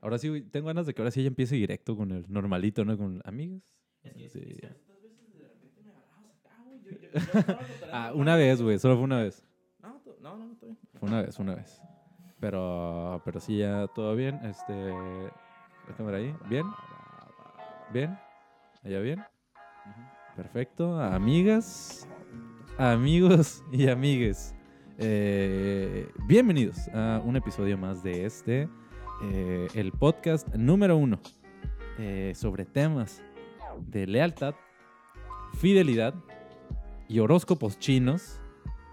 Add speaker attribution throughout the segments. Speaker 1: Ahora sí, güey, tengo ganas de que ahora sí ella empiece directo con el normalito, ¿no? Con amigos.
Speaker 2: Es que,
Speaker 1: Sí.
Speaker 2: es que tantas veces de repente me agarrabas acá, "Ah, güey. Yo, yo, yo estaba cotorreando,
Speaker 1: Ah,
Speaker 2: ¿no?
Speaker 1: una vez, güey, solo fue una vez.
Speaker 2: No, to- no, no, estoy bien.
Speaker 1: Fue una vez, una vez. Pero, pero sí, ya todo bien. Este. La cámara ahí. Bien. Bien. Allá bien. Perfecto. Amigas, amigos y amigues. eh, bienvenidos a un episodio más de este, eh, el podcast número uno eh, sobre temas de lealtad, fidelidad y horóscopos chinos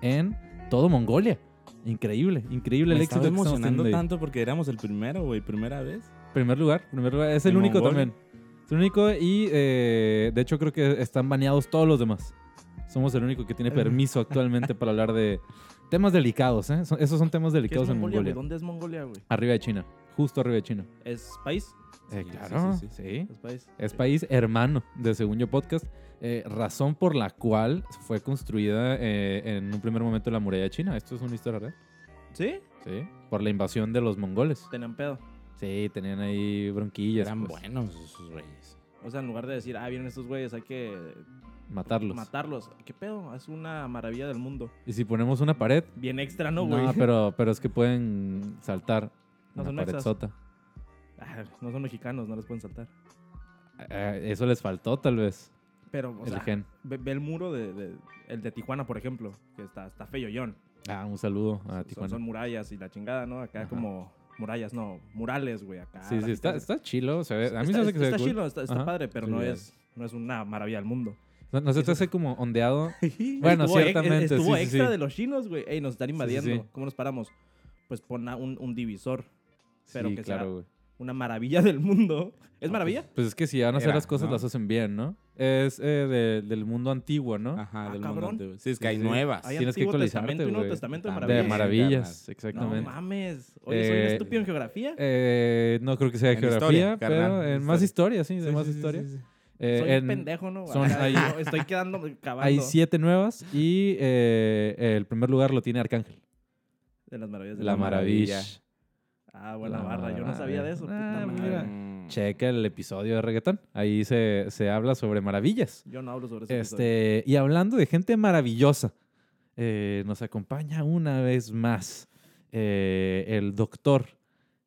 Speaker 1: en todo Mongolia. Increíble, increíble el
Speaker 2: Me
Speaker 1: éxito
Speaker 2: estaba
Speaker 1: que estamos teniendo
Speaker 2: emocionando
Speaker 1: ahí.
Speaker 2: tanto porque éramos el primero, güey, primera vez.
Speaker 1: Primer lugar, primer lugar. Es
Speaker 2: ¿En
Speaker 1: el único
Speaker 2: Mongolia?
Speaker 1: también. Es el único y eh, de hecho creo que están baneados todos los demás. Somos el único que tiene permiso actualmente para hablar de temas delicados, ¿eh? Son- Esos son temas
Speaker 2: ¿Qué es
Speaker 1: delicados en
Speaker 2: Mongolia,
Speaker 1: Mongolia.
Speaker 2: güey? ¿Dónde es Mongolia, güey?
Speaker 1: Arriba de China, justo arriba de China.
Speaker 2: ¿Es país?
Speaker 1: Eh,
Speaker 2: Sí,
Speaker 1: claro,
Speaker 2: sí, sí, sí. Eh.
Speaker 1: sí.
Speaker 2: Es país.
Speaker 1: Es
Speaker 2: Sí.
Speaker 1: país hermano de Según Yo Podcast, eh, razón por la cual fue construida eh, en un primer momento la muralla de China. Esto es una historia real.
Speaker 2: ¿Sí?
Speaker 1: Sí, por la invasión de los mongoles.
Speaker 2: Tenían pedo.
Speaker 1: Sí, tenían ahí bronquillas.
Speaker 3: Eran
Speaker 1: pues,
Speaker 3: buenos esos güeyes.
Speaker 2: O sea, en lugar de decir, ah, vienen estos güeyes, hay que
Speaker 1: Matarlos.
Speaker 2: matarlos. ¿Qué pedo? Es una maravilla del mundo.
Speaker 1: Y si ponemos una pared,
Speaker 2: Bien extra, ¿no,
Speaker 1: No,
Speaker 2: güey?
Speaker 1: pero, pero es que pueden saltar
Speaker 2: No
Speaker 1: una
Speaker 2: son mexas.
Speaker 1: pared
Speaker 2: Ah, no son mexicanos, no les pueden saltar.
Speaker 1: Eh, eso les faltó, tal vez.
Speaker 2: Pero, o
Speaker 1: el
Speaker 2: sea,
Speaker 1: gen.
Speaker 2: ve, ve el muro de, de- el de Tijuana, por ejemplo, que está, está feyollón.
Speaker 1: Ah, un saludo a
Speaker 2: Son-
Speaker 1: Tijuana.
Speaker 2: Son murallas y la chingada, ¿no? Acá
Speaker 1: Ajá.
Speaker 2: como murallas, no, murales, güey, acá.
Speaker 1: sí, sí, está,
Speaker 2: rayitas.
Speaker 1: está chilo. se ve- a mí
Speaker 2: Está-
Speaker 1: se hace que se
Speaker 2: está,
Speaker 1: ve
Speaker 2: está
Speaker 1: cool.
Speaker 2: chilo, está, está
Speaker 1: Ajá.
Speaker 2: padre, pero
Speaker 1: Sí,
Speaker 2: no
Speaker 1: ya.
Speaker 2: es, no es una maravilla del mundo.
Speaker 1: No, no se te
Speaker 2: Eso-
Speaker 1: hace como ondeado. Bueno,
Speaker 2: Estuvo ex-
Speaker 1: ciertamente, sí,
Speaker 2: Estuvo
Speaker 1: sí,
Speaker 2: extra
Speaker 1: sí.
Speaker 2: de los chinos, güey. Ey, nos están invadiendo.
Speaker 1: sí.
Speaker 2: ¿Cómo nos paramos? Pues pon a un, un divisor. Pero
Speaker 1: sí,
Speaker 2: que sea-
Speaker 1: claro, güey.
Speaker 2: Una maravilla del mundo. ¿Es maravilla?
Speaker 1: Pues es que si van a hacer
Speaker 3: Era,
Speaker 1: las cosas,
Speaker 3: ¿no?
Speaker 1: las hacen bien, ¿no? Es eh, de- del mundo antiguo, ¿no?
Speaker 3: Ajá,
Speaker 2: Ah,
Speaker 3: del
Speaker 2: cabrón.
Speaker 3: mundo antiguo. Sí, es que
Speaker 1: Sí,
Speaker 3: hay
Speaker 1: sí.
Speaker 3: nuevas.
Speaker 2: Hay
Speaker 1: tienes que
Speaker 2: Antiguo
Speaker 1: actualizarte,
Speaker 2: Testamento y Nuevo
Speaker 1: güey.
Speaker 2: Testamento de
Speaker 3: Ah,
Speaker 1: De
Speaker 2: maravillas.
Speaker 1: maravillas,
Speaker 2: No
Speaker 1: exactamente.
Speaker 2: mames. Oye, soy un
Speaker 1: Eh,
Speaker 2: estúpido en geografía.
Speaker 1: Eh, no creo que sea de
Speaker 3: En
Speaker 1: geografía,
Speaker 3: historia,
Speaker 1: pero
Speaker 3: carnal,
Speaker 1: en
Speaker 3: en
Speaker 1: más historia, sí, de
Speaker 3: Sí,
Speaker 1: más
Speaker 3: sí, sí,
Speaker 1: historia.
Speaker 3: sí, sí.
Speaker 1: Eh,
Speaker 2: soy
Speaker 1: en-
Speaker 2: un pendejo, ¿no?
Speaker 1: son-
Speaker 2: Ah,
Speaker 1: hay-
Speaker 2: no, estoy quedando cavando.
Speaker 1: Hay siete nuevas y eh, el primer lugar lo tiene Arcángel.
Speaker 2: De las maravillas del
Speaker 1: La
Speaker 2: mundo.
Speaker 1: maravilla.
Speaker 3: maravilla.
Speaker 2: Ah, buena
Speaker 1: La
Speaker 2: barra. Yo no sabía de eso.
Speaker 1: maravilla.
Speaker 2: puta
Speaker 1: Ah,
Speaker 2: madre.
Speaker 1: mira.
Speaker 3: Mm.
Speaker 1: Checa el episodio de reggaetón. Ahí se, se habla sobre maravillas.
Speaker 2: Yo no hablo sobre eso.
Speaker 1: Este, y hablando de gente maravillosa, eh, nos acompaña una vez más eh, el doctor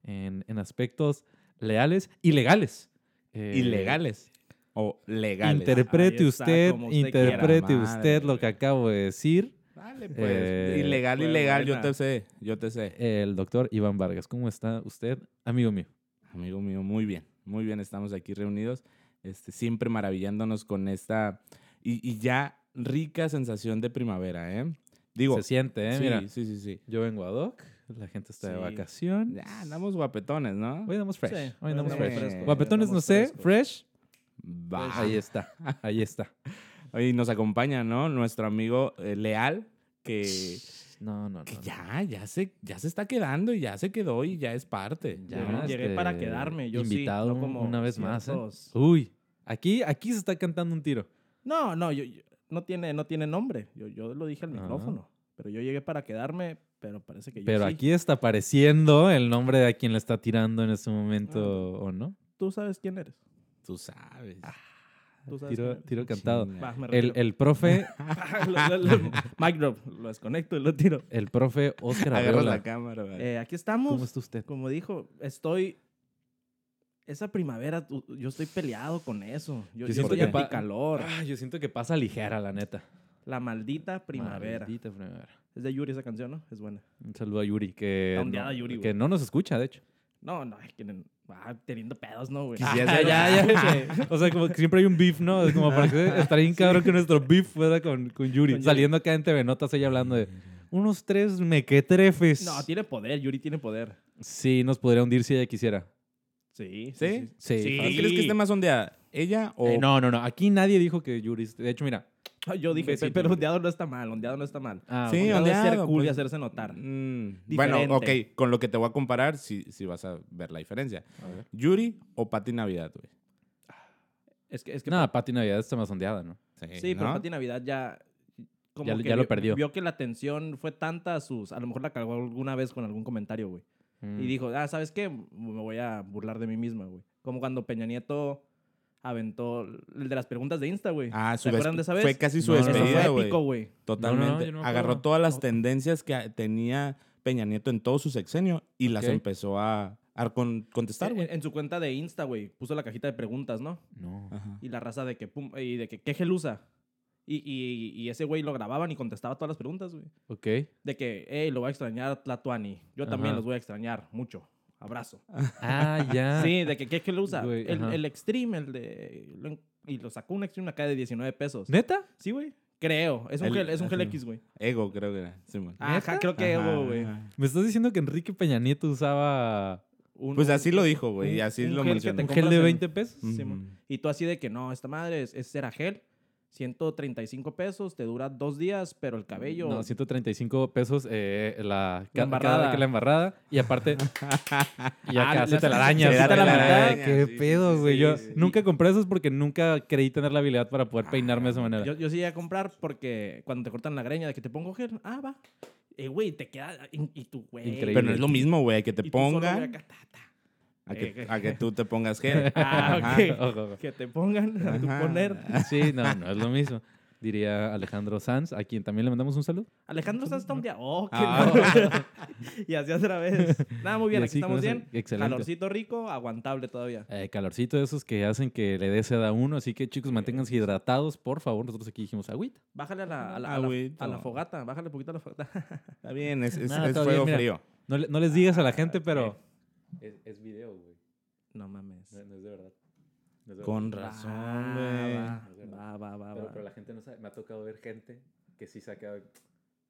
Speaker 1: en, en aspectos leales y legales. Eh,
Speaker 3: Ilegales. O legales.
Speaker 1: Interprete
Speaker 2: Ahí está,
Speaker 1: usted,
Speaker 2: como usted
Speaker 1: interprete
Speaker 3: quiera.
Speaker 1: usted lo
Speaker 3: Madre,
Speaker 1: que
Speaker 3: güey.
Speaker 1: acabo de decir.
Speaker 3: Dale, pues.
Speaker 1: Eh,
Speaker 3: ilegal,
Speaker 2: fue
Speaker 3: ilegal. Yo
Speaker 2: buena.
Speaker 3: te sé. Yo te sé.
Speaker 1: El doctor Iván Vargas, ¿cómo está usted, amigo mío?
Speaker 3: Amigo mío, muy bien, muy bien, estamos aquí reunidos, este, siempre maravillándonos con esta y, y ya rica sensación de primavera, ¿eh? Digo,
Speaker 1: Se siente, ¿eh?
Speaker 3: sí,
Speaker 1: Mira.
Speaker 3: sí, sí, sí.
Speaker 1: Yo vengo a Doc, la gente está de
Speaker 2: Sí.
Speaker 1: vacación.
Speaker 3: Ya andamos guapetones, ¿no?
Speaker 1: Hoy andamos fresh.
Speaker 2: Sí,
Speaker 1: hoy
Speaker 2: hoy
Speaker 1: andamos
Speaker 3: andamos
Speaker 1: fresh.
Speaker 3: frescos,
Speaker 1: Guapetones,
Speaker 2: hoy
Speaker 1: no
Speaker 2: andamos
Speaker 1: sé,
Speaker 2: frescos.
Speaker 1: fresh.
Speaker 3: Va.
Speaker 1: Ahí está, ahí está.
Speaker 3: Y nos acompaña, ¿no? Nuestro amigo eh, Leal, que,
Speaker 1: No, no, no.
Speaker 3: que
Speaker 1: no.
Speaker 3: ya, ya se, ya se está quedando y ya se quedó y ya es parte.
Speaker 2: Llegué- llegué para quedarme, yo sí,
Speaker 1: este, invitado
Speaker 2: no como
Speaker 1: una vez más. ¿eh?
Speaker 2: ciertos-
Speaker 1: Uy, aquí, aquí se está cantando un tiro.
Speaker 2: No, no, yo, yo- no, tiene, no tiene nombre. Yo, yo lo dije al
Speaker 1: Ah.
Speaker 2: micrófono. Pero yo llegué para quedarme, pero parece que yo
Speaker 1: Pero
Speaker 2: sí.
Speaker 1: aquí está apareciendo el nombre de a quien le está tirando en este momento,
Speaker 2: Ah.
Speaker 1: ¿o no?
Speaker 2: Tú sabes quién eres.
Speaker 3: Tú sabes.
Speaker 2: Tú sabes quién
Speaker 1: Tiro,
Speaker 2: eres.
Speaker 1: tiro cantado.
Speaker 3: Chinga.
Speaker 2: Va, me
Speaker 1: El,
Speaker 2: retiro.
Speaker 1: el profe,
Speaker 2: Lo- lo- lo- mic drop, lo desconecto y lo tiro.
Speaker 1: el profe Oscar
Speaker 3: Agarra la
Speaker 1: Arreola.
Speaker 3: cámara, ¿vale?
Speaker 2: Eh, aquí estamos.
Speaker 1: ¿Cómo está usted?
Speaker 2: Como dijo, estoy. Esa primavera, tú- yo estoy peleado con eso. Yo, yo
Speaker 1: siento
Speaker 2: estoy
Speaker 1: que
Speaker 2: anti
Speaker 1: pa-
Speaker 2: calor.
Speaker 1: Ah, yo siento que pasa ligera, la neta.
Speaker 2: La maldita primavera.
Speaker 1: Maldita primavera.
Speaker 2: Es de Yuri esa canción, ¿no? Es buena.
Speaker 1: Un saludo a Yuri, que,
Speaker 2: Está ondeada
Speaker 1: no,
Speaker 2: Yuri, güey.
Speaker 1: que no nos escucha, de hecho.
Speaker 2: No, no, es que no- ah, teniendo pedos, no, güey.
Speaker 3: Quisiera
Speaker 1: Ah,
Speaker 3: ser-
Speaker 1: ya, ya. O sea, como que siempre hay un beef, ¿no? Es como para que estaría bien cabrón que nuestro beef fuera con, con Yuri.
Speaker 2: Con Yuri.
Speaker 1: Saliendo acá en TV Notas, ella hablando de unos tres mequetrefes.
Speaker 2: No, tiene poder, Yuri tiene poder.
Speaker 1: Sí, nos podría hundir si ella quisiera.
Speaker 2: Sí.
Speaker 3: Eh, ¿Sí?
Speaker 1: Sí.
Speaker 2: Sí.
Speaker 1: fácil.
Speaker 3: ¿Crees que esté más ondeada? ¿Ella o
Speaker 1: Eh, no, no, no. Aquí nadie dijo que Yuri. De hecho, mira.
Speaker 2: No, Ah, Yo dije,
Speaker 1: Besito,
Speaker 2: pero
Speaker 1: Yuri.
Speaker 2: ondeado no está mal, ondeado no está mal.
Speaker 1: Ah,
Speaker 3: Sí,
Speaker 1: bueno.
Speaker 2: Ondeado es ser
Speaker 3: ondeado,
Speaker 2: cool y
Speaker 3: pues.
Speaker 2: hacerse notar.
Speaker 3: Mm, bueno, ok,
Speaker 2: Diferente.
Speaker 3: con lo que te voy a comparar, si vas a ver la diferencia.
Speaker 1: A ver.
Speaker 3: Yuri o Pati Navidad, güey.
Speaker 2: Es que, es que
Speaker 1: Nada, Pati Navidad está más ondeada, ¿no?
Speaker 2: Sí, pero
Speaker 3: ¿no?
Speaker 2: Pati Navidad ya. Como
Speaker 1: Ya-
Speaker 2: que
Speaker 1: ya lo
Speaker 2: vio-
Speaker 1: perdió.
Speaker 2: Vio que la tensión fue tanta a sus. A lo mejor la cagó alguna vez con algún comentario, güey.
Speaker 1: Mm.
Speaker 2: Y dijo, ah, ¿sabes qué? Me voy a burlar de mí misma, güey. Como cuando Peña Nieto aventó el de las preguntas de Insta, güey.
Speaker 3: Ah, su
Speaker 2: ¿Se acuerdan
Speaker 3: despe-
Speaker 2: de esa vez?
Speaker 3: Fue casi su
Speaker 1: No, no,
Speaker 2: Eso
Speaker 1: no.
Speaker 3: despedida,
Speaker 2: fue
Speaker 3: güey.
Speaker 2: épico, güey.
Speaker 1: No, no,
Speaker 3: Totalmente.
Speaker 1: yo no me
Speaker 3: Agarró
Speaker 1: acuerdo.
Speaker 3: todas las
Speaker 1: No.
Speaker 3: tendencias que tenía Peña Nieto en todo su sexenio y las
Speaker 1: Ok.
Speaker 3: empezó a, a con- contestar, güey.
Speaker 2: En, en su cuenta de Insta, güey, puso la cajita de preguntas, ¿no?
Speaker 1: No.
Speaker 3: Ajá.
Speaker 2: Y la raza de que, pum, y de que, ¿qué gel usa? Y, y, y ese güey lo grababan y contestaba todas las preguntas, güey.
Speaker 1: Ok.
Speaker 2: De que, hey, lo voy a extrañar Tlatuani. Yo también
Speaker 1: Ajá.
Speaker 2: los voy a extrañar mucho. Abrazo.
Speaker 1: Ah, ya.
Speaker 2: Sí, de que, ¿qué gel usa?
Speaker 1: Güey,
Speaker 2: el,
Speaker 1: ajá.
Speaker 2: el Extreme, el de... lo en- y lo sacó un Extreme acá de 19 pesos.
Speaker 1: ¿Neta?
Speaker 2: Sí, güey. Creo. Es un,
Speaker 3: El-
Speaker 2: gel, es un gel
Speaker 3: ajá.
Speaker 2: X, güey.
Speaker 3: Ego, creo que era. Simón.
Speaker 2: Ajá,
Speaker 1: ¿Neta?
Speaker 2: creo que
Speaker 3: Ajá,
Speaker 2: hubo, güey.
Speaker 3: ajá.
Speaker 1: ¿Me estás diciendo que Enrique Peña Nieto usaba
Speaker 2: Un-
Speaker 3: Pues
Speaker 2: un-
Speaker 3: así lo dijo, güey.
Speaker 2: un-
Speaker 3: y Así
Speaker 2: un
Speaker 3: lo
Speaker 2: gel que te
Speaker 1: un
Speaker 3: mencionó.
Speaker 1: gel
Speaker 2: compras
Speaker 1: de
Speaker 2: en-
Speaker 1: 20 pesos?
Speaker 2: Simón.
Speaker 3: Ujú.
Speaker 2: Y tú así de que no, esta madre es, es Seragel, 135 pesos, te dura dos días, pero el cabello...
Speaker 1: No, 135 pesos eh, la, ca-
Speaker 2: embarrada.
Speaker 1: cada que la embarrada. Y aparte. y
Speaker 2: Ah,
Speaker 1: acá
Speaker 2: la-
Speaker 1: se te la
Speaker 3: se da
Speaker 1: se te la
Speaker 3: telaraña,
Speaker 1: mitad. Qué
Speaker 3: sí, sí,
Speaker 1: pedo,
Speaker 3: sí,
Speaker 1: güey.
Speaker 3: sí,
Speaker 1: Yo
Speaker 3: sí.
Speaker 1: nunca compré esos porque nunca creí tener la habilidad para poder
Speaker 3: Ah,
Speaker 1: peinarme de esa manera.
Speaker 2: Yo, yo sí iba a comprar porque cuando te cortan la greña de que te pongo gel, ah, va. Eh, güey, te queda... Y, y tú, güey...
Speaker 1: Increíble.
Speaker 3: Pero no es lo mismo, güey, que te
Speaker 2: y tú solo, güey,
Speaker 3: pongan
Speaker 2: acá, ta, ta.
Speaker 3: a que,
Speaker 2: Eh,
Speaker 3: a que tú te pongas gel.
Speaker 2: Ah,
Speaker 3: Ajá.
Speaker 2: ok.
Speaker 1: Ojo, ojo.
Speaker 2: Que te pongan a tu
Speaker 3: Ajá.
Speaker 2: poner.
Speaker 1: Sí, no, no es lo mismo. Diría Alejandro Sanz, a quien también le mandamos un saludo.
Speaker 2: Alejandro Sanz está un día... Oh, qué
Speaker 3: Ah,
Speaker 2: mal. y así otra vez. Nada, muy bien,
Speaker 1: Y
Speaker 2: aquí
Speaker 1: así con
Speaker 2: estamos
Speaker 1: eso-
Speaker 2: bien.
Speaker 1: Excelente.
Speaker 2: Calorcito rico, aguantable todavía.
Speaker 1: Eh, calorcito de esos que hacen que le dé sed a uno. Así que, chicos, manténganse hidratados, por favor. Nosotros aquí dijimos agüita.
Speaker 2: Bájale a la, a la- a la-
Speaker 3: Agüita.
Speaker 2: a la fogata, bájale un poquito a la fogata.
Speaker 3: Está bien, es, es-
Speaker 1: Nada,
Speaker 3: es
Speaker 1: todo bien,
Speaker 3: fuego
Speaker 1: mira.
Speaker 3: frío.
Speaker 1: No, le- no les digas
Speaker 3: Ah,
Speaker 1: a la gente,
Speaker 2: ok.
Speaker 1: pero. Es, video, güey.
Speaker 2: No mames.
Speaker 1: No, es de verdad.
Speaker 3: Con razón, güey.
Speaker 2: Va,
Speaker 1: güey.
Speaker 2: va, va, va,
Speaker 1: Pero,
Speaker 2: va.
Speaker 1: pero la gente no sabe. Me ha tocado ver gente que sí se ha quedado.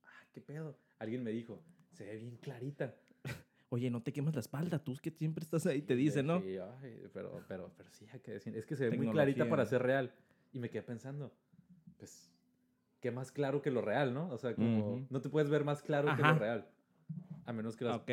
Speaker 1: Ah, qué pedo. Alguien me dijo, se ve bien clarita.
Speaker 2: Oye, no te quemas la espalda, tú es que siempre estás ahí, te dice, ¿no?
Speaker 1: Sí, ay, pero, pero, pero sí, hay que decir. Es que se ve muy
Speaker 2: Tecnología.
Speaker 1: clarita para ser real. Y me quedé pensando, pues, qué más claro que lo real, ¿no? O sea, como
Speaker 3: Ujú.
Speaker 1: no te puedes ver más claro que
Speaker 2: Ajá.
Speaker 1: lo real. A menos que las...
Speaker 2: Ah, ok.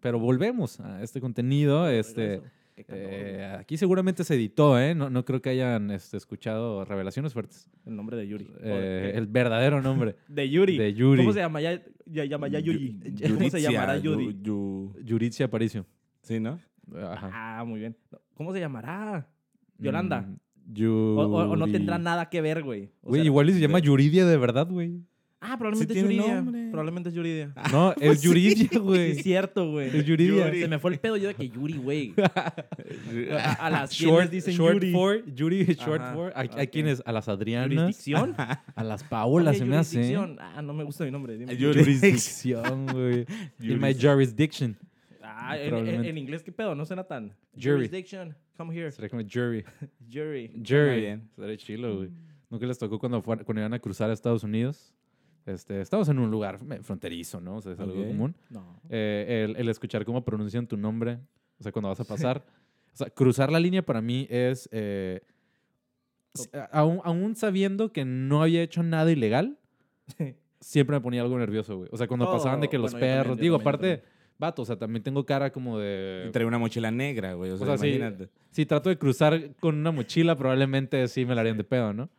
Speaker 1: Pero volvemos a este contenido. Este,
Speaker 2: Regreso. Qué calor, güey.
Speaker 1: eh, aquí seguramente se editó, ¿eh? No, no creo que hayan este, escuchado revelaciones fuertes.
Speaker 2: el nombre de Yuri.
Speaker 1: Eh,
Speaker 2: Joder,
Speaker 1: el verdadero nombre
Speaker 2: ¿qué? de Yuri.
Speaker 1: de Yuri.
Speaker 2: ¿Cómo se llama ya, ya, llama ya Yuri?
Speaker 3: Yu-
Speaker 2: ¿Cómo se
Speaker 3: Yuritzia,
Speaker 2: llamará
Speaker 3: Yu-
Speaker 2: Yuri?
Speaker 3: Yu-
Speaker 1: Yuritzia Aparicio.
Speaker 3: Sí, ¿no?
Speaker 1: Ajá.
Speaker 2: Ah, muy bien. No, ¿Cómo se llamará? Yolanda.
Speaker 1: Mm,
Speaker 2: O, o- o no
Speaker 1: Yuri-
Speaker 2: tendrá nada que ver, güey. O
Speaker 1: Güey,
Speaker 2: sea- eh,
Speaker 1: igual y se llama Yuridia de verdad, güey.
Speaker 2: Ah, probablemente es
Speaker 3: tiene
Speaker 2: Yuridia.
Speaker 3: nombre.
Speaker 2: Probablemente es Yuridia.
Speaker 1: No, es Yuridia,
Speaker 2: Sí,
Speaker 1: Ah, güey.
Speaker 2: es cierto, güey.
Speaker 1: Es Yuridia.
Speaker 2: Se me fue el pedo yo de que Yuri, güey. A, a las
Speaker 1: Short,
Speaker 2: short, dicen
Speaker 1: short
Speaker 2: Yuri.
Speaker 1: for, Yuri es short
Speaker 2: Ajá,
Speaker 1: for. ¿A, a
Speaker 2: ok.
Speaker 1: quiénes? A las Adrianas,
Speaker 2: ¿Jurisdicción?
Speaker 1: a las Paolas,
Speaker 2: Oye,
Speaker 1: se me hace. ¿eh?
Speaker 2: jurisdicción. Ah, no me gusta mi nombre. dime.
Speaker 3: Yuri.
Speaker 1: Jurisdicción, güey. In my jurisdiction.
Speaker 2: Ah, en, en-
Speaker 1: Probablemente.
Speaker 2: en inglés, ¿qué pedo? No suena tan.
Speaker 1: Jury.
Speaker 2: Jurisdiction. Come here.
Speaker 1: Será como jury.
Speaker 2: Jury.
Speaker 1: Jury.
Speaker 3: bien.
Speaker 1: Será chilo, güey. Mm. Nunca les tocó cuando, fueron- cuando iban a cruzar a Estados Unidos. Este, estamos en un lugar me- fronterizo, ¿no? O sea, es algo
Speaker 3: Ok.
Speaker 1: común.
Speaker 2: No.
Speaker 1: Eh, el, el escuchar cómo pronuncian tu nombre, o sea, cuando vas a pasar. O sea, cruzar la línea para mí es, eh, s- a- aún, aún sabiendo que no había hecho nada ilegal, siempre me ponía algo nervioso, güey. O sea, cuando
Speaker 2: Oh,
Speaker 1: pasaban de que los
Speaker 2: bueno, yo también,
Speaker 1: perros,
Speaker 2: yo
Speaker 1: digo,
Speaker 2: también, yo
Speaker 1: aparte, vato, o sea, también tengo cara como
Speaker 3: Y
Speaker 1: de...
Speaker 3: trae una mochila negra, güey. O sea,
Speaker 1: sea, sí.
Speaker 3: imagínate.
Speaker 1: Si trato de cruzar con una mochila, probablemente sí me la harían de pedo, ¿no?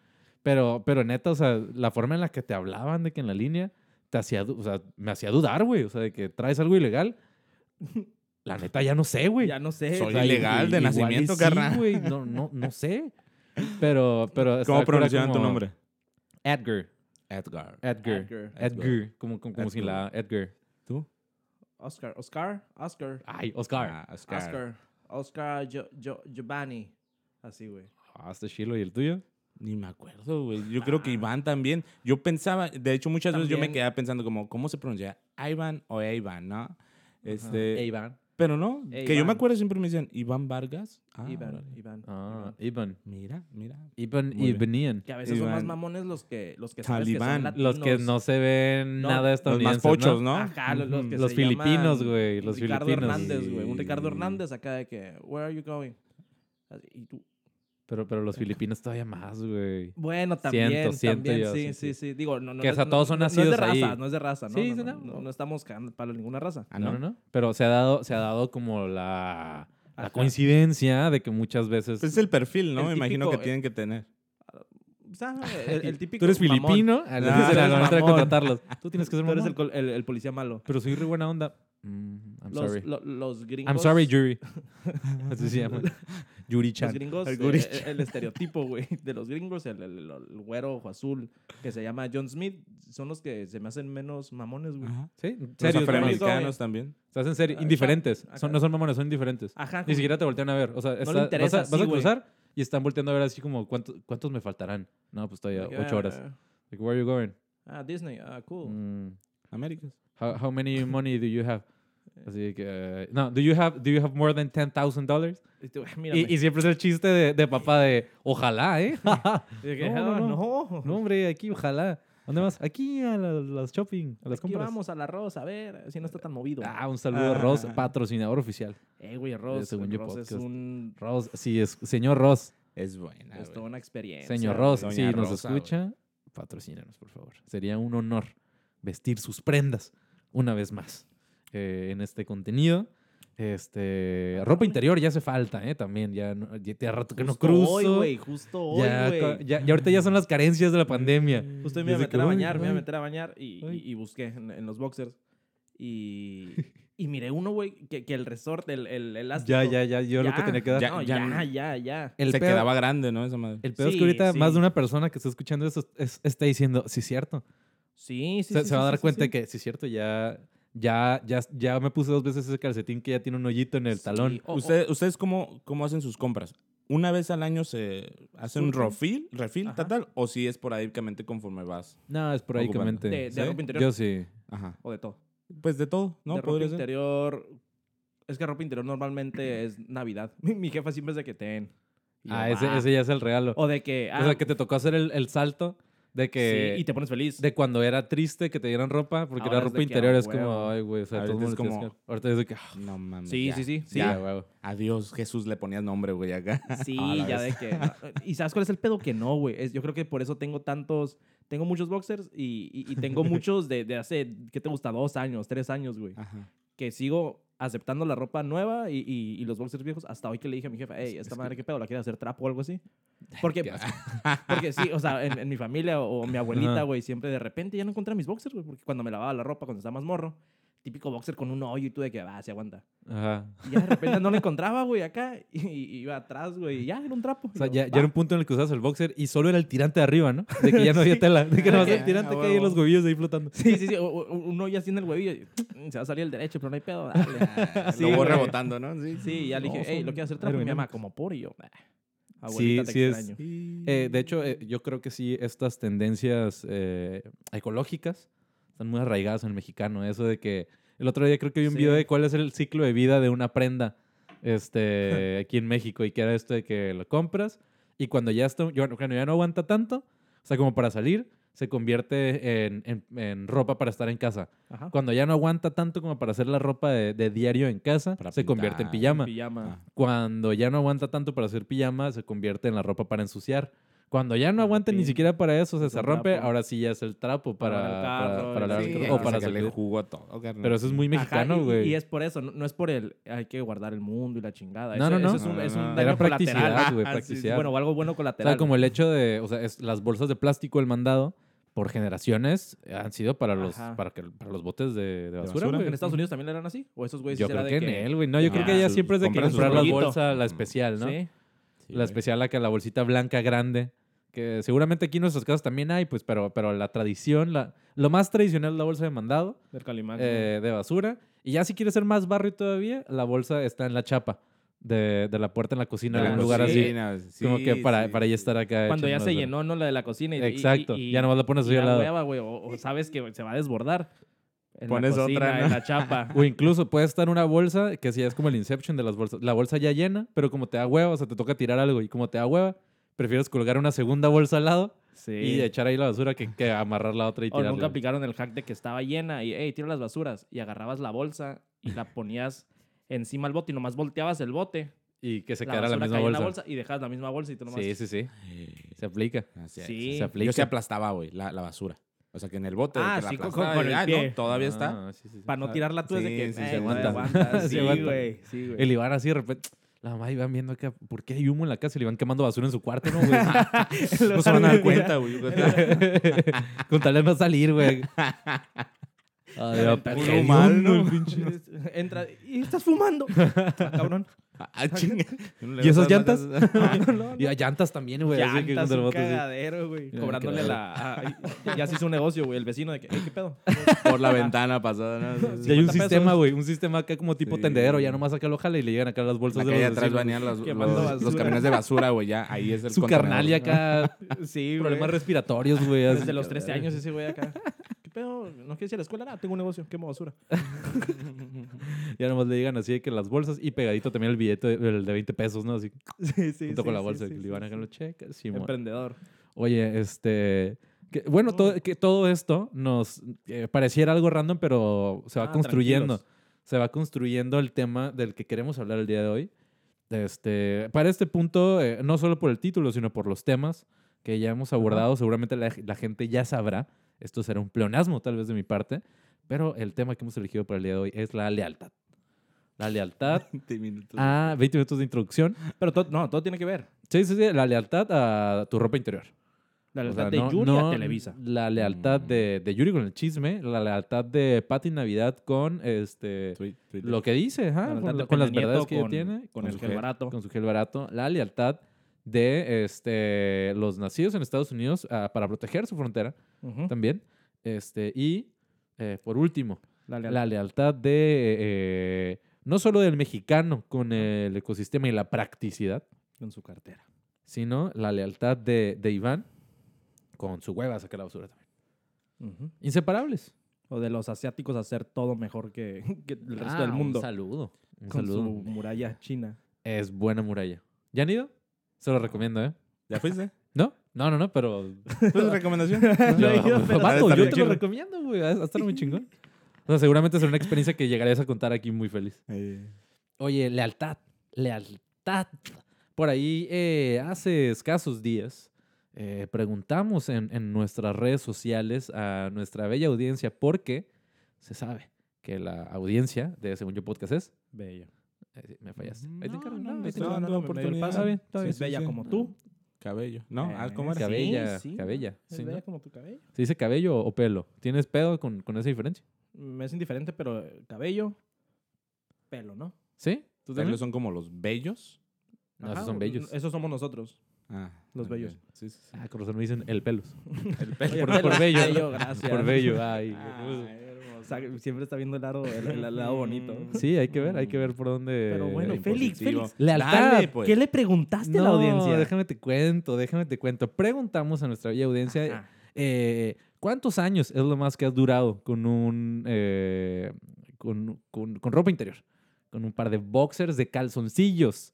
Speaker 1: Pero, pero neta, o sea, la forma en la que te hablaban de que en la línea te hacía, du- o sea, me hacía dudar, güey. O sea, de que traes algo ilegal. La neta, ya no sé, güey.
Speaker 2: Ya no sé.
Speaker 3: Soy
Speaker 1: sea,
Speaker 3: ilegal de
Speaker 1: igual y
Speaker 3: nacimiento,
Speaker 1: sí,
Speaker 3: carnal.
Speaker 1: güey, no, no, no sé. Pero, pero. estaba
Speaker 3: ¿Cómo
Speaker 1: cura
Speaker 3: pronunciaban tu
Speaker 1: como
Speaker 3: nombre?
Speaker 1: Edgar.
Speaker 3: Edgar.
Speaker 1: Edgar.
Speaker 2: Edgar.
Speaker 1: Edgar. Como, como, como sin la Edgar.
Speaker 3: ¿Tú?
Speaker 2: Oscar. Oscar. Oscar.
Speaker 1: Ay, Oscar.
Speaker 3: Ah, Oscar.
Speaker 2: Oscar. Oscar Gio- Gio- Giovanni. Así, güey.
Speaker 1: Ah, este chilo y el tuyo.
Speaker 3: Ni me acuerdo, güey. Yo creo que Iván también. Yo pensaba, de hecho, muchas veces yo me
Speaker 2: Ah. También.
Speaker 3: quedaba pensando como, ¿cómo se pronuncia? Iván o Iván, ¿no? Este,
Speaker 1: Iván.
Speaker 3: Pero no, que yo
Speaker 2: Iván.
Speaker 3: me acuerdo siempre me decían, Eh, Iván Vargas. Ah,
Speaker 2: Iván.
Speaker 3: órale.
Speaker 2: Iván.
Speaker 1: Ah,
Speaker 2: Iván.
Speaker 1: Iván.
Speaker 3: Mira, mira.
Speaker 1: Iván
Speaker 3: Muy
Speaker 1: y
Speaker 3: bien.
Speaker 1: Benían.
Speaker 2: Que a veces son más
Speaker 3: Iván.
Speaker 2: mamones los que, los que sabes que son
Speaker 3: Talibán.
Speaker 2: latinos.
Speaker 1: Los que no se ven
Speaker 2: No,
Speaker 1: nada
Speaker 3: Los más
Speaker 1: estadounidenses.
Speaker 3: pochos, ¿no?
Speaker 2: Ajá, Ah, los, los que
Speaker 1: Los
Speaker 2: se
Speaker 1: filipinos,
Speaker 2: llaman
Speaker 1: güey, los
Speaker 2: Ricardo
Speaker 1: filipinos.
Speaker 2: Hernández, güey. Un Ricardo
Speaker 3: Sí.
Speaker 2: Hernández acá de que, where are you going? Así, Y tú,
Speaker 1: Pero, pero los filipinos todavía más, güey.
Speaker 2: Bueno, también,
Speaker 1: Siento, siento
Speaker 2: también,
Speaker 1: yo,
Speaker 2: sí,
Speaker 1: sí,
Speaker 2: sí, sí, Digo, no, no,
Speaker 1: Que
Speaker 2: no-
Speaker 1: hasta
Speaker 2: no-
Speaker 1: todos son nacidos
Speaker 2: No es de
Speaker 1: ahí.
Speaker 2: raza, no es de raza, ¿no?
Speaker 1: Sí,
Speaker 2: no,
Speaker 1: sí,
Speaker 2: no,
Speaker 1: no.
Speaker 2: no- no estamos cagando palo a ninguna raza.
Speaker 3: Ah,
Speaker 1: no,
Speaker 3: ¿no?
Speaker 1: no, no. Pero se ha dado, se ha dado como la, la
Speaker 2: Ajá.
Speaker 1: coincidencia de que muchas veces.
Speaker 3: Pues es el perfil, ¿no?
Speaker 2: El
Speaker 3: Me imagino
Speaker 2: típico, eh,
Speaker 3: que tienen que tener.
Speaker 2: O sea, el, el típico
Speaker 1: Tú eres
Speaker 2: mamón.
Speaker 1: filipino, a la
Speaker 2: Ah,
Speaker 1: a la
Speaker 2: eres
Speaker 1: hora de
Speaker 2: mamón.
Speaker 1: contratarlos. Tú tienes que ser
Speaker 2: Tú eres
Speaker 1: mamón.
Speaker 2: el, col- el- el policía malo.
Speaker 1: Pero soy re buena onda. Mm, a I'm
Speaker 2: los,
Speaker 1: sorry.
Speaker 2: lo- los gringos.
Speaker 1: I'm sorry, Yuri. Así se llama. Yuri
Speaker 2: Los
Speaker 1: Chan.
Speaker 2: gringos,
Speaker 3: El
Speaker 2: eh,
Speaker 3: Guri
Speaker 2: el, el estereotipo, güey, de los gringos, el, el- el- el güero ojo azul que se llama John Smith, son los que se me hacen menos mamones, güey.
Speaker 3: Ajá.
Speaker 1: Sí,
Speaker 3: Los
Speaker 1: serios, nomás.
Speaker 2: afroamericanos.
Speaker 3: afroamericanos también.
Speaker 1: Estás en serio,
Speaker 2: Ah,
Speaker 1: indiferentes.
Speaker 2: acá.
Speaker 1: Son, no son mamones, son indiferentes.
Speaker 2: Ajá.
Speaker 1: Ni
Speaker 2: como-
Speaker 1: siquiera te voltean a ver. O sea, está-
Speaker 2: interesa,
Speaker 1: vas a, vas
Speaker 2: sí,
Speaker 1: a
Speaker 2: güey.
Speaker 1: cruzar y están volteando a ver así como, "¿Cuánto- ¿cuántos me faltarán? No, pues todavía
Speaker 2: Like,
Speaker 1: ocho
Speaker 2: ah,
Speaker 1: horas. Like, where are you going?
Speaker 2: Ah, Disney, ah, cool.
Speaker 1: Mm,
Speaker 3: Américas.
Speaker 1: how, how many money do you have? Así que, eh, no, do you have, do you have more than $10,000?
Speaker 2: Y tú, "Ah, mírame".
Speaker 1: Y, y siempre es el chiste de, de papá de, ojalá, ¿eh?
Speaker 2: Y de que,
Speaker 1: No, no,
Speaker 2: "Ah, no.
Speaker 1: no, hombre, aquí, ojalá. ¿Dónde vas? Aquí, a la- las shopping, a las
Speaker 2: Aquí
Speaker 1: compras.
Speaker 2: vamos al arroz, a ver si no está tan movido.
Speaker 1: Ah, un saludo a Ross, patrocinador oficial.
Speaker 2: eh, güey, arroz.
Speaker 1: según yo,
Speaker 2: arroz es
Speaker 1: podcast.
Speaker 2: un...
Speaker 1: Ross, sí, es, señor Ross.
Speaker 3: Es buena.
Speaker 2: Es
Speaker 3: güey.
Speaker 2: toda una experiencia.
Speaker 1: Señor
Speaker 2: güey.
Speaker 1: Ross,
Speaker 3: Doña
Speaker 1: si nos
Speaker 3: Rosa,
Speaker 1: escucha, patrocínanos, por favor. Sería un honor vestir sus prendas una vez más eh, en este contenido. Este, ropa interior ya hace falta, ¿eh? También, ya, no- ya tiene rato que no
Speaker 2: Justo
Speaker 1: cruzo.
Speaker 2: Hoy, güey, justo hoy,
Speaker 1: ya,
Speaker 2: güey. Mm,
Speaker 1: ca- ya- ya ahorita ya son las carencias de la pandemia.
Speaker 2: Justo hoy me iba a
Speaker 1: Desde que,
Speaker 2: meter a
Speaker 1: uy,
Speaker 2: bañar, me iba a
Speaker 1: uy.
Speaker 2: meter a bañar y,
Speaker 1: Ay.
Speaker 2: y- y busqué en, en los boxers. Y, y miré uno, güey, que, que el resorte, el, el elástico.
Speaker 1: Ya, ya, ya, yo lo que
Speaker 2: Ya,
Speaker 1: tenía que dar.
Speaker 3: Ya,
Speaker 2: no,
Speaker 3: ya
Speaker 2: ya,
Speaker 3: no.
Speaker 2: ya, ya, ya.
Speaker 1: El
Speaker 3: Se
Speaker 1: pedo-
Speaker 3: quedaba grande, ¿no? Esa madre.
Speaker 1: El peor es
Speaker 2: Sí,
Speaker 1: que ahorita
Speaker 2: sí.
Speaker 1: más de una persona que está escuchando eso es- está diciendo, sí, cierto.
Speaker 2: Sí, sí,
Speaker 1: se,
Speaker 2: sí,
Speaker 1: se va a
Speaker 2: sí,
Speaker 1: dar
Speaker 2: sí,
Speaker 1: cuenta
Speaker 2: sí.
Speaker 1: que, sí, cierto, ya, ya, ya, ya me puse dos veces ese calcetín que ya tiene un hoyito en el
Speaker 2: Sí,
Speaker 1: talón.
Speaker 2: o- o-
Speaker 3: Usted- ¿Ustedes cómo, cómo hacen sus compras? ¿Una vez al año se hace un
Speaker 2: Surten.
Speaker 3: refill, refill
Speaker 2: Ajá.
Speaker 3: tal, tal? ¿O si es esporádicamente conforme vas?
Speaker 1: No, es
Speaker 3: Ocupando.
Speaker 1: esporádicamente.
Speaker 2: De, de
Speaker 3: ¿sí?
Speaker 2: ropa interior.
Speaker 1: Yo sí.
Speaker 3: Ajá.
Speaker 2: O de todo.
Speaker 3: Pues de todo, ¿no?
Speaker 2: de ropa
Speaker 3: Podría ser.
Speaker 2: interior. Es que ropa interior normalmente es Navidad. Mi, mi jefa siempre es de que ten. Y yo,
Speaker 1: Ah, ese,
Speaker 2: "Va".
Speaker 1: ese ya es el regalo.
Speaker 2: O de que. Ah,
Speaker 1: o sea, que te tocó hacer el, el salto de que...
Speaker 2: sí, y te pones feliz.
Speaker 1: De cuando era triste que te dieran ropa, porque
Speaker 2: Ahora
Speaker 1: la
Speaker 2: es
Speaker 1: ropa
Speaker 2: de que,
Speaker 1: interior
Speaker 2: ah,
Speaker 1: es como,
Speaker 2: huevo.
Speaker 1: ay, güey, o sea, todo
Speaker 3: Ahorita
Speaker 1: el mundo
Speaker 3: es
Speaker 1: tienes
Speaker 3: como-
Speaker 1: que- Ahorita es de que, ah,
Speaker 3: No mames.
Speaker 2: sí,
Speaker 3: ya.
Speaker 2: sí, sí, sí.
Speaker 1: ya, huevo.
Speaker 3: Adiós, Jesús, le ponías nombre, güey, acá.
Speaker 2: Sí,
Speaker 3: A la
Speaker 2: ya
Speaker 3: vez.
Speaker 2: de que. ah, eh, ¿Y sabes cuál es el pedo? Que no, güey. Es- Yo creo que por eso tengo tantos. Tengo muchos boxers y, y- y tengo muchos de, de hace, ¿qué te gusta? Dos años, tres años, güey.
Speaker 3: Ajá.
Speaker 2: Que sigo aceptando la ropa nueva y, y- y los boxers viejos. Hasta hoy que le dije a mi jefa, hey, esta madre, ¿qué pedo? ¿La quieres hacer trapo o algo así? Porque,
Speaker 3: Ya.
Speaker 2: porque sí, o sea, en, en mi familia o, o mi abuelita,
Speaker 1: Ajá.
Speaker 2: güey, siempre de repente ya no encontré mis boxers, güey. Porque cuando me lavaba la ropa, cuando estaba más morro, típico boxer con un hoyo y tú de que, va, se aguanta.
Speaker 1: Ajá.
Speaker 2: Y ya de repente no lo encontraba, güey, acá. Y, y iba atrás, güey. Y ya era un trapo.
Speaker 1: O sea,
Speaker 2: Y yo,
Speaker 1: ya, ya
Speaker 2: "Va".
Speaker 1: era un punto en el que usabas el boxer y solo era el tirante de arriba, ¿no? De que ya no había tela, de que no
Speaker 2: Ah,
Speaker 1: el tirante que hay en los huevillos ahí flotando.
Speaker 2: Sí, sí, sí. o- o- Uno ya así en el huevillo. y, "Mm, Se va a salir el derecho, pero no hay pedo. Dale. Sí,
Speaker 3: Lo voy
Speaker 2: güey.
Speaker 3: rebotando, ¿no? Sí,
Speaker 2: Sí, ya le dije,
Speaker 1: No,
Speaker 2: hey,
Speaker 1: son
Speaker 2: lo quiero hacer trapo. Y mi mamá,
Speaker 1: aerodinámicos.
Speaker 2: como por y yo. "Bah,
Speaker 1: Sí,
Speaker 2: Abuelita, te
Speaker 1: sí es.
Speaker 2: extraño.
Speaker 3: Sí.
Speaker 1: eh, de hecho, eh, yo creo que sí, estas tendencias eh, ecológicas están muy arraigadas en el mexicano. Eso de que el otro día creo que vi un
Speaker 2: Sí.
Speaker 1: video de cuál es el ciclo de vida de una prenda este, aquí en México y que era esto de que lo compras y cuando ya, está, yo- cuando ya no aguanta tanto, o sea, como para salir, se convierte en, en- en ropa para estar en casa.
Speaker 2: Ajá.
Speaker 1: Cuando ya no aguanta tanto como para hacer la ropa de, de diario en casa,
Speaker 3: Para
Speaker 1: se Ah, convierte en pijama.
Speaker 3: pintar.
Speaker 2: Pijama.
Speaker 1: Cuando ya no aguanta tanto para hacer pijama, se convierte en la ropa para ensuciar. Cuando ya no aguanta ni
Speaker 2: También.
Speaker 1: siquiera para eso, o sea,
Speaker 2: Es
Speaker 1: se
Speaker 2: un
Speaker 1: rompe,
Speaker 2: trapo.
Speaker 1: ahora sí ya es el trapo para,
Speaker 2: Para lavar el
Speaker 1: para-
Speaker 2: carro,
Speaker 1: para
Speaker 2: y
Speaker 1: lavar el
Speaker 2: sí,
Speaker 1: carro
Speaker 2: hay
Speaker 1: o
Speaker 2: que
Speaker 1: para
Speaker 3: sacarle
Speaker 1: salir.
Speaker 3: jugo a todo, carnal.
Speaker 1: Pero eso es muy
Speaker 2: Ajá, y-
Speaker 1: mexicano,
Speaker 2: y-
Speaker 1: güey.
Speaker 2: Y, es por eso, no, no es por el hay que guardar el mundo y la chingada.
Speaker 1: No,
Speaker 2: eso,
Speaker 1: no, no. Ah,
Speaker 2: eso es un,
Speaker 3: No,
Speaker 2: es
Speaker 3: no,
Speaker 2: un
Speaker 3: no.
Speaker 2: daño
Speaker 1: Era practicidad,
Speaker 2: colateral.
Speaker 1: güey,
Speaker 3: Ajá, sí, sí.
Speaker 1: practicidad.
Speaker 2: Bueno, o algo bueno
Speaker 1: o
Speaker 2: colateral.
Speaker 1: sea, como el hecho de, o sea, es- las bolsas de plástico el mandado por generaciones han sido para los,
Speaker 2: Ajá.
Speaker 1: para, que- para los botes de, de basura,
Speaker 3: basura?
Speaker 1: güey.
Speaker 2: ¿En Estados Unidos también le eran así? ¿O esos güeyes sí
Speaker 1: Yo
Speaker 2: será
Speaker 1: creo que
Speaker 2: de
Speaker 1: en él, güey. No, yo creo
Speaker 3: Ah,
Speaker 1: que ya
Speaker 3: su-
Speaker 1: siempre es de que
Speaker 3: compran su
Speaker 1: comprar la
Speaker 3: rollito.
Speaker 1: bolsa, la
Speaker 3: Mm.
Speaker 1: especial, ¿no?
Speaker 2: Sí.
Speaker 3: Sí,
Speaker 1: la
Speaker 3: güey.
Speaker 1: especial, acá, la bolsita blanca grande, que seguramente aquí en nuestras casas también hay, pues, pero, pero la tradición, la, lo más tradicional es la bolsa de mandado,
Speaker 2: Del Calimax.
Speaker 1: eh, de basura. Y ya si quieres ser más barrio todavía, la bolsa está en la chapa de, de la puerta en la cocina, en
Speaker 2: Ah,
Speaker 3: La
Speaker 1: algún lugar así.
Speaker 3: cocina, sí,
Speaker 1: como que para,
Speaker 3: sí,
Speaker 1: para ya
Speaker 3: sí.
Speaker 1: estar acá.
Speaker 2: Cuando ya
Speaker 1: echando
Speaker 2: se
Speaker 1: basura.
Speaker 2: llenó, ¿no? La de la cocina. y- y-
Speaker 1: Exacto.
Speaker 2: y-
Speaker 1: ya nomás la pones
Speaker 2: y
Speaker 1: así al
Speaker 2: la
Speaker 1: lado.
Speaker 2: hueva, güey, o, o sabes que se va a desbordar. En
Speaker 3: Pones
Speaker 2: la
Speaker 3: otra,
Speaker 2: cocina,
Speaker 3: ¿no?
Speaker 2: en la chapa.
Speaker 1: O incluso puede estar una bolsa que si es como el Inception de las bolsas. La bolsa ya llena, pero como te da hueva, o sea, te toca tirar algo. Y como te da hueva, prefieres colgar una segunda bolsa al lado
Speaker 2: Sí.
Speaker 1: y echar ahí la basura que, que amarrar la otra y
Speaker 2: o
Speaker 1: tirarla.
Speaker 2: nunca aplicaron el hack de que estaba llena y, hey, tira las basuras. Y agarrabas la bolsa y la ponías encima al bote y nomás volteabas el bote.
Speaker 1: y que se
Speaker 2: la
Speaker 1: quedara la
Speaker 2: basura
Speaker 1: misma
Speaker 2: caía en
Speaker 1: bolsa.
Speaker 2: la bolsa y dejabas la misma bolsa y tú nomás.
Speaker 1: Sí, sí, sí. Se aplica.
Speaker 3: Así es.
Speaker 2: Sí.
Speaker 1: Se aplica.
Speaker 3: Yo se aplastaba, güey, la, la basura. O sea, que en el bote. de
Speaker 2: Ah,
Speaker 3: que la
Speaker 2: sí, con-
Speaker 3: aplastaba
Speaker 2: con
Speaker 3: y,
Speaker 2: el
Speaker 3: "Ay,
Speaker 2: pie".
Speaker 3: no, todavía está.
Speaker 1: Ah, sí, sí, sí.
Speaker 2: Para no tirarla tú, es de
Speaker 3: Sí,
Speaker 2: que.
Speaker 3: sí, se
Speaker 2: "Ey,
Speaker 3: aguanta".
Speaker 1: Se
Speaker 2: Sí,
Speaker 1: aguanta.
Speaker 2: güey. Sí, güey.
Speaker 1: El Iván así de repente. La mamá iban viendo acá, ¿por qué hay humo en la casa? Y le iban quemando basura en su cuarto, ¿no, güey?
Speaker 2: Ah.
Speaker 3: No se van a dar cuenta, güey.
Speaker 1: Con tal de no salir, güey. Ah, de a
Speaker 3: Puro
Speaker 1: hediondo
Speaker 3: mal, ¿no?
Speaker 1: el pinche.
Speaker 2: Entra y estás fumando. Ah, cabrón. Ah,
Speaker 3: Ah, chinga.
Speaker 1: ¿Y esas llantas?
Speaker 2: No, no,
Speaker 1: Y a llantas también, güey. así que contra
Speaker 2: Llantas,
Speaker 1: el
Speaker 2: un
Speaker 1: bote, sí.
Speaker 2: cagadero, güey.
Speaker 1: Ya,
Speaker 2: Cobrándole
Speaker 1: qué
Speaker 2: la... ah, y- ya se hizo un negocio, güey. El vecino de que, "Ey, ¿qué pedo?
Speaker 3: Por la ventana pasada, ¿no?
Speaker 1: Y hay un
Speaker 2: 50
Speaker 1: sistema,
Speaker 2: pesos.
Speaker 1: güey. Un sistema acá como tipo
Speaker 3: Sí.
Speaker 1: tendedero. Ya nomás acá lo jala y le llegan acá las bolsas
Speaker 3: Acá
Speaker 1: de
Speaker 3: allá
Speaker 1: los
Speaker 3: atrás
Speaker 1: vecinos.
Speaker 3: venían los,
Speaker 2: Quemando
Speaker 3: los, los
Speaker 2: basura.
Speaker 3: camiones de basura, güey. Ya ahí es el
Speaker 1: Su
Speaker 3: contenedor.
Speaker 1: carnal y acá
Speaker 2: Sí, güey.
Speaker 1: problemas respiratorios, güey. así.
Speaker 2: Desde los 13 años ese güey acá. ¿Qué pedo? ¿No quieres ir a la escuela? Nada, tengo un negocio. Quemo basura.
Speaker 1: Ya nomás le llegan así de que las bolsas y pegadito también el billete, el de 20 pesos, ¿no? Así
Speaker 2: Sí, sí,
Speaker 1: junto con
Speaker 2: sí,
Speaker 1: la
Speaker 2: sí,
Speaker 1: bolsa.
Speaker 2: sí,
Speaker 1: que
Speaker 2: sí,
Speaker 1: le iban a
Speaker 2: sí.
Speaker 1: ganar los cheques. Simón.
Speaker 2: Emprendedor.
Speaker 1: Oye, este. que- bueno, todo, que todo esto nos eh, pareciera algo random, pero se va
Speaker 2: Ah,
Speaker 1: construyendo.
Speaker 2: tranquilos.
Speaker 1: Se va construyendo el tema del que queremos hablar el día de hoy. Este, para este punto, eh, no solo por el título, sino por los temas que ya hemos abordado, seguramente la, la gente ya sabrá. Esto será un pleonasmo, tal vez, de mi parte. Pero el tema que hemos elegido para el día de hoy es la lealtad. La lealtad
Speaker 3: 20 minutos.
Speaker 1: a 20 minutos de introducción.
Speaker 2: Pero todo, no, todo tiene que ver.
Speaker 1: Sí, sí, sí, la lealtad a tu ropa interior.
Speaker 2: La
Speaker 1: O sea,
Speaker 2: lealtad de
Speaker 1: no-
Speaker 2: Yuri
Speaker 1: no-
Speaker 2: a Televisa.
Speaker 1: La lealtad
Speaker 3: Mm.
Speaker 1: de, de Yuri con el chisme, la lealtad de Patty Navidad con este
Speaker 3: Tweet, tweet.
Speaker 1: lo que dice, ajá,
Speaker 2: La lealtad
Speaker 1: con,
Speaker 2: de
Speaker 1: la- con las
Speaker 2: Peña Nieto
Speaker 1: verdades que ella
Speaker 2: con-
Speaker 1: tiene,
Speaker 2: con el
Speaker 1: su
Speaker 2: gel barato.
Speaker 1: con su gel barato, la lealtad de este los nacidos en Estados Unidos ah, para proteger su frontera
Speaker 2: Ujú.
Speaker 1: también, este y eh, por último
Speaker 2: La
Speaker 1: la
Speaker 2: lealtad.
Speaker 1: lealtad de eh, no solo del mexicano con el ecosistema y la practicidad
Speaker 2: Con su cartera.
Speaker 1: sino la lealtad de, de Iván con su hueva a sacar la basura también.
Speaker 2: Ujú.
Speaker 1: Inseparables.
Speaker 2: O de los asiáticos hacer todo mejor que, que el resto del
Speaker 1: Ah,
Speaker 2: mundo.
Speaker 1: Un saludo. Un
Speaker 2: con
Speaker 1: saludo.
Speaker 2: su muralla china.
Speaker 1: Es buena muralla. ¿Ya han ido? Se lo recomiendo, ¿eh?
Speaker 3: ¿Ya fuiste?
Speaker 1: ¿No, no, no, no pero.
Speaker 3: ¿Fue tu recomendación?
Speaker 2: No he ido, pero-
Speaker 1: Vato, yo
Speaker 3: Está bien
Speaker 1: te lo
Speaker 3: chido.
Speaker 1: recomiendo, güey. Va a estar muy chingón. O sea, seguramente será una experiencia que llegarías a contar aquí muy feliz.
Speaker 3: Eh,
Speaker 1: Oye, lealtad. Lealtad. Por ahí, eh, hace escasos días, eh, preguntamos en, en nuestras redes sociales a nuestra bella audiencia porque se sabe que la audiencia de Según Yo Podcast es...
Speaker 2: Bello.
Speaker 1: eh, Me fallaste.
Speaker 3: No,
Speaker 1: Ahí te encargo,
Speaker 3: no,
Speaker 1: no,
Speaker 3: no,
Speaker 1: ahí te
Speaker 3: no,
Speaker 1: encargo.
Speaker 3: no,
Speaker 2: dando
Speaker 3: no,
Speaker 2: oportunidad.
Speaker 3: oportunidad.
Speaker 1: Está bien, está
Speaker 2: Sí,
Speaker 1: bien,
Speaker 2: es bella
Speaker 3: sí.
Speaker 2: como tú.
Speaker 3: Cabello. No, ah, ¿cómo
Speaker 2: Eh, Sí,
Speaker 3: era?
Speaker 1: Cabella,
Speaker 2: sí.
Speaker 1: cabella.
Speaker 2: Es
Speaker 1: sí, ¿no?
Speaker 2: bella como tu cabello.
Speaker 1: ¿Se dice cabello o pelo? ¿Tienes pedo con, con esa diferencia?
Speaker 2: Me es indiferente, pero eh, cabello, pelo, ¿no?
Speaker 1: ¿Sí? ¿Tú
Speaker 3: Tal
Speaker 1: también?
Speaker 3: vez son como los bellos.
Speaker 1: No,
Speaker 2: Ajá,
Speaker 1: esos son bellos.
Speaker 2: Esos somos nosotros.
Speaker 3: Ah,
Speaker 2: Los
Speaker 3: ok.
Speaker 2: bellos.
Speaker 3: Sí, sí, sí.
Speaker 1: Ah, con razón me dicen el pelos.
Speaker 3: El pelo.
Speaker 2: Oye,
Speaker 1: Por,
Speaker 2: pelos.
Speaker 1: por bello.
Speaker 2: Ay, yo, gracias.
Speaker 1: Por bello. Ay.
Speaker 2: Ah,
Speaker 1: Mm,
Speaker 2: O sea, que siempre está viendo el lado, el, el lado bonito. eh,
Speaker 1: Sí, hay que ver, hay que ver por dónde...
Speaker 2: Pero bueno,
Speaker 1: hay-
Speaker 2: Félix, Félix.
Speaker 1: Lealtad.
Speaker 3: Dale, pues.
Speaker 2: ¿Qué le preguntaste a la
Speaker 1: No,
Speaker 2: audiencia?
Speaker 1: déjame te cuento, déjame te cuento. Preguntamos a nuestra bella audiencia
Speaker 2: Ajá.
Speaker 1: eh, cuántos años es lo más que has durado con un eh, con, con- con ropa interior, con un par de boxers de calzoncillos.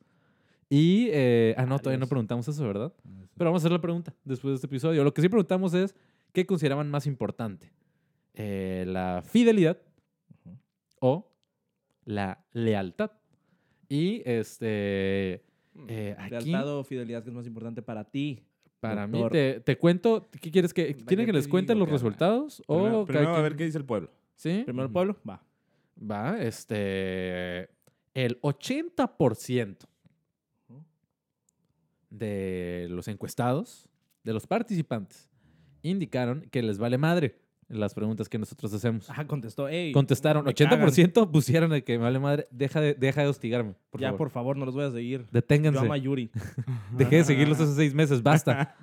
Speaker 1: Y eh, ah no, todavía no
Speaker 2: Varios.
Speaker 1: preguntamos eso, ¿verdad?
Speaker 2: Ah,
Speaker 1: Pero vamos a hacer la pregunta después de este episodio. Lo que sí preguntamos es qué consideraban más importante, Eh, la fidelidad
Speaker 2: Ujú.
Speaker 1: o la lealtad. Y este eh, aquí
Speaker 2: Lealtad o Mm, fidelidad que es más importante para ti.
Speaker 1: para mí
Speaker 2: Doctor.
Speaker 1: te, te cuento, ¿qué quieres que quieren que
Speaker 3: Mm, te
Speaker 1: les cuente
Speaker 3: digo,
Speaker 1: los
Speaker 3: cara.
Speaker 1: resultados o
Speaker 3: Primero,
Speaker 1: cada
Speaker 2: Oh,
Speaker 3: primero a
Speaker 1: quien?
Speaker 3: ver qué dice el pueblo.
Speaker 1: sí?
Speaker 2: Primero el
Speaker 3: Ujú.
Speaker 2: pueblo, va.
Speaker 1: Va, este el 80%
Speaker 2: Ujú.
Speaker 1: de los encuestados, de los participantes indicaron que les vale madre las preguntas que nosotros hacemos.
Speaker 2: Ajá, contestó. Ey,
Speaker 1: Contestaron
Speaker 2: Ah, me
Speaker 1: 80% pusieron el que me vale madre, deja de deja de hostigarme, por
Speaker 2: ya,
Speaker 1: favor.
Speaker 2: por favor, no los voy a seguir. Yo
Speaker 1: Deténganse.
Speaker 2: amo a Yuri.
Speaker 1: Dejé de seguirlos hace seis meses. Basta.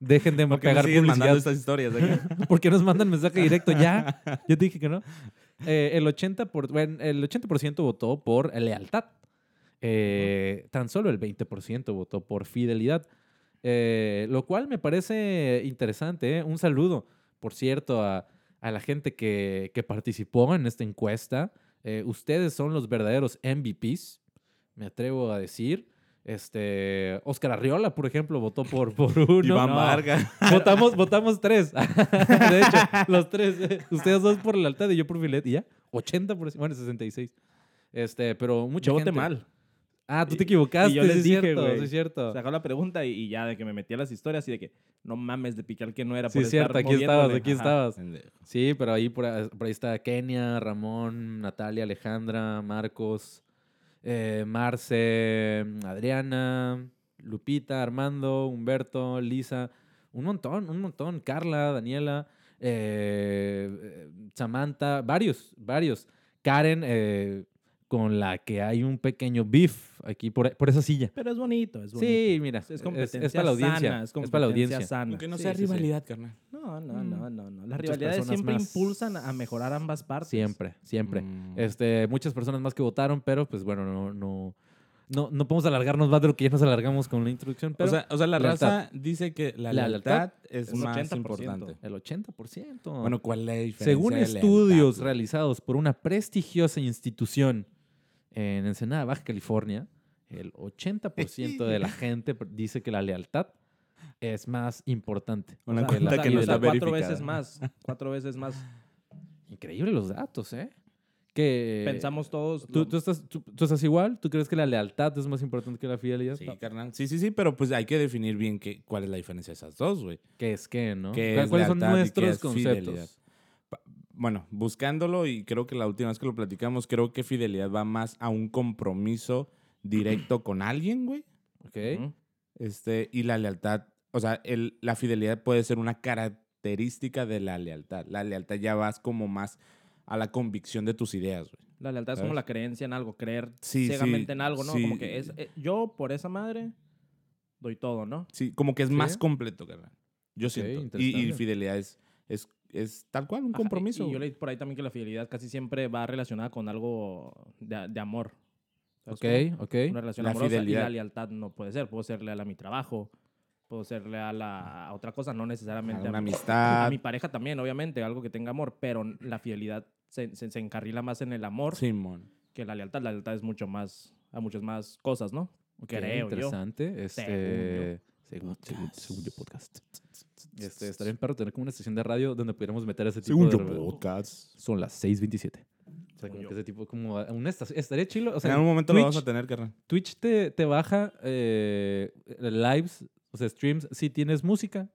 Speaker 1: Dejen de
Speaker 3: Porque
Speaker 1: pegar
Speaker 3: nos siguen
Speaker 1: publicidad.
Speaker 3: mandando estas historias. acá.
Speaker 1: ¿Por qué nos mandan mensaje directo ya? Yo te dije que no. Eh, el, 80 por- bueno, el 80% votó por lealtad. Eh, tan solo el 20% votó por fidelidad. Eh, lo cual me parece interesante. ¿eh? Un saludo, por cierto, a, a la gente que, que participó en esta encuesta. Eh, ustedes son los verdaderos MVPs, me atrevo a decir. Este, Oscar Arriola, por ejemplo, votó por, por uno.
Speaker 3: Iván
Speaker 1: No.
Speaker 3: Vargas.
Speaker 1: Votamos, votamos tres. De hecho, los tres. eh, Ustedes dos por la alta y yo por Filet. Y ya, 80%. Bueno, 66. Este, pero mucha
Speaker 2: Yo voté
Speaker 1: gente-
Speaker 2: mal.
Speaker 1: Ah, tú te
Speaker 2: Y-
Speaker 1: equivocaste.
Speaker 2: y yo les
Speaker 1: sí es
Speaker 2: dije,
Speaker 1: cierto,
Speaker 2: güey.
Speaker 1: sí es cierto.
Speaker 2: Sacó la pregunta y, y ya de que me metí a las historias y de que no mames de picar que no era
Speaker 1: sí
Speaker 2: por
Speaker 1: es cierto,
Speaker 2: estar
Speaker 1: aquí estabas,
Speaker 2: moviéndole.
Speaker 1: aquí
Speaker 2: Ajá.
Speaker 1: estabas. Sí, pero ahí por, a- por ahí está Kenia, Ramón, Natalia, Alejandra, Marcos, eh, Marce, mm, Adriana, Lupita, Armando, Humberto, Lisa. Un montón, un montón. Carla, Daniela. eh, Samantha, varios, varios. Karen, eh, con la que hay un pequeño beef aquí por, por esa silla.
Speaker 2: Pero es bonito, es bonito.
Speaker 1: Sí, mira,
Speaker 2: Es
Speaker 1: es,
Speaker 2: competencia
Speaker 1: es para la audiencia.
Speaker 2: sana,
Speaker 1: es,
Speaker 2: es competencia
Speaker 1: para la audiencia. Mm.
Speaker 2: sana.
Speaker 3: Aunque no
Speaker 2: Sí,
Speaker 3: sea
Speaker 2: sí, sí.
Speaker 3: rivalidad, carnal.
Speaker 2: No, no, no, no, no. Las
Speaker 1: Muchas
Speaker 2: rivalidades
Speaker 1: personas
Speaker 2: siempre
Speaker 1: más.
Speaker 2: impulsan a mejorar ambas partes.
Speaker 1: Siempre, siempre.
Speaker 3: Mm.
Speaker 1: Este, muchas personas más que votaron, pero pues bueno, no, no, no, no podemos alargarnos más de lo que ya nos alargamos con la introducción. Pero
Speaker 3: o, sea, o sea, la
Speaker 1: lealtad.
Speaker 3: raza dice que la,
Speaker 1: La
Speaker 3: lealtad,
Speaker 1: lealtad
Speaker 3: es
Speaker 2: un
Speaker 3: más
Speaker 2: 80%.
Speaker 3: importante.
Speaker 1: el 80%.
Speaker 3: Bueno, ¿cuál es la diferencia?
Speaker 1: Según
Speaker 3: de lealtad,
Speaker 1: estudios
Speaker 3: güey?
Speaker 1: realizados por una prestigiosa institución en Ensenada, Baja California, el 80% de la gente pr- dice que la lealtad es más importante.
Speaker 3: Una
Speaker 1: que la
Speaker 3: cuenta que no
Speaker 1: fidelidad.
Speaker 3: está
Speaker 2: cuatro
Speaker 3: verificada.
Speaker 2: veces más. Cuatro veces más.
Speaker 1: Increíble los datos, ¿eh? Que
Speaker 2: Pensamos todos.
Speaker 1: Eh, ¿Tú,
Speaker 2: lo-
Speaker 1: tú estás, tú, tú estás igual? ¿Tú crees que la lealtad es más importante que la fidelidad?
Speaker 3: Sí, carnal. Sí, sí, sí, pero pues hay que definir bien qué, cuál es la diferencia de esas dos, güey.
Speaker 1: ¿Qué es qué, no?
Speaker 3: ¿Qué
Speaker 1: ¿Cuál-
Speaker 3: es
Speaker 1: ¿Cuáles son
Speaker 3: lealtad y qué
Speaker 1: nuestros
Speaker 3: es fidelidad?
Speaker 1: conceptos?
Speaker 3: Bueno, buscándolo y creo que la última vez que lo platicamos, creo que fidelidad va más a un compromiso directo con alguien, güey.
Speaker 1: ¿Ok?
Speaker 2: Ujú.
Speaker 3: Este, y la lealtad, o sea, el- la fidelidad puede ser una característica de la lealtad. La lealtad ya vas como más a la convicción de tus ideas, güey.
Speaker 2: La lealtad es
Speaker 3: ¿Sabes?
Speaker 2: como la creencia en algo, creer
Speaker 3: Sí,
Speaker 2: ciegamente
Speaker 3: sí,
Speaker 2: en algo, ¿no?
Speaker 3: sí.
Speaker 2: Como que es, eh, yo por esa madre doy todo, ¿no?
Speaker 3: Sí, como que es
Speaker 1: ¿Sí?
Speaker 3: más completo, carnal. Yo
Speaker 1: Ok,
Speaker 3: siento. Y- Y,
Speaker 1: interesante.
Speaker 3: fidelidad es, es, es tal cual, un
Speaker 2: Ajá, y-
Speaker 3: compromiso.
Speaker 2: Y, yo leí
Speaker 3: güey.
Speaker 2: por ahí también que la fidelidad casi siempre va relacionada con algo de, de amor. ¿sabes
Speaker 3: Pues
Speaker 1: ¿Ok?
Speaker 2: cómo?
Speaker 1: ¿Ok?
Speaker 2: Una relación
Speaker 3: La
Speaker 2: amorosa y
Speaker 3: fidelidad.
Speaker 2: la lealtad no puede ser. Puedo ser leal a mi trabajo, puedo ser leal a, a otra cosa, no
Speaker 3: A
Speaker 2: necesariamente a,
Speaker 3: una
Speaker 2: mi,
Speaker 3: amistad.
Speaker 2: a mi pareja también, obviamente, algo que tenga amor, pero la fidelidad se, se- se encarrila más en el amor
Speaker 3: Simón.
Speaker 2: que la lealtad. La lealtad es mucho más, a muchas más cosas, ¿no?
Speaker 1: Ok,
Speaker 2: creo yo.
Speaker 1: interesante. Este, según,
Speaker 3: Podcast.
Speaker 1: según- según yo, podcast. Este, estaría bien perro tener como una estación de radio donde pudiéramos meter ese tipo de...
Speaker 3: podcast.
Speaker 1: Son las 6.27. O sea,
Speaker 2: Según
Speaker 1: como
Speaker 2: yo.
Speaker 1: que ese tipo como... a- Una estación, estaría chilo. O
Speaker 3: en
Speaker 1: sea,
Speaker 3: algún momento
Speaker 1: Twitch,
Speaker 3: lo vamos a tener, carnal.
Speaker 1: Twitch te, te baja eh, lives, o sea, streams, si tienes música.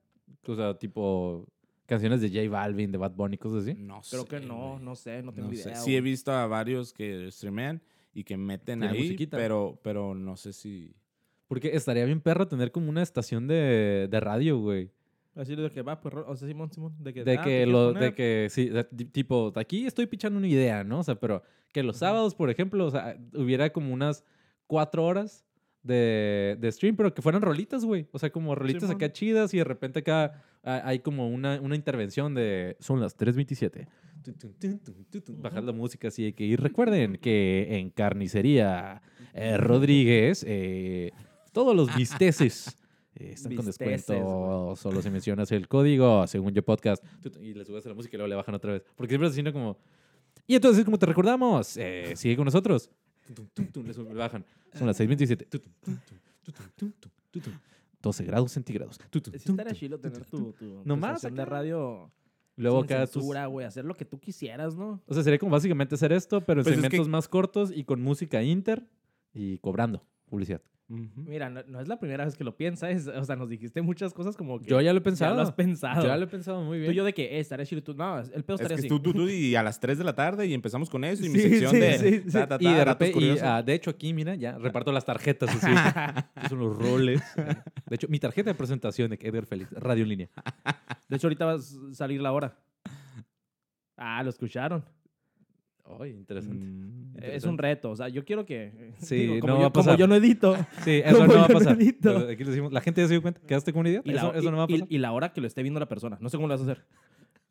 Speaker 1: O sea, tipo canciones de J Balvin, de Bad Bunny, cosas así.
Speaker 3: No
Speaker 2: Creo que
Speaker 3: sé,
Speaker 2: no,
Speaker 3: güey.
Speaker 2: no sé, no tengo
Speaker 3: No sé.
Speaker 2: idea.
Speaker 3: Sí he
Speaker 2: güey.
Speaker 3: visto a varios que streamean y que meten
Speaker 1: Tiene
Speaker 3: ahí,
Speaker 1: musiquita.
Speaker 3: pero, pero no sé si...
Speaker 1: Porque estaría bien perro tener como una estación de, de radio, güey.
Speaker 2: Así de que va, pues, ro- o sea, Simón, Simón, de que,
Speaker 1: De
Speaker 2: ah, ¿qué
Speaker 1: que,
Speaker 2: quieres
Speaker 1: lo,
Speaker 2: poner?
Speaker 1: de que, sí, de- di- tipo, aquí estoy pichando una idea, ¿no? O sea, pero que los
Speaker 2: Ujú.
Speaker 1: sábados, por ejemplo, o sea, hubiera como unas cuatro horas de, de stream, pero que fueran rolitas, güey. O sea, como rolitas
Speaker 2: Simón.
Speaker 1: acá chidas y de repente acá ah, hay como una, una intervención de, son las 3.27. Tun, tun, tun, tun, tun, tun. Bajar la música así de que, y recuerden que en carnicería eh, Rodríguez, eh, todos los bisteces... eh, están con
Speaker 2: Bisteces, güey.
Speaker 1: descuento o solo si mencionas el código, según yo podcast, tu- tu- y le subes a la música y luego le bajan otra vez. Porque siempre se siente como. Y entonces, como te recordamos, eh, sigue con nosotros. Tum, tum, tum, tum, le suben, le bajan. Son las 6:27. Tum, tum, tum, tum, tum, tum, tum, tum, tum, tum. 12 grados centígrados. Tum, tum,
Speaker 2: Sí
Speaker 1: tum,
Speaker 2: estaría
Speaker 1: tum,
Speaker 2: chilo
Speaker 1: tum,
Speaker 2: tener
Speaker 1: tum, tum.
Speaker 2: tu, tu
Speaker 1: Nomás
Speaker 2: estación de
Speaker 1: acá.
Speaker 2: radio
Speaker 1: Luego
Speaker 2: sin
Speaker 1: acá. tus-
Speaker 2: censura, güey, hacer lo que tú quisieras, ¿no?
Speaker 1: o sea, sería como básicamente hacer esto, pero en
Speaker 3: Pues es que-
Speaker 1: segmentos más cortos y con música inter y cobrando publicidad.
Speaker 2: Mira, no, no es la primera vez que lo piensas, o sea, nos dijiste muchas cosas como que
Speaker 1: Yo ya lo he
Speaker 2: ya
Speaker 1: pensado.
Speaker 2: lo has pensado.
Speaker 1: Ya lo he pensado muy
Speaker 2: Tú
Speaker 1: bien.
Speaker 2: y yo de que, eh, estaría chido, y tú, no, el pedo
Speaker 3: Es
Speaker 2: estaría
Speaker 3: que
Speaker 2: así.
Speaker 3: tú, tú, tú, y a las 3 de la tarde y empezamos con eso y mi
Speaker 2: Sí,
Speaker 3: sección
Speaker 2: sí,
Speaker 3: de...
Speaker 2: sí, sí.
Speaker 3: ta, ta, ta,
Speaker 1: Y de
Speaker 3: datos
Speaker 1: repente, y,
Speaker 3: curiosos.
Speaker 1: ah, de hecho aquí, mira, ya reparto las tarjetas, así, estos son los roles. De hecho, mi tarjeta de presentación de Edgar Félix, Radio en Línea.
Speaker 2: De hecho, ahorita va a s- salir la hora. Ah, lo escucharon.
Speaker 1: Ay, interesante.
Speaker 3: Mm.
Speaker 2: Eh, Es un
Speaker 1: Interesante.
Speaker 2: reto, o sea, yo quiero que...
Speaker 1: Sí,
Speaker 2: como
Speaker 1: no
Speaker 2: yo,
Speaker 1: va a pasar.
Speaker 2: Como yo no edito.
Speaker 1: Sí, eso
Speaker 2: Como
Speaker 1: no va a
Speaker 2: yo no
Speaker 1: pasar.
Speaker 2: edito.
Speaker 1: Pero Aquí lo decimos, la gente ya se dio cuenta, quedaste como un idiota.
Speaker 2: Y la,
Speaker 1: Eso, eso
Speaker 2: y-
Speaker 1: no va a
Speaker 2: y-
Speaker 1: pasar.
Speaker 2: y la hora que lo esté viendo la persona. No sé cómo lo vas a hacer.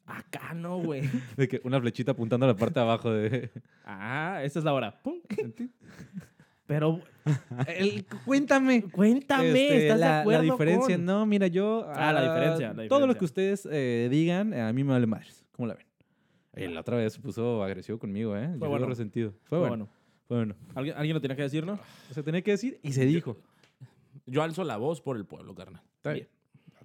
Speaker 2: Acá no, güey.
Speaker 1: De que una flechita apuntando a la parte de abajo de.
Speaker 2: Ah, esa es la hora. Pum. Pero
Speaker 1: cuéntame.
Speaker 2: cuéntame,
Speaker 1: Este,
Speaker 2: ¿estás de
Speaker 1: la, la
Speaker 2: acuerdo
Speaker 1: diferencia,
Speaker 2: con-
Speaker 1: no, mira, yo.
Speaker 2: Ah, la diferencia, la
Speaker 1: Todo lo
Speaker 2: diferencia.
Speaker 1: que ustedes eh, digan, a mí me vale más. ¿Cómo la ven? Eh, la otra vez se puso agresivo conmigo, ¿eh? Yo fui
Speaker 2: Fue bueno.
Speaker 1: resentido. Fue
Speaker 2: Pero
Speaker 1: bueno.
Speaker 2: bueno,
Speaker 1: Fue bueno.
Speaker 2: ¿alguien, alguien lo tenía que decir, ¿no?
Speaker 1: O sea, tenía que decir y se dijo.
Speaker 3: Yo alzo la voz por el pueblo, carnal.
Speaker 1: Está bien.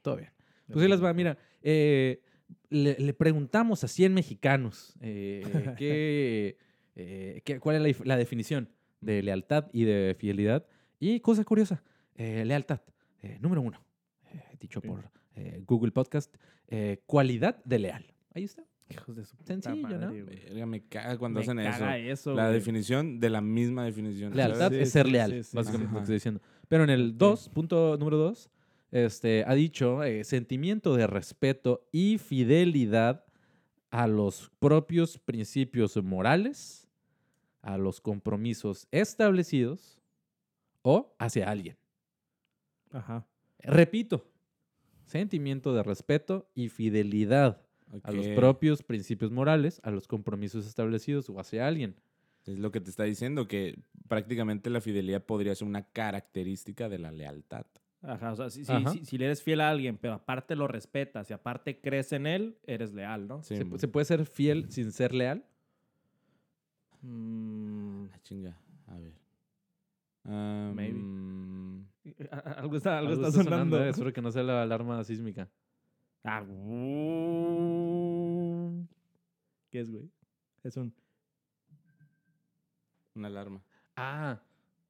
Speaker 1: Todo bien. Pues ahí las va. Mira, eh, le, le preguntamos a 100 mexicanos eh, qué, eh, qué- cuál es la, dif- la definición de lealtad y de fidelidad. Y cosa curiosa, eh, lealtad, eh, número uno, eh, dicho
Speaker 2: Ok.
Speaker 1: por eh, Google Podcast, eh, cualidad de leal. Ahí está.
Speaker 2: Hijos de su puta
Speaker 1: Sencillo, ¿no?
Speaker 2: madre, güey.
Speaker 3: Verga, me caga cuando
Speaker 2: Me
Speaker 3: hacen
Speaker 2: caga
Speaker 3: eso.
Speaker 2: eso,
Speaker 3: La
Speaker 2: güey.
Speaker 3: definición de la misma definición.
Speaker 1: Lealtad
Speaker 3: ¿sabes?
Speaker 1: es ser
Speaker 2: sí,
Speaker 1: leal,
Speaker 2: sí, sí,
Speaker 1: básicamente
Speaker 3: sí.
Speaker 1: lo que estoy diciendo. Pero en el
Speaker 2: Ok.
Speaker 1: 2, punto número 2, este, ha dicho eh, sentimiento de respeto y fidelidad a los propios principios morales, a los compromisos establecidos o hacia alguien.
Speaker 2: Ajá.
Speaker 1: Repito, sentimiento de respeto y fidelidad a los
Speaker 3: Ok.
Speaker 1: propios principios morales, a los compromisos establecidos o hacia alguien.
Speaker 3: Es lo que te está diciendo, que prácticamente la fidelidad podría ser una característica de la lealtad.
Speaker 2: Ajá, o sea, si, si-
Speaker 1: Ajá.
Speaker 2: si- si le eres fiel a alguien, pero aparte lo respetas y aparte crees en él, eres leal, ¿no?
Speaker 3: Sí,
Speaker 1: ¿Se,
Speaker 3: mo-
Speaker 1: se puede ser fiel sin ser leal?
Speaker 2: Mm,
Speaker 3: Ah, chinga. A ver.
Speaker 2: Maybe.
Speaker 3: Am,
Speaker 2: a- a- algo está, algo está
Speaker 1: está
Speaker 2: sonando.
Speaker 1: eh, Espero que no sea la alarma sísmica.
Speaker 2: Ah, uh. ¿Qué es, güey? Es un...
Speaker 3: Una alarma.
Speaker 1: Ah.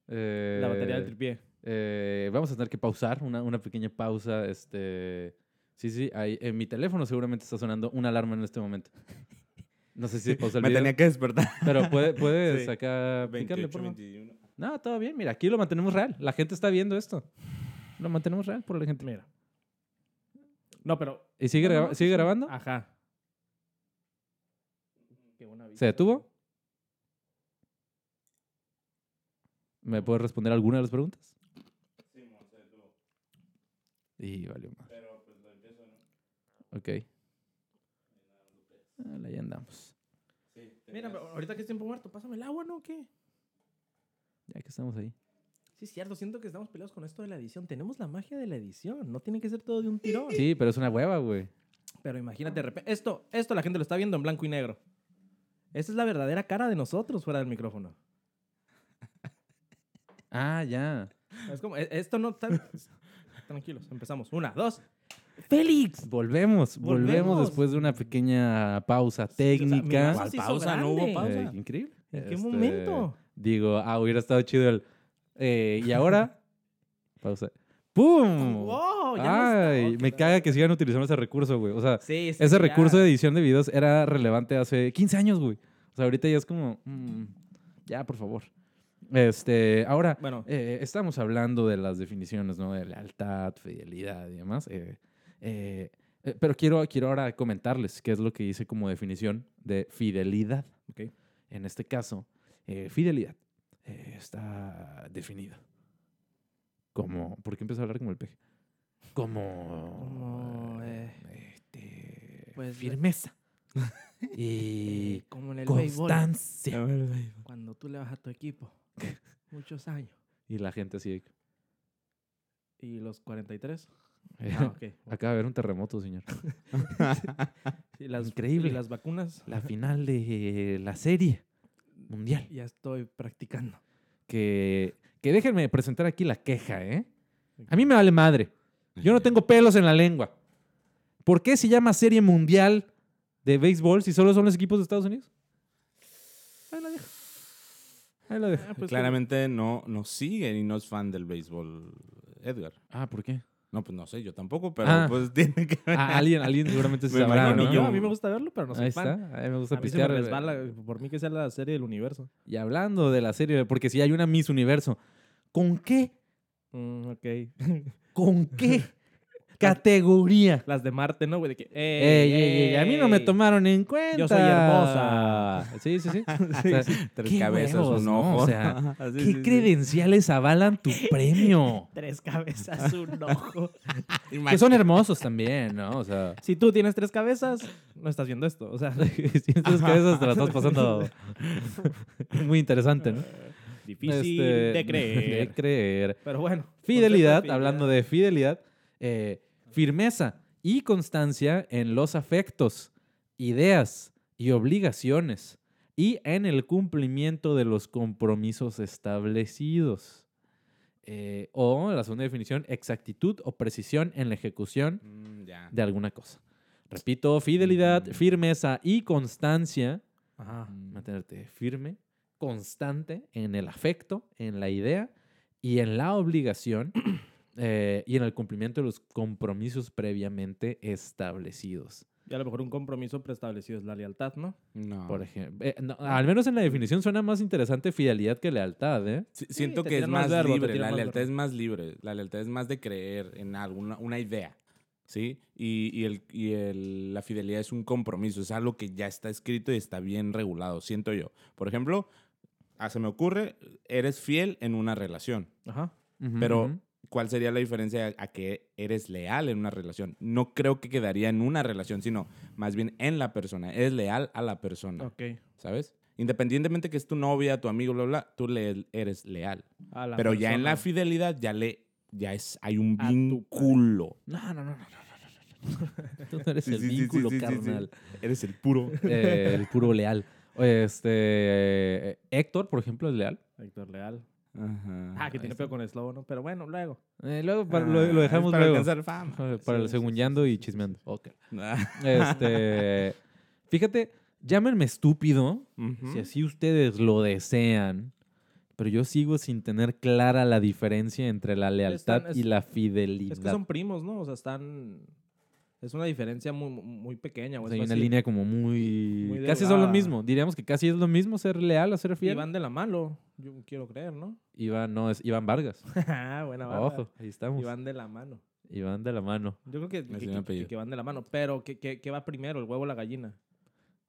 Speaker 2: La batería
Speaker 1: eh,
Speaker 2: del tripié.
Speaker 1: Eh, vamos a tener que pausar, una, una pequeña pausa. Este, sí, sí, ahí, en mi teléfono seguramente está sonando una alarma en este momento. No sé si pausa pues, el
Speaker 3: Me
Speaker 1: video,
Speaker 3: tenía que despertar.
Speaker 1: pero puede, puedes
Speaker 3: Sí.
Speaker 1: acá picarle.
Speaker 3: 28,
Speaker 1: porfa.
Speaker 3: 21.
Speaker 1: No, todo bien, mira, aquí lo mantenemos real. La gente está viendo esto. Lo mantenemos real por la gente.
Speaker 2: Mira. No, pero...
Speaker 1: ¿Y sigue,
Speaker 2: No,
Speaker 1: graba-
Speaker 2: no, sí,
Speaker 1: sigue
Speaker 2: sí.
Speaker 1: grabando?
Speaker 2: Ajá. Qué buena
Speaker 1: ¿Se
Speaker 2: vista.
Speaker 1: detuvo? ¿Me puedes responder alguna de las preguntas? Y valió más.
Speaker 2: pues,
Speaker 1: Ok. Ala, ya andamos.
Speaker 2: Mira, pero ahorita que es tiempo muerto, pásame el agua, ¿no? ¿Qué?
Speaker 1: Ya que estamos ahí.
Speaker 2: Sí, es cierto. Siento que estamos peleados con esto de la edición. Tenemos la magia de la edición. No tiene que ser todo de un tirón.
Speaker 1: Sí, pero es una hueva, güey.
Speaker 2: Pero imagínate, de repente- esto, esto la gente lo está viendo en blanco y negro. Esta es la verdadera cara de nosotros fuera del micrófono.
Speaker 1: Ah, ya.
Speaker 2: Es como, e- esto no está... Tranquilos, empezamos. Una, dos. ¡Félix!
Speaker 1: Volvemos, volvemos,
Speaker 2: Volvemos.
Speaker 1: después de una pequeña pausa
Speaker 2: Sí, o sea,
Speaker 1: técnica.
Speaker 2: mi voz se hizo
Speaker 3: Pausa, no hubo
Speaker 2: grande.
Speaker 3: pausa.
Speaker 1: Eh, increíble.
Speaker 2: ¿En qué
Speaker 1: Este,
Speaker 2: momento?
Speaker 1: Digo, ah, hubiera estado chido el. eh, y ahora. pausa. ¡Pum!
Speaker 2: ¡Wow! Ya no
Speaker 1: Ay,
Speaker 2: está.
Speaker 1: me caga que sigan utilizando ese recurso, güey. O sea,
Speaker 2: Sí, sí,
Speaker 1: ese
Speaker 2: ya.
Speaker 1: recurso de edición de videos era relevante hace 15 años, güey. O sea, ahorita ya es como. mm, ya, por favor. Este, ahora.
Speaker 2: Bueno,
Speaker 1: Eh, estamos hablando de las definiciones, ¿no? De lealtad, fidelidad y demás. eh, eh, eh, pero quiero, quiero ahora comentarles qué es lo que hice como definición de fidelidad.
Speaker 2: Ok.
Speaker 1: En este caso, eh, fidelidad eh, está definida como... ¿Por qué empecé a hablar como el peje? Como...
Speaker 2: Como, eh,
Speaker 1: este,
Speaker 2: pues, la-
Speaker 1: firmeza. y
Speaker 2: como en el béisbol. Ah.
Speaker 1: constancia.
Speaker 2: Cuando tú le vas a tu equipo. Muchos años.
Speaker 1: Y la gente así...
Speaker 2: ¿Y los 43?
Speaker 1: eh,
Speaker 2: Ah, ok.
Speaker 1: Acaba de haber un terremoto, señor.
Speaker 2: Y las,
Speaker 1: Increíble.
Speaker 2: Y las vacunas
Speaker 1: la final de la serie mundial.
Speaker 2: ya estoy practicando.
Speaker 1: Que, que déjenme presentar aquí la queja, ¿eh? A mí me vale madre. Yo no tengo pelos en la lengua. ¿Por qué se llama serie mundial de béisbol si solo son los equipos de Estados Unidos? Ahí la dejo. Ahí la dejo.
Speaker 2: Ah, pues,
Speaker 3: Claramente no, no sigue y no es fan del béisbol, Edgar.
Speaker 1: Ah, ¿por qué?
Speaker 3: No, pues no sé, yo tampoco, pero
Speaker 1: Ah.
Speaker 3: pues tiene que ver.
Speaker 1: Ah, alguien, alguien seguramente se
Speaker 3: Me
Speaker 1: sabrá,
Speaker 3: imagino
Speaker 1: ¿no?
Speaker 2: yo, a mí me gusta verlo, pero no soy
Speaker 1: Ahí
Speaker 2: fan.
Speaker 1: está. eh. A mí me gusta
Speaker 2: A mí se me
Speaker 1: pistear.
Speaker 2: resbala, eh, por mí que sea la serie del universo.
Speaker 1: Y hablando de la serie, porque si hay una Miss Universo, ¿con qué?
Speaker 2: Mm, ok.
Speaker 1: ¿Con qué categoría?
Speaker 2: Las de Marte, ¿no, güey? De que,
Speaker 1: Ey, ey, ey, a mí no me
Speaker 2: ey,
Speaker 1: tomaron en cuenta.
Speaker 2: Yo soy hermosa.
Speaker 1: Sí, sí, sí. O sea,
Speaker 3: O sea, Tres
Speaker 1: qué
Speaker 3: cabezas,
Speaker 1: huevos,
Speaker 3: un
Speaker 1: ¿no?
Speaker 3: ojo.
Speaker 1: O sea,
Speaker 3: Así, sí,
Speaker 1: ¿Qué
Speaker 3: sí.
Speaker 1: credenciales avalan tu premio?
Speaker 2: Tres cabezas, un ojo.
Speaker 1: que son hermosos también, ¿no? O sea,
Speaker 2: si tú tienes tres cabezas, no estás viendo esto. O sea,
Speaker 1: tienes tres cabezas, te las estás pasando muy interesante, ¿no?
Speaker 2: difícil
Speaker 1: Este,
Speaker 2: de creer.
Speaker 1: De creer.
Speaker 2: Pero bueno.
Speaker 1: Fidelidad, hablando de fidelidad, eh, firmeza y constancia en los afectos, ideas y obligaciones y en el cumplimiento de los compromisos establecidos. Eh, o la segunda definición, exactitud o precisión en la ejecución
Speaker 3: Mm, ya.
Speaker 1: de alguna cosa. Repito, fidelidad,
Speaker 3: Mm.
Speaker 1: firmeza y constancia
Speaker 2: Ajá.
Speaker 1: mantenerte firme, constante en el afecto, en la idea y en la obligación eh, y en el cumplimiento de los compromisos previamente establecidos.
Speaker 2: Y a lo mejor un compromiso preestablecido es la lealtad, ¿no?
Speaker 3: No.
Speaker 1: Por ejemplo. al menos en la definición suena más interesante fidelidad que lealtad, ¿eh?
Speaker 3: Si- siento
Speaker 2: te
Speaker 3: que es
Speaker 2: tiran más
Speaker 3: más
Speaker 2: verbo, te
Speaker 3: libre,
Speaker 2: tiran
Speaker 3: la
Speaker 2: más
Speaker 3: lealtad
Speaker 2: verbo.
Speaker 3: es más libre, la lealtad es más de creer en alguna una idea, ¿sí? Y, y el, y el- la fidelidad es un compromiso, es algo que ya está escrito y está bien regulado, siento yo. Por ejemplo, ah, se me ocurre, eres fiel en una relación,
Speaker 2: Ajá.
Speaker 1: Ujú,
Speaker 3: pero
Speaker 1: ujú.
Speaker 3: ¿cuál sería la diferencia a que eres leal en una relación? No creo que quedaría en una relación, sino más bien en la persona, eres leal a la persona,
Speaker 2: Ok.
Speaker 3: ¿sabes? Independientemente que es tu novia, tu amigo, bla, bla, tú le eres leal.
Speaker 2: A la
Speaker 3: Pero ya en la
Speaker 2: persona.
Speaker 3: fidelidad ya le ya es hay un
Speaker 2: A tu
Speaker 3: vínculo.
Speaker 1: No, no, no, no, no, no, no. Tú no eres
Speaker 3: Sí,
Speaker 1: el
Speaker 3: sí, sí,
Speaker 1: vínculo,
Speaker 3: sí, sí, sí.
Speaker 1: carnal.
Speaker 3: Eres el puro.
Speaker 1: Eh, el puro leal. Este. eh, Héctor, por ejemplo, es leal.
Speaker 2: Héctor Leal.
Speaker 3: Ajá.
Speaker 2: Ah, que
Speaker 3: Ahí
Speaker 2: tiene
Speaker 3: está.
Speaker 2: peor con Slobo, ¿no? Pero bueno, luego.
Speaker 1: Eh, luego para-
Speaker 3: Ah,
Speaker 1: lo, lo
Speaker 3: es
Speaker 1: dejamos
Speaker 3: para
Speaker 1: luego.
Speaker 3: alcanzar fama.
Speaker 1: Eh, Para el
Speaker 2: Sí, sí, sí,
Speaker 1: segundeando
Speaker 2: sí,
Speaker 1: y
Speaker 2: sí, sí,
Speaker 1: chismeando. Ok.
Speaker 3: Ah.
Speaker 1: Este. Fíjate, llámenme estúpido
Speaker 3: Ujú.
Speaker 1: si así ustedes lo desean. Pero yo sigo sin tener clara la diferencia entre la lealtad
Speaker 2: Están- es-
Speaker 1: y la fidelidad.
Speaker 2: Es que pues, son primos, ¿no? O sea, están. Es una diferencia muy, muy pequeña.
Speaker 1: O
Speaker 2: güey.
Speaker 1: sea, hay
Speaker 2: Es
Speaker 1: una
Speaker 2: fácil.
Speaker 1: línea como muy...
Speaker 2: Muy
Speaker 1: casi son lo
Speaker 2: delgada.
Speaker 1: mismo. Diríamos que casi es lo mismo ser leal o ser
Speaker 2: Y
Speaker 1: fiel. Iván,
Speaker 2: van de la mano, yo quiero creer, ¿no?
Speaker 1: no, es Iván Vargas.
Speaker 2: Ah, Buena banda.
Speaker 1: Ojo, ahí estamos.
Speaker 2: Y
Speaker 1: Iván.
Speaker 2: van de la mano.
Speaker 1: de la mano.
Speaker 2: Yo creo que,
Speaker 3: Me
Speaker 2: que-
Speaker 3: suena
Speaker 2: que-
Speaker 3: apellido.
Speaker 2: que- que van de la mano. Pero, ¿qué, qué, qué va primero, el huevo o la gallina?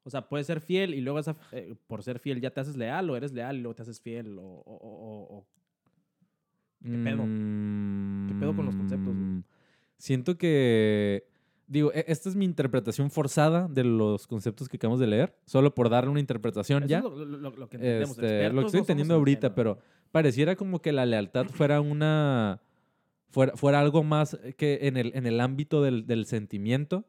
Speaker 2: O sea, puedes ser fiel y luego esa- eh, por ser fiel ya te haces leal o eres leal y luego te haces fiel. O, o- o- o- o-
Speaker 1: ¿Qué
Speaker 2: pedo? ¿Qué pedo con los conceptos, güey?
Speaker 1: Mm, Siento que... Digo, e- esta es mi interpretación forzada de los conceptos que acabamos de leer. Solo por darle una interpretación
Speaker 2: Eso
Speaker 1: ya.
Speaker 2: es lo, lo- lo- lo que entendemos.
Speaker 1: Este, lo
Speaker 2: Expertos
Speaker 1: que
Speaker 2: no
Speaker 1: estoy
Speaker 2: somos
Speaker 1: entendiendo
Speaker 2: en el
Speaker 1: ahorita,
Speaker 2: tema.
Speaker 1: pero pareciera como que la lealtad fuera una. fuera, fuera algo más que en el, en el ámbito del, del sentimiento,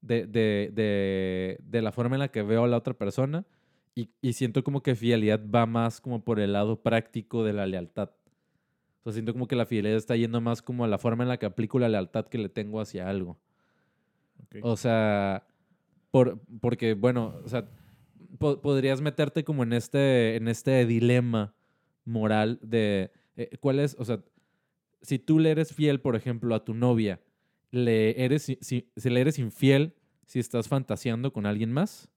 Speaker 1: de, de, de, de la forma en la que veo a la otra persona. Y, y siento como que fidelidad va más como por el lado práctico de la lealtad. O sea, siento como que la fidelidad está yendo más como a la forma en la que aplico la lealtad que le tengo hacia algo.
Speaker 2: Ok.
Speaker 1: O sea, por, porque, bueno, o sea, po- podrías meterte como en este, en este dilema moral de eh, cuál es, o sea, si tú le eres fiel, por ejemplo, a tu novia, ¿le eres, i- si, si le eres infiel si estás fantaseando con alguien más?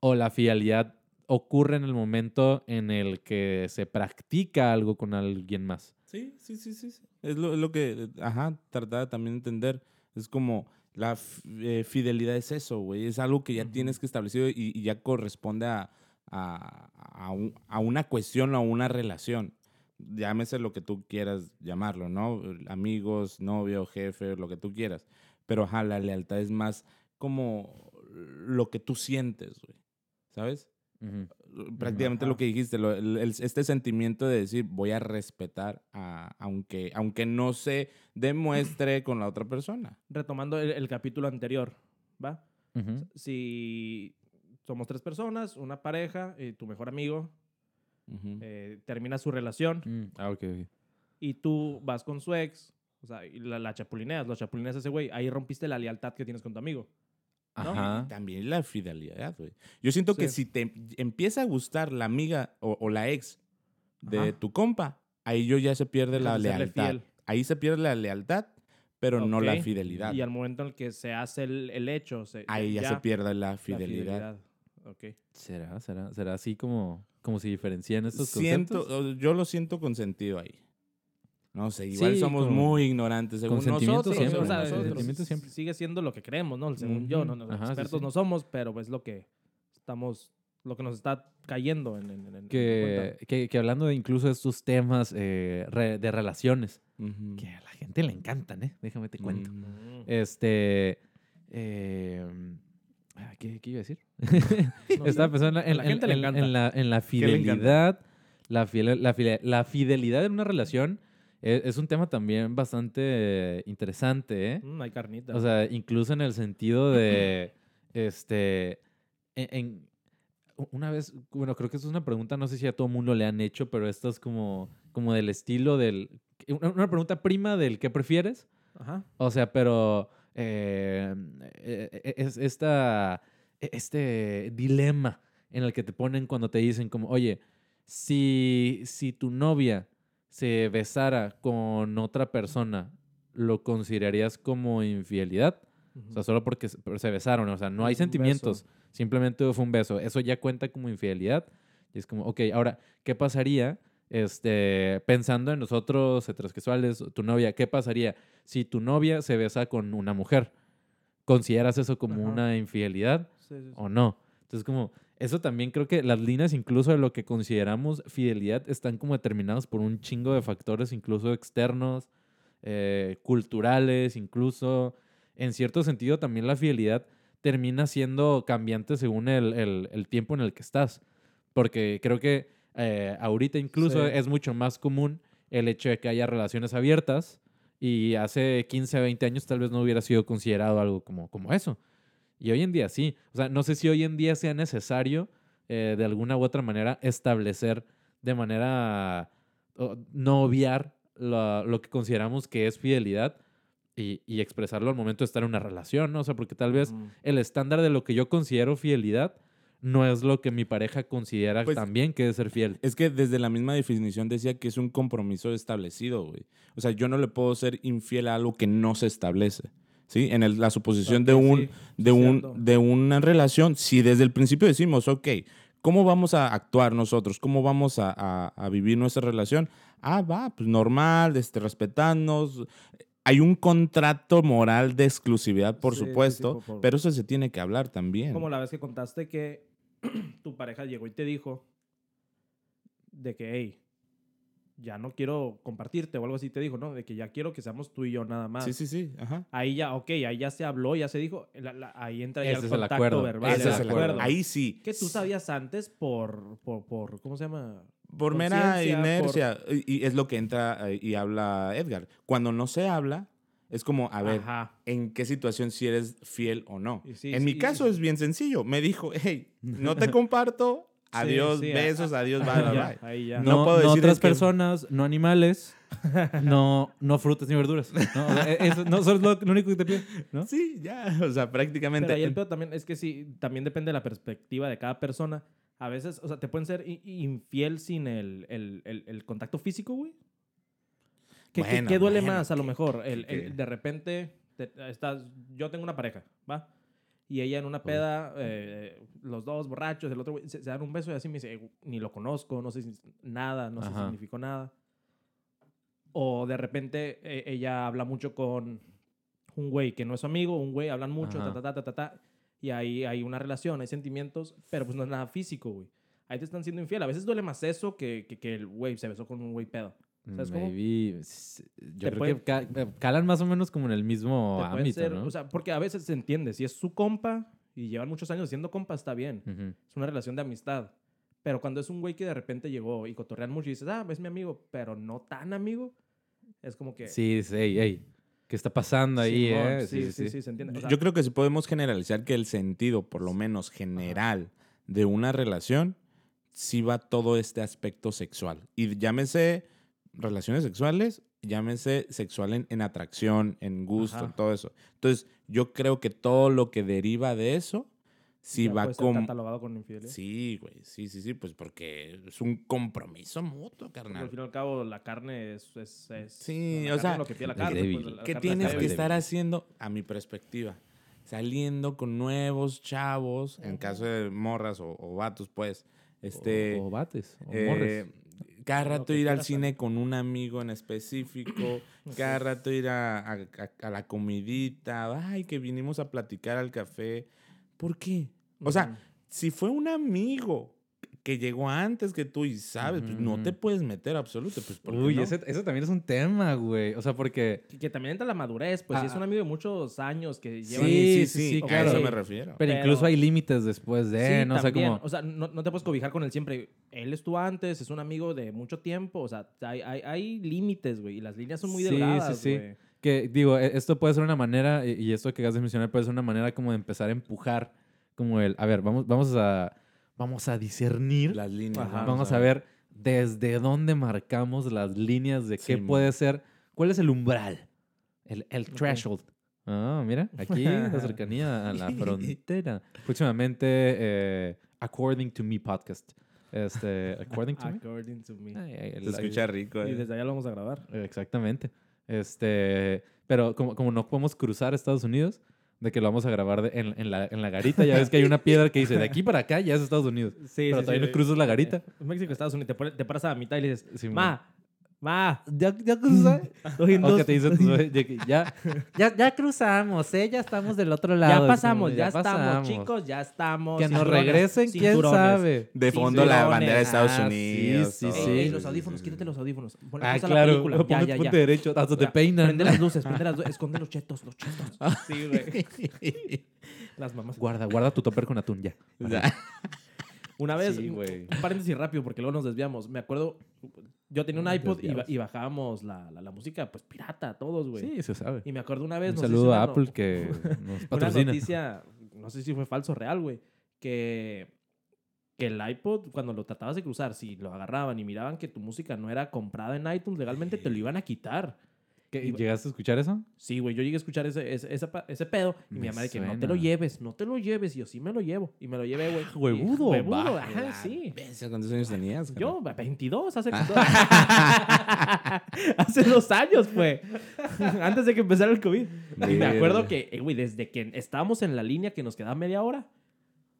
Speaker 1: ¿O la fidelidad ocurre en el momento en el que se practica algo con alguien más?
Speaker 3: Sí, sí, sí, sí. sí. Es lo, es lo que, ajá, trataba también de entender. Es como la f- eh, fidelidad es eso, güey. Es algo que ya
Speaker 1: Ujú.
Speaker 3: tienes que establecer y, y ya corresponde a, a, a un- a una cuestión o a una relación. Llámese lo que tú quieras llamarlo, ¿no? Amigos, novio, jefe, lo que tú quieras. Pero, ajá, la lealtad es más como lo que tú sientes, güey. ¿Sabes?
Speaker 1: Ujú.
Speaker 3: prácticamente lo
Speaker 2: Ajá.
Speaker 3: que dijiste, lo- el- el- este sentimiento de decir voy a respetar a, aunque, aunque no se demuestre con la otra persona.
Speaker 2: Retomando el, el capítulo anterior, ¿va?
Speaker 1: Ujú.
Speaker 2: Si somos tres personas, una pareja, y tu mejor amigo,
Speaker 3: Ujú.
Speaker 2: eh, termina su relación
Speaker 1: Mm, Ah, ok, ok.
Speaker 2: y tú vas con su ex, o sea, y la, la chapulineas, lo chapulineas a ese güey, ahí rompiste la lealtad que tienes con tu amigo. ¿no?
Speaker 1: Ajá.
Speaker 3: También la fidelidad, güey. Yo siento que
Speaker 2: Sí.
Speaker 3: si te empieza a gustar la amiga o, o la ex de
Speaker 2: Ajá.
Speaker 3: tu compa, ahí yo ya se pierde la
Speaker 2: Dejas de serle
Speaker 3: lealtad.
Speaker 2: fiel.
Speaker 3: Ahí se pierde la lealtad, pero no la
Speaker 2: Ok.
Speaker 3: fidelidad.
Speaker 2: Y al momento en el que se hace el, el hecho, se,
Speaker 3: Ahí ya, se pierde la
Speaker 2: La
Speaker 3: fidelidad.
Speaker 2: fidelidad. Ok.
Speaker 1: ¿Será? ¿Será? ¿Será así como, como se diferencian estos
Speaker 3: Siento,
Speaker 1: conceptos?
Speaker 3: o- yo lo siento consentido ahí. No sé, igual
Speaker 1: Sí,
Speaker 3: somos
Speaker 1: como-
Speaker 3: muy ignorantes según
Speaker 1: consentimiento
Speaker 3: nosotros.
Speaker 1: siempre,
Speaker 3: según
Speaker 2: o sea,
Speaker 1: el
Speaker 3: nosotros.
Speaker 1: sentimiento siempre.
Speaker 2: Sigue siendo lo que creemos, ¿no? Según yo, no, no,
Speaker 1: Ujú. Ajá, sí,
Speaker 2: expertos
Speaker 1: sí.
Speaker 2: no somos, pero es lo que estamos, lo que nos está cayendo en, en- en- en
Speaker 1: Que,
Speaker 2: cuenta.
Speaker 1: que, que hablando de incluso de estos temas eh, re- de relaciones,
Speaker 3: Ujú.
Speaker 1: que a la gente le encantan, ¿eh? Déjame te cuento.
Speaker 3: Mm.
Speaker 2: Mm.
Speaker 1: Este... eh, ah, ¿qué, qué iba a decir?
Speaker 2: No,
Speaker 1: Estaba
Speaker 2: sí.
Speaker 1: pensando en,
Speaker 2: la
Speaker 1: en-
Speaker 2: gente le
Speaker 1: en-
Speaker 2: encanta.
Speaker 1: en la, en la
Speaker 3: le encanta?
Speaker 1: fidelidad. La, fiel- la, fide- la fidelidad en una relación eh, es, un tema también bastante eh, interesante, ¿eh?
Speaker 2: Mm, hay carnita.
Speaker 1: O sea, incluso en el sentido de, este, en, en- u- una vez, bueno, creo que eso es una pregunta, no sé si a todo mundo le han hecho, pero esto es como, como del estilo del, una, una pregunta prima del ¿qué prefieres?
Speaker 2: Ajá.
Speaker 1: O sea, pero eh, eh, eh, es esta, e- este dilema en el que te ponen cuando te dicen como, oye, si, si tu novia se besara con otra persona, ¿lo considerarías como infidelidad? O sea, solo porque se pero se besaron, o sea, no hay sentimientos, simplemente fue un beso. Eso ya cuenta como infidelidad. Y es como, ok, ahora, ¿qué pasaría? Este, pensando en nosotros heterosexuales, tu novia, ¿qué pasaría si tu novia se besa con una mujer? ¿Consideras eso como
Speaker 2: Ajá.
Speaker 1: una infidelidad
Speaker 2: Sí, sí, sí.
Speaker 1: o no? Entonces, como, eso también creo que las líneas incluso de lo que consideramos fidelidad están como determinadas por un chingo de factores, incluso externos, eh, culturales, incluso. En cierto sentido, también la fidelidad termina siendo cambiante según el, el- el tiempo en el que estás. Porque creo que eh, ahorita incluso
Speaker 2: Sí.
Speaker 1: es mucho más común el hecho de que haya relaciones abiertas y hace 15, 20 años tal vez no hubiera sido considerado algo como, como eso. Y hoy en día sí. O sea, no sé si hoy en día sea necesario eh, de alguna u otra manera establecer de manera o- no obviar la- lo que consideramos que es fidelidad y, y expresarlo al momento de estar en una relación, ¿no? O sea, porque tal vez
Speaker 2: Ujú.
Speaker 1: el estándar de lo que yo considero fidelidad no es lo que mi pareja considera
Speaker 3: Pues-
Speaker 1: también que es ser fiel.
Speaker 3: Es que desde la misma definición decía que es un compromiso establecido, güey. O sea, yo no le puedo ser infiel a algo que no se establece. ¿Sí? En el- la suposición de,
Speaker 2: Ok,
Speaker 3: un,
Speaker 2: sí,
Speaker 3: de,
Speaker 2: es
Speaker 3: un,
Speaker 2: cierto.
Speaker 3: de una relación, si desde el principio decimos, ok, ¿cómo vamos a actuar nosotros? ¿Cómo vamos a, a- a vivir nuestra relación? Ah, va, pues normal, este, respetarnos. Hay un contrato moral de exclusividad, por
Speaker 2: Sí, sí, sí,
Speaker 3: supuesto,
Speaker 2: por- por-
Speaker 3: pero eso se tiene que hablar también.
Speaker 2: Como la vez que contaste que tu pareja llegó y te dijo de que, hey, ya no quiero compartirte o algo así, te dijo, ¿no? De que ya quiero que seamos tú y yo nada más.
Speaker 3: Sí, sí, sí. Ajá.
Speaker 2: Ahí ya, ok, ahí ya se habló, ya se dijo, la- la- ahí entra ya
Speaker 1: Ese es
Speaker 2: el
Speaker 1: el
Speaker 2: contacto
Speaker 1: acuerdo.
Speaker 2: verbal.
Speaker 1: Ese
Speaker 2: el
Speaker 1: es el
Speaker 2: acuerdo.
Speaker 1: acuerdo.
Speaker 3: Ahí sí.
Speaker 2: Que tú sabías antes por, por, por ¿cómo se llama?
Speaker 3: Por mera
Speaker 2: Conciencia,
Speaker 3: inercia. Y, y es lo que entra eh, y habla Edgar. Cuando no se habla, es como, a ver,
Speaker 2: Ajá.
Speaker 3: ¿en qué situación si eres fiel o no?
Speaker 2: Y sí,
Speaker 3: en
Speaker 2: sí,
Speaker 3: mi
Speaker 2: y-
Speaker 3: caso es bien sencillo. Me dijo, hey, no te comparto. Adiós,
Speaker 2: sí, a-
Speaker 3: besos, adiós, bye,
Speaker 2: Ahí
Speaker 3: bye,
Speaker 2: ya,
Speaker 3: bye.
Speaker 2: ahí ya.
Speaker 3: No
Speaker 1: No,
Speaker 3: puedo
Speaker 1: no
Speaker 3: decir
Speaker 1: otras
Speaker 3: es que-
Speaker 1: personas, no animales, no, no frutas ni verduras. No, O sea, e- eso, no, eso es lo, lo único que te pido. ¿no?
Speaker 3: Sí, ya, o sea, prácticamente.
Speaker 2: Pero ahí el pedo también es que sí, también depende de la perspectiva de cada persona. A veces, o sea, te pueden ser i- i- infiel sin el, el- el- el contacto físico, güey. ¿Qué, qué-
Speaker 3: Bueno,
Speaker 2: qué duele
Speaker 3: bueno,
Speaker 2: más, a lo mejor? El,
Speaker 3: qué-
Speaker 2: el- de repente, te- estás, yo tengo una pareja, ¿va? Y ella en una peda, eh, los dos borrachos, el otro, güey, se, se dan un beso y así me dice, "Eh, ni lo conozco, no sé si- nada, no sé
Speaker 1: Ajá.
Speaker 2: si significó nada. O de repente eh, ella habla mucho con un güey que no es su amigo, un güey, hablan mucho,
Speaker 1: Ajá.
Speaker 2: ta, ta, ta, ta, ta, ta, y ahí hay una relación, hay sentimientos, pero pues no es nada físico, güey. Ahí te están siendo infiel. A veces duele más eso que, que, que el güey se besó con un güey pedo. ¿Sabes cómo?
Speaker 1: Maybe, s- yo
Speaker 2: Te
Speaker 1: creo
Speaker 2: pueden-
Speaker 1: que ca- calan más o menos como en el mismo
Speaker 2: Te pueden
Speaker 1: ámbito,
Speaker 2: ser-
Speaker 1: ¿no?
Speaker 2: O sea, porque a veces se entiende, si es su compa y llevan muchos años siendo compa, está bien.
Speaker 1: Ujú.
Speaker 2: Es una relación de amistad. Pero cuando es un güey que de repente llegó y cotorrean mucho y dices, ah, es mi amigo, pero no tan amigo, es como que...
Speaker 1: Sí, sí, ey, ey, ¿Qué está pasando ahí,
Speaker 2: Simón,
Speaker 1: eh?
Speaker 2: sí, sí, sí, se entiende. O sea,
Speaker 3: Yo creo que si podemos generalizar que el sentido, por lo menos general, de una relación, sí va todo este aspecto sexual. Y llámese relaciones sexuales, llámese sexual en, en atracción, en gusto,
Speaker 2: Ajá.
Speaker 3: en todo eso. Entonces, yo creo que todo lo que deriva de eso, sí
Speaker 2: ya
Speaker 3: va
Speaker 2: puede ser
Speaker 3: como...
Speaker 2: catalogado con infidelidad.
Speaker 3: Sí, güey, sí, sí, sí, pues porque es un compromiso mutuo,
Speaker 2: Porque al
Speaker 3: carnal.
Speaker 2: fin y al cabo, la carne es. es, es-
Speaker 3: Sí,
Speaker 2: la
Speaker 3: o
Speaker 2: carne
Speaker 3: sea,
Speaker 2: es lo que pide la
Speaker 1: es
Speaker 2: carne.
Speaker 1: débil.
Speaker 2: pues, la- la
Speaker 3: ¿Qué
Speaker 2: carne
Speaker 3: tienes
Speaker 2: está
Speaker 3: que
Speaker 2: débil.
Speaker 3: estar haciendo? A mi perspectiva, saliendo con nuevos chavos, en caso de morras o, o vatos, pues, este,
Speaker 1: O, o bates, o
Speaker 3: eh,
Speaker 1: morres.
Speaker 3: cada
Speaker 2: Lo
Speaker 3: rato
Speaker 1: pues,
Speaker 2: que
Speaker 3: ir al
Speaker 2: quieras
Speaker 3: cine con un amigo en específico, cada rato ir a, a- a- a la comidita, ay, que vinimos a platicar al café. ¿Por qué? O sea,
Speaker 2: Ujú.
Speaker 3: si fue un amigo que llegó antes que tú y sabes, pues, no
Speaker 1: Ujú,
Speaker 3: te
Speaker 1: ujú.
Speaker 3: puedes meter absoluto. Pues, ¿por qué
Speaker 1: Uy,
Speaker 3: no?
Speaker 1: ese, ese también es un tema, güey. O sea, porque.
Speaker 2: Que, que también entra la madurez, pues si es
Speaker 1: Ah,
Speaker 2: un amigo de muchos años que
Speaker 3: Sí,
Speaker 2: llevan.
Speaker 1: Sí,
Speaker 3: sí, sí,
Speaker 1: sí, sí,
Speaker 3: a
Speaker 2: claro.
Speaker 3: eso me refiero.
Speaker 1: Pero,
Speaker 2: Pero-
Speaker 1: incluso hay límites después
Speaker 2: Sí,
Speaker 1: de, eh, ¿no? O sea,
Speaker 2: también.
Speaker 1: como.
Speaker 2: O sea, no, no te puedes cobijar con él siempre. Él estuvo antes, es un amigo de mucho tiempo. O sea, hay, hay, hay límites, güey. Y las líneas son muy
Speaker 1: Sí, sí,
Speaker 2: delgadas,
Speaker 1: sí.
Speaker 2: güey.
Speaker 1: Que digo, e- esto puede ser una manera, y- y esto que acabas de mencionar puede ser una manera como de empezar a empujar, como el, a ver, vamos, vamos a. Vamos a discernir.
Speaker 3: Las líneas.
Speaker 2: Ajá.
Speaker 1: vamos a ver desde dónde marcamos las líneas de qué
Speaker 3: Simón.
Speaker 1: puede ser. ¿Cuál es el umbral? El, el threshold. Ah, mira, aquí la cercanía a la frontera. Próximamente, eh, According to Me podcast. Este, According to Me. Ah,
Speaker 2: According to me.
Speaker 1: Ay, ay,
Speaker 3: Se
Speaker 1: el-
Speaker 3: escucha rico.
Speaker 2: Y
Speaker 3: eh.
Speaker 2: desde allá lo vamos a grabar.
Speaker 1: Exactamente. Este, pero como, como no podemos cruzar Estados Unidos, de que lo vamos a grabar de- en, en la, en la garita. Ya ves que hay una piedra que dice, de aquí para acá ya es Estados Unidos.
Speaker 2: Sí,
Speaker 1: Pero
Speaker 2: sí,
Speaker 1: todavía
Speaker 2: sí.
Speaker 1: no cruzas la garita.
Speaker 2: Eh, México, Estados Unidos, te, pone- te paras a la mitad y le dices,
Speaker 1: Sí,
Speaker 2: ma, ma,
Speaker 1: ¿Ya, ya cruzaste?
Speaker 2: dos en
Speaker 1: O que
Speaker 2: dos.
Speaker 1: te dicen tus güeyes de que ya, ya, ya cruzamos, ¿eh? Ya estamos del otro lado.
Speaker 2: ya pasamos,
Speaker 1: Es como de,
Speaker 2: ya, estamos,
Speaker 1: pasamos.
Speaker 2: chicos, ya estamos.
Speaker 1: Que nos
Speaker 2: Cinturones,
Speaker 1: regresen, quién
Speaker 2: cinturones.
Speaker 1: sabe.
Speaker 3: De
Speaker 2: Sí,
Speaker 3: fondo la
Speaker 2: cinturones.
Speaker 3: bandera de Estados
Speaker 1: Ah, sí,
Speaker 3: Unidos.
Speaker 1: sí,
Speaker 3: todo.
Speaker 2: Ey,
Speaker 1: sí.
Speaker 2: ey, eh, los audífonos, quítate los audífonos. Pon-
Speaker 1: Ah,
Speaker 2: pausa la
Speaker 1: claro.
Speaker 2: película. Ya,
Speaker 1: ponte,
Speaker 2: ya, ya.
Speaker 1: ponte derecho, hasta te
Speaker 2: Ah,
Speaker 1: peinan.
Speaker 2: Prende las luces, prende las luces, esconde los chetos, los chetos.
Speaker 1: Ah.
Speaker 3: Sí, güey.
Speaker 2: Las mamás.
Speaker 1: Guarda, guarda tu topper con atún ya.
Speaker 3: Ya.
Speaker 2: Una vez,
Speaker 1: Sí,
Speaker 2: un-
Speaker 1: güey.
Speaker 2: un paréntesis rápido porque luego nos desviamos. Me acuerdo, yo tenía un
Speaker 1: Nos
Speaker 2: iPod y, ba-
Speaker 1: desviamos.
Speaker 2: y bajábamos la, la- la música, pues pirata, todos, güey.
Speaker 1: Sí, se sabe.
Speaker 2: Y me acuerdo una
Speaker 1: Un
Speaker 2: vez. nos hizo
Speaker 1: saludo
Speaker 2: una
Speaker 1: a
Speaker 2: no-
Speaker 1: Apple que nos
Speaker 2: Una
Speaker 1: patrocina.
Speaker 2: noticia, no sé si fue falso o real, güey, que, que el iPod, cuando lo tratabas de cruzar, si lo agarraban y miraban que tu música no era comprada en iTunes legalmente, te lo iban a quitar.
Speaker 1: ¿Qué,
Speaker 2: Y-
Speaker 1: ¿Llegaste a escuchar eso?
Speaker 2: Sí, güey, yo llegué a escuchar ese, ese, esa pa- ese pedo y mi
Speaker 1: Me
Speaker 2: mamá de que no te
Speaker 1: suena.
Speaker 2: lo
Speaker 1: Ah,
Speaker 2: lleves, no te lo lleves. Y yo sí me lo llevo. Y me lo llevé, güey. Y-
Speaker 1: huevudo,
Speaker 2: Huevudo,
Speaker 1: baja
Speaker 2: ajá,
Speaker 3: La
Speaker 2: sí.
Speaker 3: bestia, ¿Cuántos años tenías?
Speaker 2: Yo, 22, hace...
Speaker 1: Ah.
Speaker 2: hace dos años fue. Antes de que empezara el COVID. Y me acuerdo
Speaker 3: Verga.
Speaker 2: que, eh, güey, desde que estábamos en la línea que nos quedaba media hora,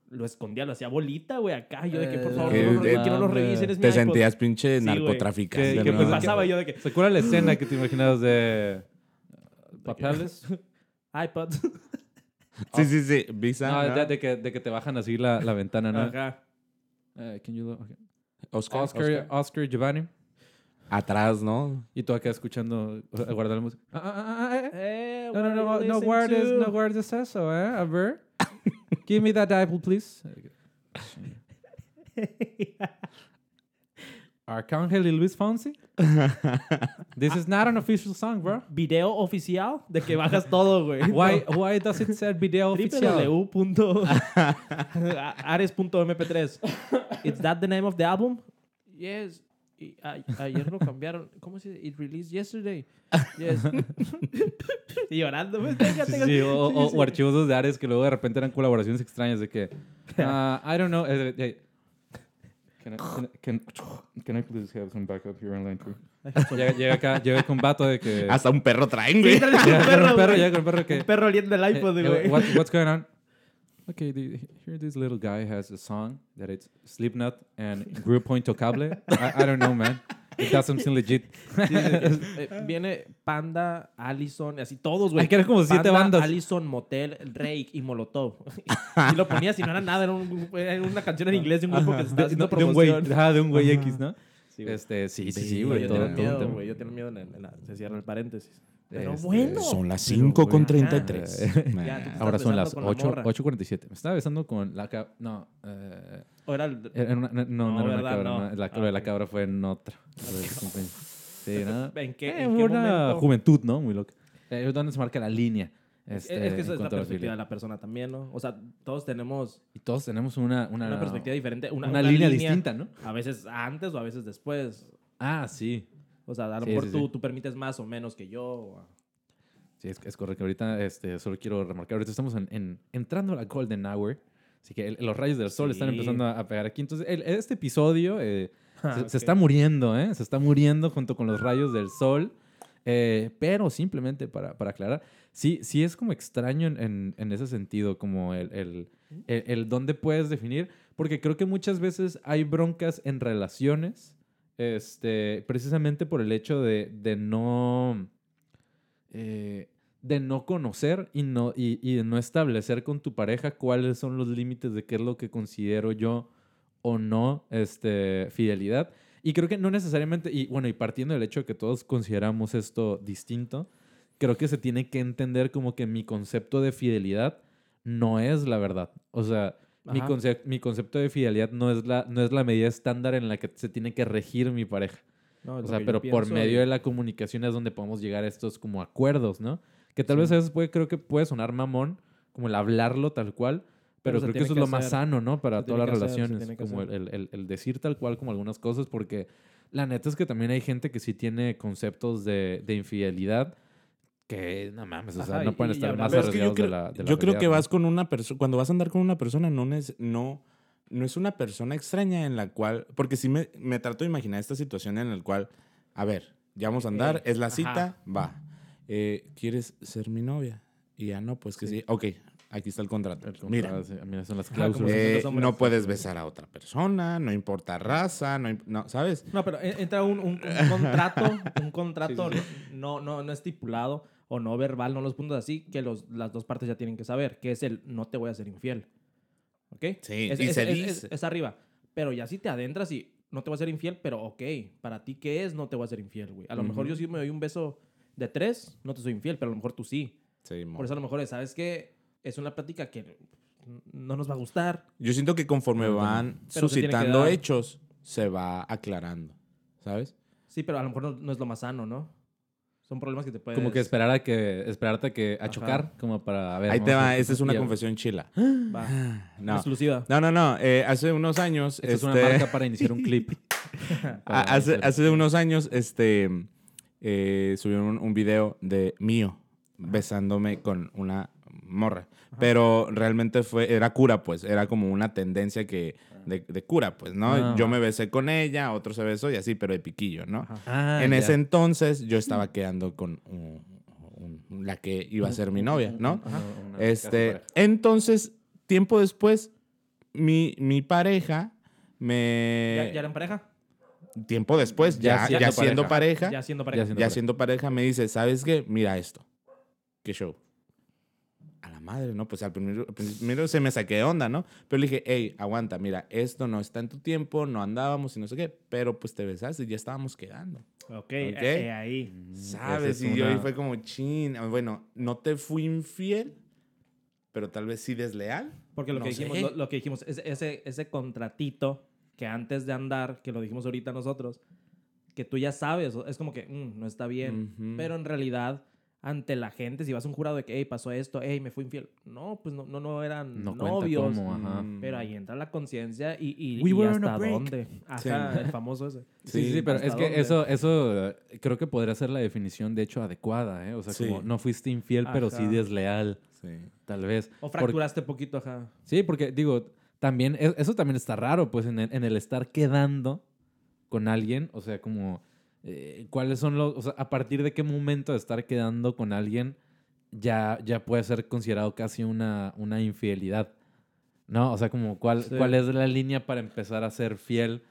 Speaker 2: lo escondía, lo hacía bolita, güey, acá. Yo de que, por
Speaker 1: Eh,
Speaker 2: favor,
Speaker 3: que
Speaker 2: no, lo re-
Speaker 3: de-
Speaker 2: que no lo
Speaker 1: hombre.
Speaker 2: revisen, es mi
Speaker 3: Te
Speaker 2: iPod.
Speaker 3: sentías pinche
Speaker 2: Sí, güey.
Speaker 3: narcotraficante.
Speaker 1: Que-
Speaker 2: Y
Speaker 1: que
Speaker 2: que
Speaker 3: ¿no?
Speaker 2: me
Speaker 1: pues,
Speaker 2: pasaba yo de que,
Speaker 1: ¿Se acuerda la escena que te imaginabas de papeles?
Speaker 2: iPod.
Speaker 3: Sí, sí, sí. Visa.
Speaker 1: No,
Speaker 3: ¿no?
Speaker 1: de, de que, de que te bajan así la, la ventana, ¿no?
Speaker 2: Ajá.
Speaker 1: Eh, can you look- okay.
Speaker 3: Oscar,
Speaker 1: Oscar,
Speaker 3: É, Oscar.
Speaker 1: Oscar Giovanni.
Speaker 3: Atrás, ¿no?
Speaker 1: Y tú acá escuchando, o sea, guardar la música. Ah, ah, ah, ah, eh.
Speaker 2: Eh,
Speaker 1: No, no,
Speaker 2: what are
Speaker 1: no,
Speaker 2: you
Speaker 1: no
Speaker 2: listening
Speaker 1: guardes,
Speaker 2: to?
Speaker 1: no guardes eso, ¿eh? A ver. Give me that apple, please. Arcángel y Luis Fonsi. This is not an official song, bro.
Speaker 2: Video oficial de que bajas todo, güey.
Speaker 1: Why, why does it say video oficial?
Speaker 2: www.ares.mp3. Is that the name of the album? Yes. Y a- ayer lo cambiaron. ¿Cómo se dice? It released yesterday. Yes. y llorando. pues, tenga,
Speaker 1: Sí,
Speaker 2: tenga.
Speaker 1: sí, o, o-
Speaker 2: Sí, sí.
Speaker 1: o archivos de Ares que luego de repente eran colaboraciones extrañas de que. ah, I don't know. eh, eh, Can I, can, I- can, can I please have some backup here online too? Llega, llega acá, llega con vato de que.
Speaker 3: Hasta un perro traen, güey.
Speaker 1: Llega con un perro,
Speaker 2: güey.
Speaker 1: llega con un perro que.
Speaker 2: Un perro oliendo el
Speaker 1: Hey,
Speaker 2: iPod,
Speaker 1: hey,
Speaker 2: güey.
Speaker 1: what- what's going on? Okay, the, here this little guy has a song that it's Slipknot and Grupo Intocable. I, I don't know, man. It does something legit.
Speaker 2: Sí, sí, sí. Eh, Viene Panda, Allison, así todos, güey.
Speaker 1: Hay que eran como siete
Speaker 2: Panda,
Speaker 1: bandas.
Speaker 2: Allison, Motel, Rake y Molotov. y lo ponías y no era nada, era, un- era una canción en inglés de un grupo que se estaba
Speaker 1: De, no,
Speaker 2: haciendo
Speaker 1: de un güey,
Speaker 2: promoción.
Speaker 1: ajá, de un güey X, ¿no?
Speaker 2: Sí, güey.
Speaker 1: Este, sí, sí,
Speaker 3: Sí,
Speaker 1: sí, güey.
Speaker 2: yo
Speaker 1: todo-
Speaker 2: tengo
Speaker 1: todo un
Speaker 2: miedo,
Speaker 1: tema.
Speaker 2: güey. Yo tengo miedo en, el- en la- se cierra el paréntesis. Pero
Speaker 1: Este,
Speaker 2: bueno.
Speaker 3: Son las
Speaker 2: Pero,
Speaker 3: 5 con
Speaker 2: güey, ajá.
Speaker 3: 33.
Speaker 2: Ya, tú-
Speaker 1: Ahora son
Speaker 2: besando
Speaker 1: las
Speaker 2: con la
Speaker 1: 8,
Speaker 2: morra.
Speaker 1: 8.47. Me estaba besando con la cabra. No, eh,
Speaker 2: O era el-
Speaker 1: era una- no, no,
Speaker 2: No,
Speaker 1: era una
Speaker 2: ¿verdad?
Speaker 1: cabra.
Speaker 2: No.
Speaker 1: no, La,
Speaker 2: Ah,
Speaker 1: lo de la
Speaker 2: ok.
Speaker 1: cabra fue en otra. Sí, ¿no?
Speaker 2: ¿En qué,
Speaker 1: Eh,
Speaker 2: en qué
Speaker 1: una
Speaker 2: momento?
Speaker 1: juventud, ¿no? Muy loca. Eh, es donde se marca la línea.
Speaker 2: Es-
Speaker 1: este,
Speaker 2: es
Speaker 1: en
Speaker 2: que esa es la
Speaker 1: cuanto a la
Speaker 2: perspectiva de
Speaker 1: filia.
Speaker 2: la persona también, ¿no? O sea, todos tenemos
Speaker 1: Y todos tenemos una, una,
Speaker 2: una perspectiva diferente, una,
Speaker 1: una línea, distinta, ¿no?
Speaker 2: A veces antes o a veces después.
Speaker 1: Ah, sí.
Speaker 2: O sea, a lo
Speaker 1: Sí,
Speaker 2: mejor
Speaker 1: sí,
Speaker 2: tú,
Speaker 1: sí.
Speaker 2: tú permites más o menos que yo. o-
Speaker 1: Sí, es, es correcto. Ahorita este, solo quiero remarcar, ahorita estamos en- en- entrando a la Golden Hour. Así que el- los rayos del sol están
Speaker 2: Sí.
Speaker 1: empezando a, a pegar aquí. Entonces, el- este episodio eh, se,
Speaker 2: Ah,
Speaker 1: se
Speaker 2: ok.
Speaker 1: está muriendo, ¿eh? Se está muriendo junto con los rayos del sol. Eh, pero simplemente para, para aclarar, sí, sí es como extraño en, en- en ese sentido, como el, el, el- el dónde puedes definir, porque creo que muchas veces hay broncas en relaciones, este, precisamente por el hecho de, de no... eh, de no conocer y, no, y, y de no establecer con tu pareja cuáles son los límites de qué es lo que considero yo o no este, fidelidad. Y creo que no necesariamente, y bueno, y partiendo del hecho de que todos consideramos esto distinto, creo que se tiene que entender como que mi concepto de fidelidad no es la verdad. O sea, mi,
Speaker 2: Ajá.
Speaker 1: concep- mi concepto de fidelidad no es, la, no es la medida estándar en la que se tiene que regir mi pareja.
Speaker 2: No, es
Speaker 1: O
Speaker 2: lo
Speaker 1: sea,
Speaker 2: que yo
Speaker 1: pero por
Speaker 2: pienso
Speaker 1: medio
Speaker 2: y-
Speaker 1: de la comunicación es donde podemos llegar a estos como acuerdos, ¿no? Que tal vez
Speaker 2: Sí.
Speaker 1: a veces puede, creo que puede sonar mamón, como el hablarlo tal cual, pero,
Speaker 2: se
Speaker 1: creo que
Speaker 2: tiene
Speaker 1: eso
Speaker 2: que
Speaker 1: es lo más
Speaker 2: hacer.
Speaker 1: sano, ¿no? Para
Speaker 2: Se
Speaker 1: todas las
Speaker 2: tiene que hacer, se
Speaker 1: relaciones,
Speaker 2: tiene que
Speaker 1: como el,
Speaker 2: hacer.
Speaker 1: el- el decir tal cual como algunas cosas, porque la neta es que también hay gente que sí tiene conceptos de, de infidelidad que, no mames, o sea,
Speaker 2: Ajá, y-
Speaker 1: no pueden
Speaker 2: y
Speaker 1: estar
Speaker 2: hablando-
Speaker 1: más
Speaker 3: Pero es que yo
Speaker 1: arriesgados
Speaker 3: creo,
Speaker 1: de la de la
Speaker 3: yo creo
Speaker 1: realidad,
Speaker 3: que
Speaker 1: ¿no?
Speaker 3: vas con una persona, cuando vas a andar con una persona, no, es- no, no es una persona extraña en la cual, porque si me, me trato de imaginar esta situación en la cual, a ver, ya vamos a andar,
Speaker 2: Eh,
Speaker 3: es la
Speaker 2: ajá.
Speaker 3: cita, va. Eh, ¿Quieres ser mi novia? Y ya no, pues que sí. Ok, aquí está el contrato.
Speaker 1: El contrato,
Speaker 3: Mira,
Speaker 1: sí, eh, mira, son las
Speaker 2: Ajá, Ah, como
Speaker 1: cláusulas.
Speaker 2: si
Speaker 3: eh,
Speaker 2: los hombres.
Speaker 3: no puedes besar a otra persona, no importa raza, no, imp- no, ¿sabes?
Speaker 2: No, pero en- entra un, un- un contrato, un contrato No, no, no estipulado o no verbal, no los puntos así, que los, las dos partes ya tienen que saber, que es el no te voy a ser infiel. ¿Ok?
Speaker 3: Sí,
Speaker 2: Es-
Speaker 3: y
Speaker 2: es-
Speaker 3: se
Speaker 2: es-
Speaker 3: dice.
Speaker 2: Es, es arriba. Pero ya si te adentras y no te voy a ser infiel, pero ok, para ti, ¿qué es no te voy a ser infiel, güey? A lo mejor yo sí me doy un beso de tres, no te soy infiel, pero a lo mejor tú sí.
Speaker 3: Sí, mo.
Speaker 2: Por eso a lo mejor, es, ¿sabes qué? Es una plática que no nos va a gustar.
Speaker 3: Yo siento que conforme van
Speaker 2: Pero se tiene que
Speaker 3: suscitando
Speaker 2: dar.
Speaker 3: hechos, se va aclarando, ¿sabes?
Speaker 2: Sí, pero a lo mejor no, no es lo más sano, ¿no? Son problemas que te
Speaker 3: Eh,
Speaker 2: pueden...
Speaker 1: Como que esperar a que, esperarte a que, a
Speaker 2: Ajá.
Speaker 1: chocar, como para a ver.
Speaker 3: Ahí te
Speaker 1: vamos a-
Speaker 3: va, esa es una
Speaker 1: y a-
Speaker 3: confesión chila. No,
Speaker 2: Exclusiva.
Speaker 3: no, no, no. eh, hace unos años...
Speaker 1: Esta es una
Speaker 3: este,
Speaker 1: marca para iniciar un clip.
Speaker 3: Ah,
Speaker 1: Para
Speaker 3: hace,
Speaker 1: hacer-
Speaker 3: hace unos años, este, eh, subieron un, un video de mío besándome con una morra. Pero realmente fue, era cura, pues. Era como una tendencia que, de, de cura, pues, ¿no?
Speaker 1: Ah.
Speaker 3: Yo me besé con ella, otro se besó y así, pero de piquillo, ¿no?
Speaker 1: Ah,
Speaker 3: en
Speaker 1: ya.
Speaker 3: ese entonces, yo estaba quedando con un- un- la que iba a ser mi novia, ¿no?
Speaker 1: Una- una
Speaker 3: Este,
Speaker 1: pareja.
Speaker 3: entonces, tiempo después, mi, mi pareja me...
Speaker 1: eh,
Speaker 2: ¿Ya, ya eran pareja?
Speaker 3: Tiempo después,
Speaker 1: Ya
Speaker 3: ya, ya siendo,
Speaker 1: siendo
Speaker 3: pareja,
Speaker 2: Ya siendo
Speaker 1: Ya
Speaker 2: pareja.
Speaker 1: siendo-
Speaker 3: ya siendo pareja, me dice, ¿sabes qué? Mira esto. ¿Qué show? A la madre, ¿no? Pues al primero, al primero se me saqué de onda, ¿no? Pero le dije, hey, aguanta, mira, esto no está en tu tiempo, no andábamos y no sé qué, pero pues te besaste y ya estábamos quedando.
Speaker 2: Ok, eh, eh, ahí.
Speaker 1: Mm, esa
Speaker 3: ¿Sabes?
Speaker 1: es
Speaker 3: Y yo ahí
Speaker 1: una-
Speaker 3: fue como, chin, bueno, no te fui infiel, pero tal vez sí desleal.
Speaker 2: Porque lo,
Speaker 3: No
Speaker 2: que,
Speaker 3: sé.
Speaker 2: dijimos, lo, lo que dijimos, es- ese, ese contratito que antes de andar, que lo dijimos ahorita nosotros, que tú ya sabes, o- es como que mm, no está bien.
Speaker 3: Ujú.
Speaker 2: Pero en realidad, ante la gente, si vas a un jurado de que, hey, pasó esto, hey, me fui infiel. No, pues no, no, no eran
Speaker 1: No cuenta
Speaker 2: novios.
Speaker 1: cómo, ajá.
Speaker 3: Mm.
Speaker 2: Pero ahí entra la conciencia y, y,
Speaker 1: We
Speaker 2: y
Speaker 1: were on a
Speaker 2: hasta
Speaker 1: break.
Speaker 2: dónde. Ajá, el famoso ese.
Speaker 1: Sí, sí,
Speaker 3: Sí,
Speaker 1: sí, pero
Speaker 2: ¿hasta
Speaker 1: es que
Speaker 2: dónde?
Speaker 1: eso, eso eh, creo que podría ser la definición, de hecho, adecuada, ¿eh? O sea,
Speaker 3: Sí.
Speaker 1: como no fuiste infiel, pero sí
Speaker 2: Ajá.
Speaker 1: desleal,
Speaker 3: Sí.
Speaker 1: tal vez.
Speaker 2: O
Speaker 1: Porque-
Speaker 2: fracturaste poquito, ajá.
Speaker 1: Sí, porque digo, también, e- eso también está raro, pues en el, en el estar quedando con alguien, o sea, como, eh, ¿cuáles son los, o sea, a partir de qué momento de estar quedando con alguien ya, ya puede ser considerado casi una, una infidelidad? ¿No? O sea, como, ¿cuál,
Speaker 2: Sí.
Speaker 1: ¿cuál es la línea para empezar a ser fiel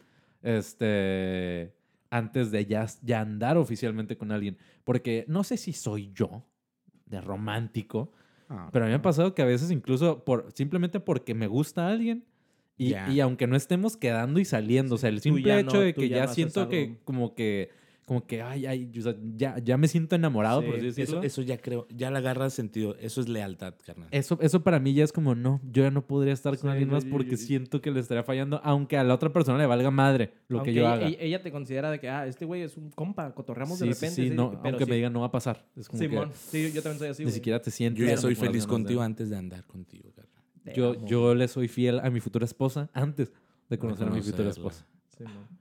Speaker 1: este, antes de ya, ya andar oficialmente con alguien? Porque no sé si soy yo de romántico,
Speaker 3: Ah,
Speaker 1: pero a mí me ha pasado que a veces incluso por, simplemente porque me gusta a alguien y,
Speaker 3: Ya.
Speaker 1: y aunque no estemos quedando y saliendo, o sea, el
Speaker 2: tú
Speaker 1: simple
Speaker 2: ya
Speaker 1: hecho
Speaker 2: no-
Speaker 1: de
Speaker 2: tú
Speaker 1: que
Speaker 2: ya
Speaker 1: ya
Speaker 2: no haces
Speaker 1: siento que
Speaker 2: algo.
Speaker 1: como que, como que, ay, ay, o sea, ya, ya me siento enamorado, por
Speaker 2: Sí,
Speaker 1: así decirlo.
Speaker 3: eso,
Speaker 1: Eso,
Speaker 3: eso ya creo, ya le agarra sentido. Eso es lealtad, carnal.
Speaker 1: eso, para mí ya es como, no, yo ya no podría estar con
Speaker 2: Sí,
Speaker 1: alguien
Speaker 2: yo-
Speaker 1: más
Speaker 2: yo-
Speaker 1: porque
Speaker 2: yo-
Speaker 1: siento que le estaría fallando, aunque a la otra persona le valga madre lo
Speaker 2: Aunque
Speaker 1: que yo
Speaker 2: ella,
Speaker 1: haga.
Speaker 2: ella- ella te considera de que, ah, este güey es un compa, cotorreamos
Speaker 1: Sí,
Speaker 2: de
Speaker 1: sí,
Speaker 2: repente.
Speaker 1: sí,
Speaker 2: sí,
Speaker 1: no,
Speaker 2: pero
Speaker 1: aunque
Speaker 2: sí.
Speaker 1: me digan no va a pasar. Es como
Speaker 2: Simón,
Speaker 1: que
Speaker 2: sí, yo también soy así.
Speaker 1: ni
Speaker 2: güey.
Speaker 1: siquiera te sientes.
Speaker 3: Yo ya
Speaker 1: como con
Speaker 3: soy
Speaker 1: las
Speaker 3: feliz
Speaker 1: ganas de-
Speaker 3: contigo antes de andar contigo, carnal.
Speaker 2: Te
Speaker 1: Yo,
Speaker 2: amo.
Speaker 1: yo le soy fiel a mi futura esposa antes de conocer a mi futura
Speaker 3: conocerla.
Speaker 1: esposa.
Speaker 2: Simón.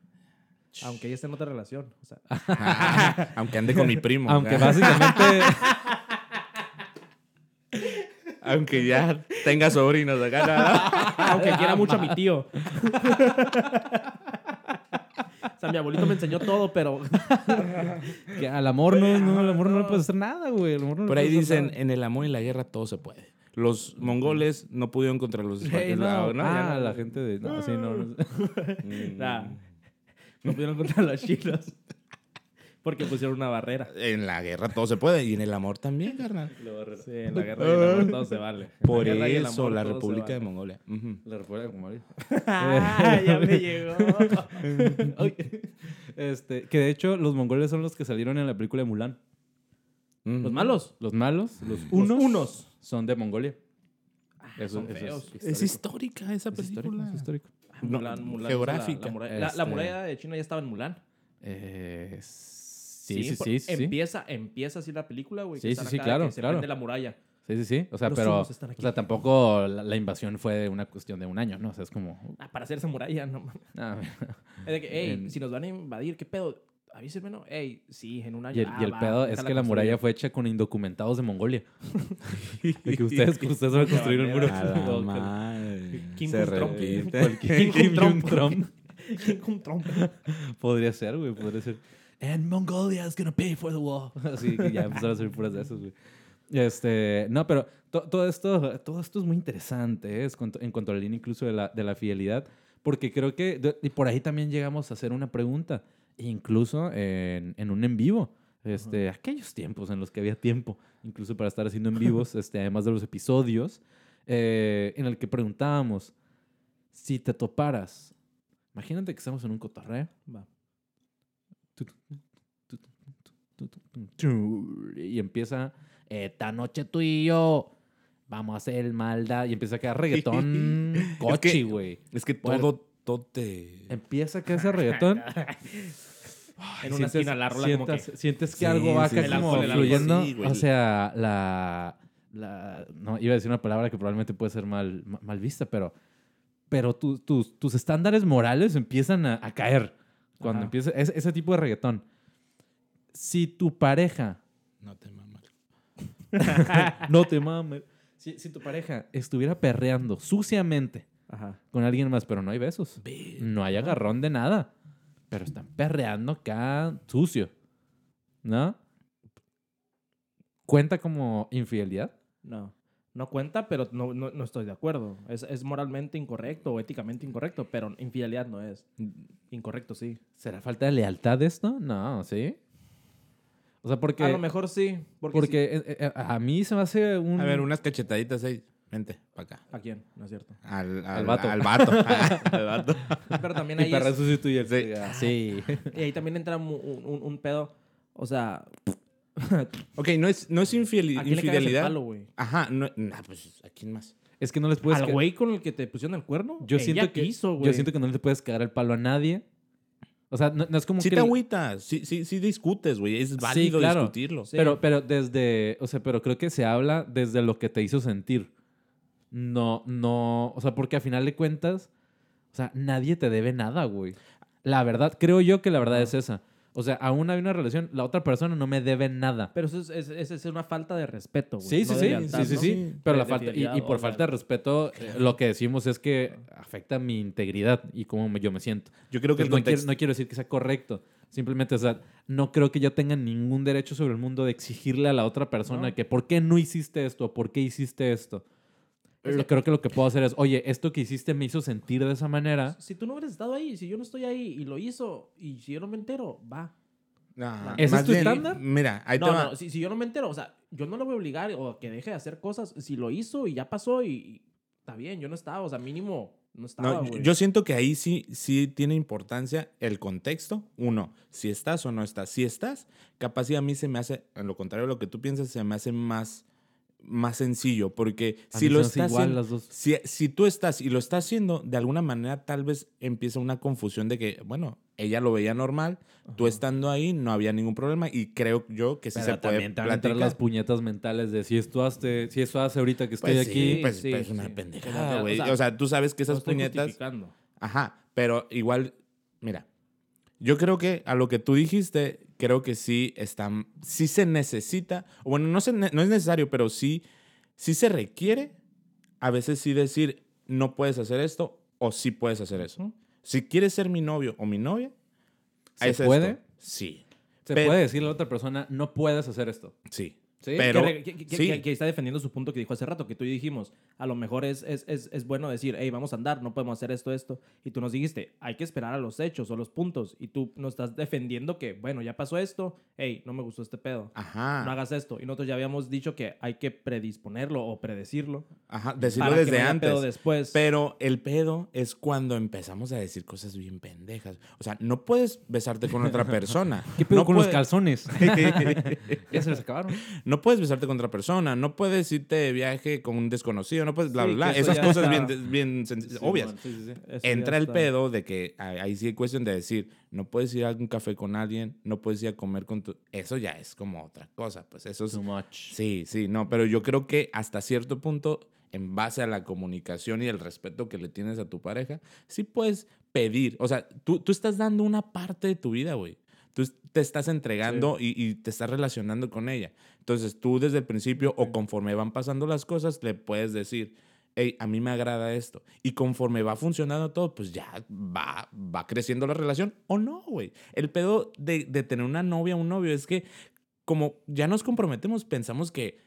Speaker 2: Aunque ella esté en otra relación. O sea,
Speaker 3: Ah, aunque ande con mi primo.
Speaker 1: Aunque
Speaker 3: ¿verdad?
Speaker 1: básicamente.
Speaker 3: Aunque ya tenga sobrinos acá. nada.
Speaker 2: aunque quiera mucho a mi tío. o sea, mi abuelito me enseñó todo, pero.
Speaker 1: que al amor no, no, al amor no le puedes hacer nada, güey. al amor no le
Speaker 3: Por ahí
Speaker 1: puedes hacer
Speaker 3: dicen, en el amor y la guerra todo se puede. Los mongoles no pudieron contra los
Speaker 1: nada. Ey,
Speaker 3: españoles.
Speaker 1: no,
Speaker 3: ¿no?
Speaker 1: ah,
Speaker 3: Ya no.
Speaker 1: la gente de. No, sí, no. no.
Speaker 3: Mm.
Speaker 2: nah, no pudieron contra las chilas. Porque pusieron una barrera.
Speaker 3: En la guerra todo se puede y en el amor también, carnal.
Speaker 2: Sí, en la guerra y el amor todo se vale.
Speaker 3: Por
Speaker 2: En la guerra y el
Speaker 3: eso
Speaker 2: amor
Speaker 3: la
Speaker 2: todo se
Speaker 3: República
Speaker 2: vale.
Speaker 3: de Mongolia. Ujú.
Speaker 1: La refuerza como ahorita.
Speaker 2: Ah, ya me llegó. Pues
Speaker 1: Este, que de hecho, los mongoles son los que salieron en la película de Mulan.
Speaker 3: Ujú.
Speaker 2: Los malos.
Speaker 1: Los malos, los
Speaker 2: Los
Speaker 1: unos,
Speaker 2: unos.
Speaker 1: son de Mongolia. Eso,
Speaker 2: Ah, son feos.
Speaker 1: es.
Speaker 3: Es histórica esa
Speaker 1: Es histórico,
Speaker 3: película.
Speaker 1: es histórico.
Speaker 3: No,
Speaker 2: Mulan, Mulan, o sea,
Speaker 3: geográfica.
Speaker 2: La, la muralla, la- la
Speaker 1: Este-
Speaker 2: muralla de China ya estaba en Mulan.
Speaker 1: Eh, sí, sí, sí.
Speaker 2: por-
Speaker 1: Sí, sí, sí.
Speaker 2: Empieza, empieza así la película, güey.
Speaker 1: Sí,
Speaker 2: que
Speaker 1: sí,
Speaker 2: están
Speaker 1: sí,
Speaker 2: acá,
Speaker 1: claro,
Speaker 2: que se
Speaker 1: claro.
Speaker 2: prende la muralla.
Speaker 1: Sí, sí, sí. O sea,
Speaker 2: Los
Speaker 1: pero. O
Speaker 2: humos están aquí.
Speaker 1: sea, tampoco la, la invasión fue una cuestión de un año, ¿no? O sea, es como.
Speaker 2: Ah, para hacer esa muralla, no mames.
Speaker 1: ah,
Speaker 2: Es de que, hey,
Speaker 1: En-
Speaker 2: si nos van a invadir, ¿qué pedo? Avísenme, ¿no? Ey, sí, en un año.
Speaker 1: Y el, y
Speaker 2: Ah,
Speaker 1: el
Speaker 2: va,
Speaker 1: pedo es
Speaker 2: déjala
Speaker 1: que la
Speaker 2: construir.
Speaker 1: muralla fue hecha con indocumentados de Mongolia. De que ustedes, ustedes van a construir el muro.
Speaker 3: A la
Speaker 1: O que-
Speaker 3: madre.
Speaker 2: King
Speaker 3: Se
Speaker 2: Kong Trump.
Speaker 3: repite.
Speaker 1: Cualquier
Speaker 2: Kim
Speaker 1: Kim
Speaker 2: Trump.
Speaker 1: Jong-Trump.
Speaker 2: King Kong Trump.
Speaker 1: Podría ser, güey, podría ser. And Mongolia is gonna pay for the wall. Así que ya empezaron a salir puras de esas, güey. Este, no, pero to- todo, esto, todo esto es muy interesante ¿eh? Es cuanto- en cuanto a la línea incluso de la, de la fidelidad, porque creo que, de- y por ahí también llegamos a hacer una pregunta, incluso en, en un en vivo, este, aquellos tiempos en los que había tiempo, incluso para estar haciendo en vivos, este, además de los episodios, eh, en el que preguntábamos, si te toparas, imagínate que estamos en un cotorreo,
Speaker 2: Va.
Speaker 1: y empieza esta noche tú y yo vamos a hacer maldad y empieza a quedar reggaetón cochi,
Speaker 3: que-
Speaker 1: güey.
Speaker 3: Es que
Speaker 1: Fuerte.
Speaker 3: todo, todo te...
Speaker 1: Empieza a caer ese reggaetón.
Speaker 2: En una esquina, la rola como
Speaker 1: sientas, sientes que
Speaker 3: Sí,
Speaker 1: algo va
Speaker 3: sí,
Speaker 1: acá
Speaker 2: sí,
Speaker 1: como
Speaker 2: sí. El alcohol, el alcohol,
Speaker 1: fluyendo.
Speaker 3: sí, güey.
Speaker 1: o sea, la, la- No, iba a decir una palabra que probablemente puede ser mal, ma- mal vista, pero... Pero tu- tus, tus estándares morales empiezan a, a caer cuando
Speaker 2: Ajá.
Speaker 1: empieza es- ese tipo de reggaetón. Si tu pareja
Speaker 3: No te mamas.
Speaker 1: no te mames. Si, si tu pareja estuviera perreando suciamente
Speaker 2: Ajá.
Speaker 1: con alguien más, pero no hay besos, no hay agarrón de nada, pero están perreando acá sucio, ¿no? ¿Cuenta como infidelidad?
Speaker 2: No. No cuenta, pero no, no, no estoy de acuerdo. Es, es moralmente incorrecto o éticamente incorrecto, pero infidelidad no es. Incorrecto, sí.
Speaker 1: Mm. ¿Será falta de lealtad esto? No, ¿sí? O sea, porque,
Speaker 2: A lo mejor sí. Porque,
Speaker 1: porque eh, eh, a mí se me hace un...
Speaker 3: A ver, unas cachetaditas ahí. Vente, para acá.
Speaker 2: sí- ¿A quién? No es cierto.
Speaker 3: Al, al,
Speaker 1: vato.
Speaker 3: Al vato. al vato.
Speaker 2: Pero también
Speaker 1: Y
Speaker 2: ahí,
Speaker 1: para
Speaker 2: es- "Ah,
Speaker 1: sustituir.
Speaker 3: Sí.
Speaker 1: Sí.
Speaker 2: y ahí también entra mu- un, un- un pedo. O sea, ¿a
Speaker 3: Ok, no es, no es infiel-
Speaker 2: quién le cagas el
Speaker 3: infidelidad.
Speaker 2: palo, güey?
Speaker 3: Ajá, no, nah, pues, ¿a quién más?
Speaker 1: Es Pues que no les puedes...
Speaker 2: ¿Al
Speaker 1: ca-
Speaker 2: güey con el que te pusieron el cuerno?
Speaker 1: Yo
Speaker 2: Ella
Speaker 1: siento, que,
Speaker 2: quiso,
Speaker 1: yo
Speaker 2: güey.
Speaker 1: siento que no le puedes cagar el palo a nadie. O sea, no, no es como
Speaker 3: Sí
Speaker 1: que...
Speaker 3: te
Speaker 1: el-
Speaker 3: agüitas, sí, sí, sí discutes, güey. Es válido
Speaker 1: claro.
Speaker 3: discutirlo.
Speaker 2: Sí.
Speaker 1: Pero, pero desde... O sea, pero creo que se habla desde lo que te hizo sentir. No, no... O sea, porque a final de cuentas... O sea, nadie te debe nada, güey. La verdad, creo yo que la verdad es esa. O sea, aún hay una relación, la otra persona no me debe nada.
Speaker 2: Pero eso es, es- es- es una falta de respeto, güey.
Speaker 1: Sí, sí,
Speaker 2: no de
Speaker 1: sí,
Speaker 2: lealtad,
Speaker 1: sí, sí,
Speaker 2: ¿no?
Speaker 1: sí. Pero
Speaker 2: De-
Speaker 1: la
Speaker 2: de
Speaker 1: falta, y- y,
Speaker 2: fidelidad,
Speaker 1: por
Speaker 2: o
Speaker 1: falta de
Speaker 2: sea-
Speaker 1: respeto, eh, lo que decimos es que afecta mi integridad y cómo me- yo me siento.
Speaker 3: Yo creo que
Speaker 1: Entonces, no,
Speaker 3: el
Speaker 1: quiero,
Speaker 3: contexto...
Speaker 1: no quiero decir que sea correcto. Simplemente, o sea, no creo que yo tenga ningún derecho sobre el mundo de exigirle a la otra persona
Speaker 2: No.
Speaker 1: que por qué no hiciste esto o por qué hiciste esto.
Speaker 2: Es
Speaker 1: Lo-
Speaker 3: Eh,
Speaker 2: que-
Speaker 1: creo que lo que puedo hacer es, oye, esto que hiciste me hizo sentir de esa manera.
Speaker 2: Si tú no hubieras estado ahí, si yo no estoy ahí y lo hizo y si yo no me entero, va.
Speaker 3: Nah,
Speaker 1: ¿Ese es
Speaker 3: más
Speaker 1: tu
Speaker 3: bien,
Speaker 1: estándar?
Speaker 3: Mira, ahí te
Speaker 2: no,
Speaker 3: va.
Speaker 2: no, si, si yo no me entero, o sea, yo no lo voy a obligar o que deje de hacer cosas. Si lo hizo y ya pasó y, y está bien, yo no estaba, o sea, mínimo no
Speaker 3: No,
Speaker 2: estaba,
Speaker 3: yo-
Speaker 2: güey.
Speaker 3: yo siento que ahí sí, sí tiene importancia el contexto. Uno, si estás o no estás. Si estás, capaz sí a mí se me hace, a lo contrario de lo que tú piensas, se me hace más, más sencillo. Porque
Speaker 1: A
Speaker 3: si
Speaker 1: mí se me
Speaker 3: lo
Speaker 1: hace
Speaker 3: estás
Speaker 1: igual
Speaker 3: haciendo-
Speaker 1: las dos.
Speaker 3: si, si tú estás y lo estás haciendo, de alguna manera tal vez empieza una confusión de que, bueno, ella lo veía normal, tú estando ahí no había ningún problema y creo yo que sí
Speaker 1: Pero
Speaker 3: se puede
Speaker 1: también te van a entrar
Speaker 3: platicar.
Speaker 1: las puñetas mentales de si esto hace, si esto hace ahorita que estoy
Speaker 3: Pues
Speaker 1: aquí.
Speaker 3: sí, pues,
Speaker 2: sí,
Speaker 3: pues, es una
Speaker 2: sí.
Speaker 3: pendejada,
Speaker 2: O
Speaker 3: güey.
Speaker 2: sea,
Speaker 3: o sea, tú sabes que
Speaker 2: No
Speaker 3: esas
Speaker 2: estoy
Speaker 3: puñetas...
Speaker 2: justificando.
Speaker 3: Ajá, pero igual, mira, yo creo que a lo que tú dijiste, creo que sí está, sí se necesita, o bueno, no, se ne- no es necesario, pero sí, sí se requiere a veces sí decir, no puedes hacer esto o sí puedes hacer eso. Si quieres ser mi novio o mi novia,
Speaker 1: ¿Se
Speaker 3: es esto.
Speaker 1: puede?
Speaker 3: Sí,
Speaker 1: Se
Speaker 3: Pero-
Speaker 1: puede decirle a la otra persona, no puedes hacer esto.
Speaker 3: sí.
Speaker 1: Sí,
Speaker 3: Pero,
Speaker 2: que, que- que-
Speaker 3: sí.
Speaker 2: que- que está defendiendo su punto que dijo hace rato, que tú y yo dijimos, a lo mejor es, es, es, es bueno decir, hey, vamos a andar, no podemos hacer esto, esto. Y tú nos dijiste, hay que esperar a los hechos o los puntos. Y tú nos estás defendiendo que, bueno, ya pasó esto, hey, no me gustó este pedo.
Speaker 3: Ajá,
Speaker 2: No hagas esto. Y nosotros ya habíamos dicho que hay que predisponerlo o predecirlo.
Speaker 3: ajá, decirlo
Speaker 2: para que
Speaker 3: desde
Speaker 2: no haya
Speaker 3: antes.
Speaker 2: pedo después.
Speaker 3: Pero el pedo es cuando empezamos a decir cosas bien pendejas. O sea, no puedes besarte con otra persona.
Speaker 1: ¿Qué pedo
Speaker 3: no
Speaker 1: con los
Speaker 3: puede-
Speaker 1: calzones?
Speaker 3: Sí.
Speaker 1: ya se les acabaron.
Speaker 3: no puedes besarte con otra persona, no puedes irte de viaje con un desconocido, no puedes, bla,
Speaker 2: Sí,
Speaker 3: bla, bla.
Speaker 2: que eso ya
Speaker 3: Esas cosas bien,
Speaker 2: está-
Speaker 3: bien sen- obvias.
Speaker 1: Sí, sí, sí.
Speaker 2: Eso ya
Speaker 3: Entra el
Speaker 2: está.
Speaker 3: pedo de que ahí ahí sí hay cuestión de decir, no puedes ir a un café con alguien, no puedes ir a comer con tu... Eso ya es como otra cosa, pues eso es...
Speaker 1: Too much.
Speaker 3: Sí, sí, no, pero yo creo que hasta cierto punto, en base a la comunicación y el respeto que le tienes a tu pareja, sí puedes pedir. O sea, tú, tú estás dando una parte de tu vida, güey. Tú es- te estás entregando y, y te estás relacionando con ella. Entonces tú desde el principio o conforme van pasando las cosas, le puedes decir, hey, a mí me agrada esto. Y conforme va funcionando todo, pues ya va, va creciendo la relación o no, güey. El pedo de, de tener una novia, un novio, es que como ya nos comprometemos, pensamos que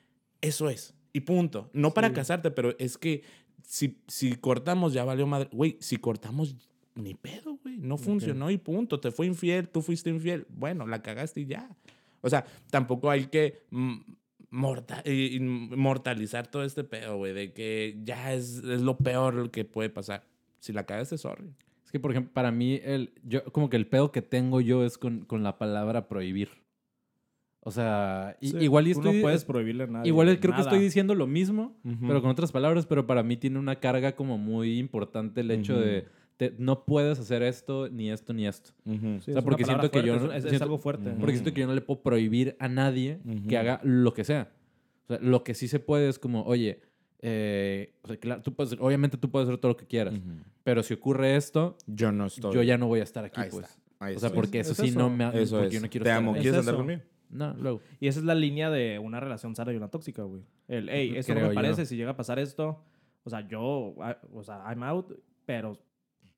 Speaker 3: Eso es. Y punto. No para casarte, pero es que si, si cortamos ya valió madre. Güey, si cortamos, ni pedo, güey. No funcionó y punto. Te fue infiel, tú fuiste infiel. Bueno, la cagaste y ya. O sea, tampoco hay que mm, morta- eh, inmortalizar todo este pedo, güey, de que ya es, es lo peor que puede pasar. Si la cagaste, sorry.
Speaker 1: Es que, por ejemplo, para mí, el, yo, como que el pedo que tengo yo es con, con la palabra prohibir. O sea, i- igual y
Speaker 2: Tú no
Speaker 1: estoy-
Speaker 2: puedes prohibirle nada.
Speaker 1: Igual creo que estoy diciendo lo mismo, pero con otras palabras, pero para mí tiene una carga como muy importante el hecho
Speaker 3: Ujú.
Speaker 1: de te- no puedes hacer esto, ni esto, ni esto.
Speaker 2: Sí,
Speaker 1: o sea,
Speaker 2: es una
Speaker 1: porque
Speaker 2: palabra
Speaker 1: siento que yo
Speaker 2: fuerte,
Speaker 1: no-
Speaker 2: Es, es
Speaker 1: siento-
Speaker 2: algo fuerte.
Speaker 1: Porque siento que yo no le puedo prohibir a nadie
Speaker 3: Ujú.
Speaker 1: que haga lo que sea. O sea, lo que sí se puede es como, oye, eh, o sea, claro, tú puedes- obviamente tú puedes hacer todo lo que quieras, pero si ocurre esto,
Speaker 3: Yo no estoy.
Speaker 1: yo ya no voy a estar aquí,
Speaker 3: Ahí
Speaker 1: pues.
Speaker 3: está. Ahí
Speaker 1: O sea,
Speaker 3: está.
Speaker 1: porque eso,
Speaker 2: Es
Speaker 1: sí
Speaker 2: eso.
Speaker 1: no me... ha-
Speaker 3: Eso
Speaker 1: porque
Speaker 3: es.
Speaker 1: yo no quiero
Speaker 3: Te
Speaker 1: estar
Speaker 3: amo.
Speaker 1: ahí.
Speaker 3: ¿Quieres
Speaker 2: Es
Speaker 3: andar
Speaker 2: eso.
Speaker 3: conmigo?
Speaker 1: No, luego.
Speaker 2: Y esa es la línea de una relación sana y una tóxica, güey. El, hey, esto no
Speaker 1: Creo
Speaker 2: me
Speaker 1: yo.
Speaker 2: parece, si llega a pasar esto, o sea, yo, ah, o sea, I'm out, pero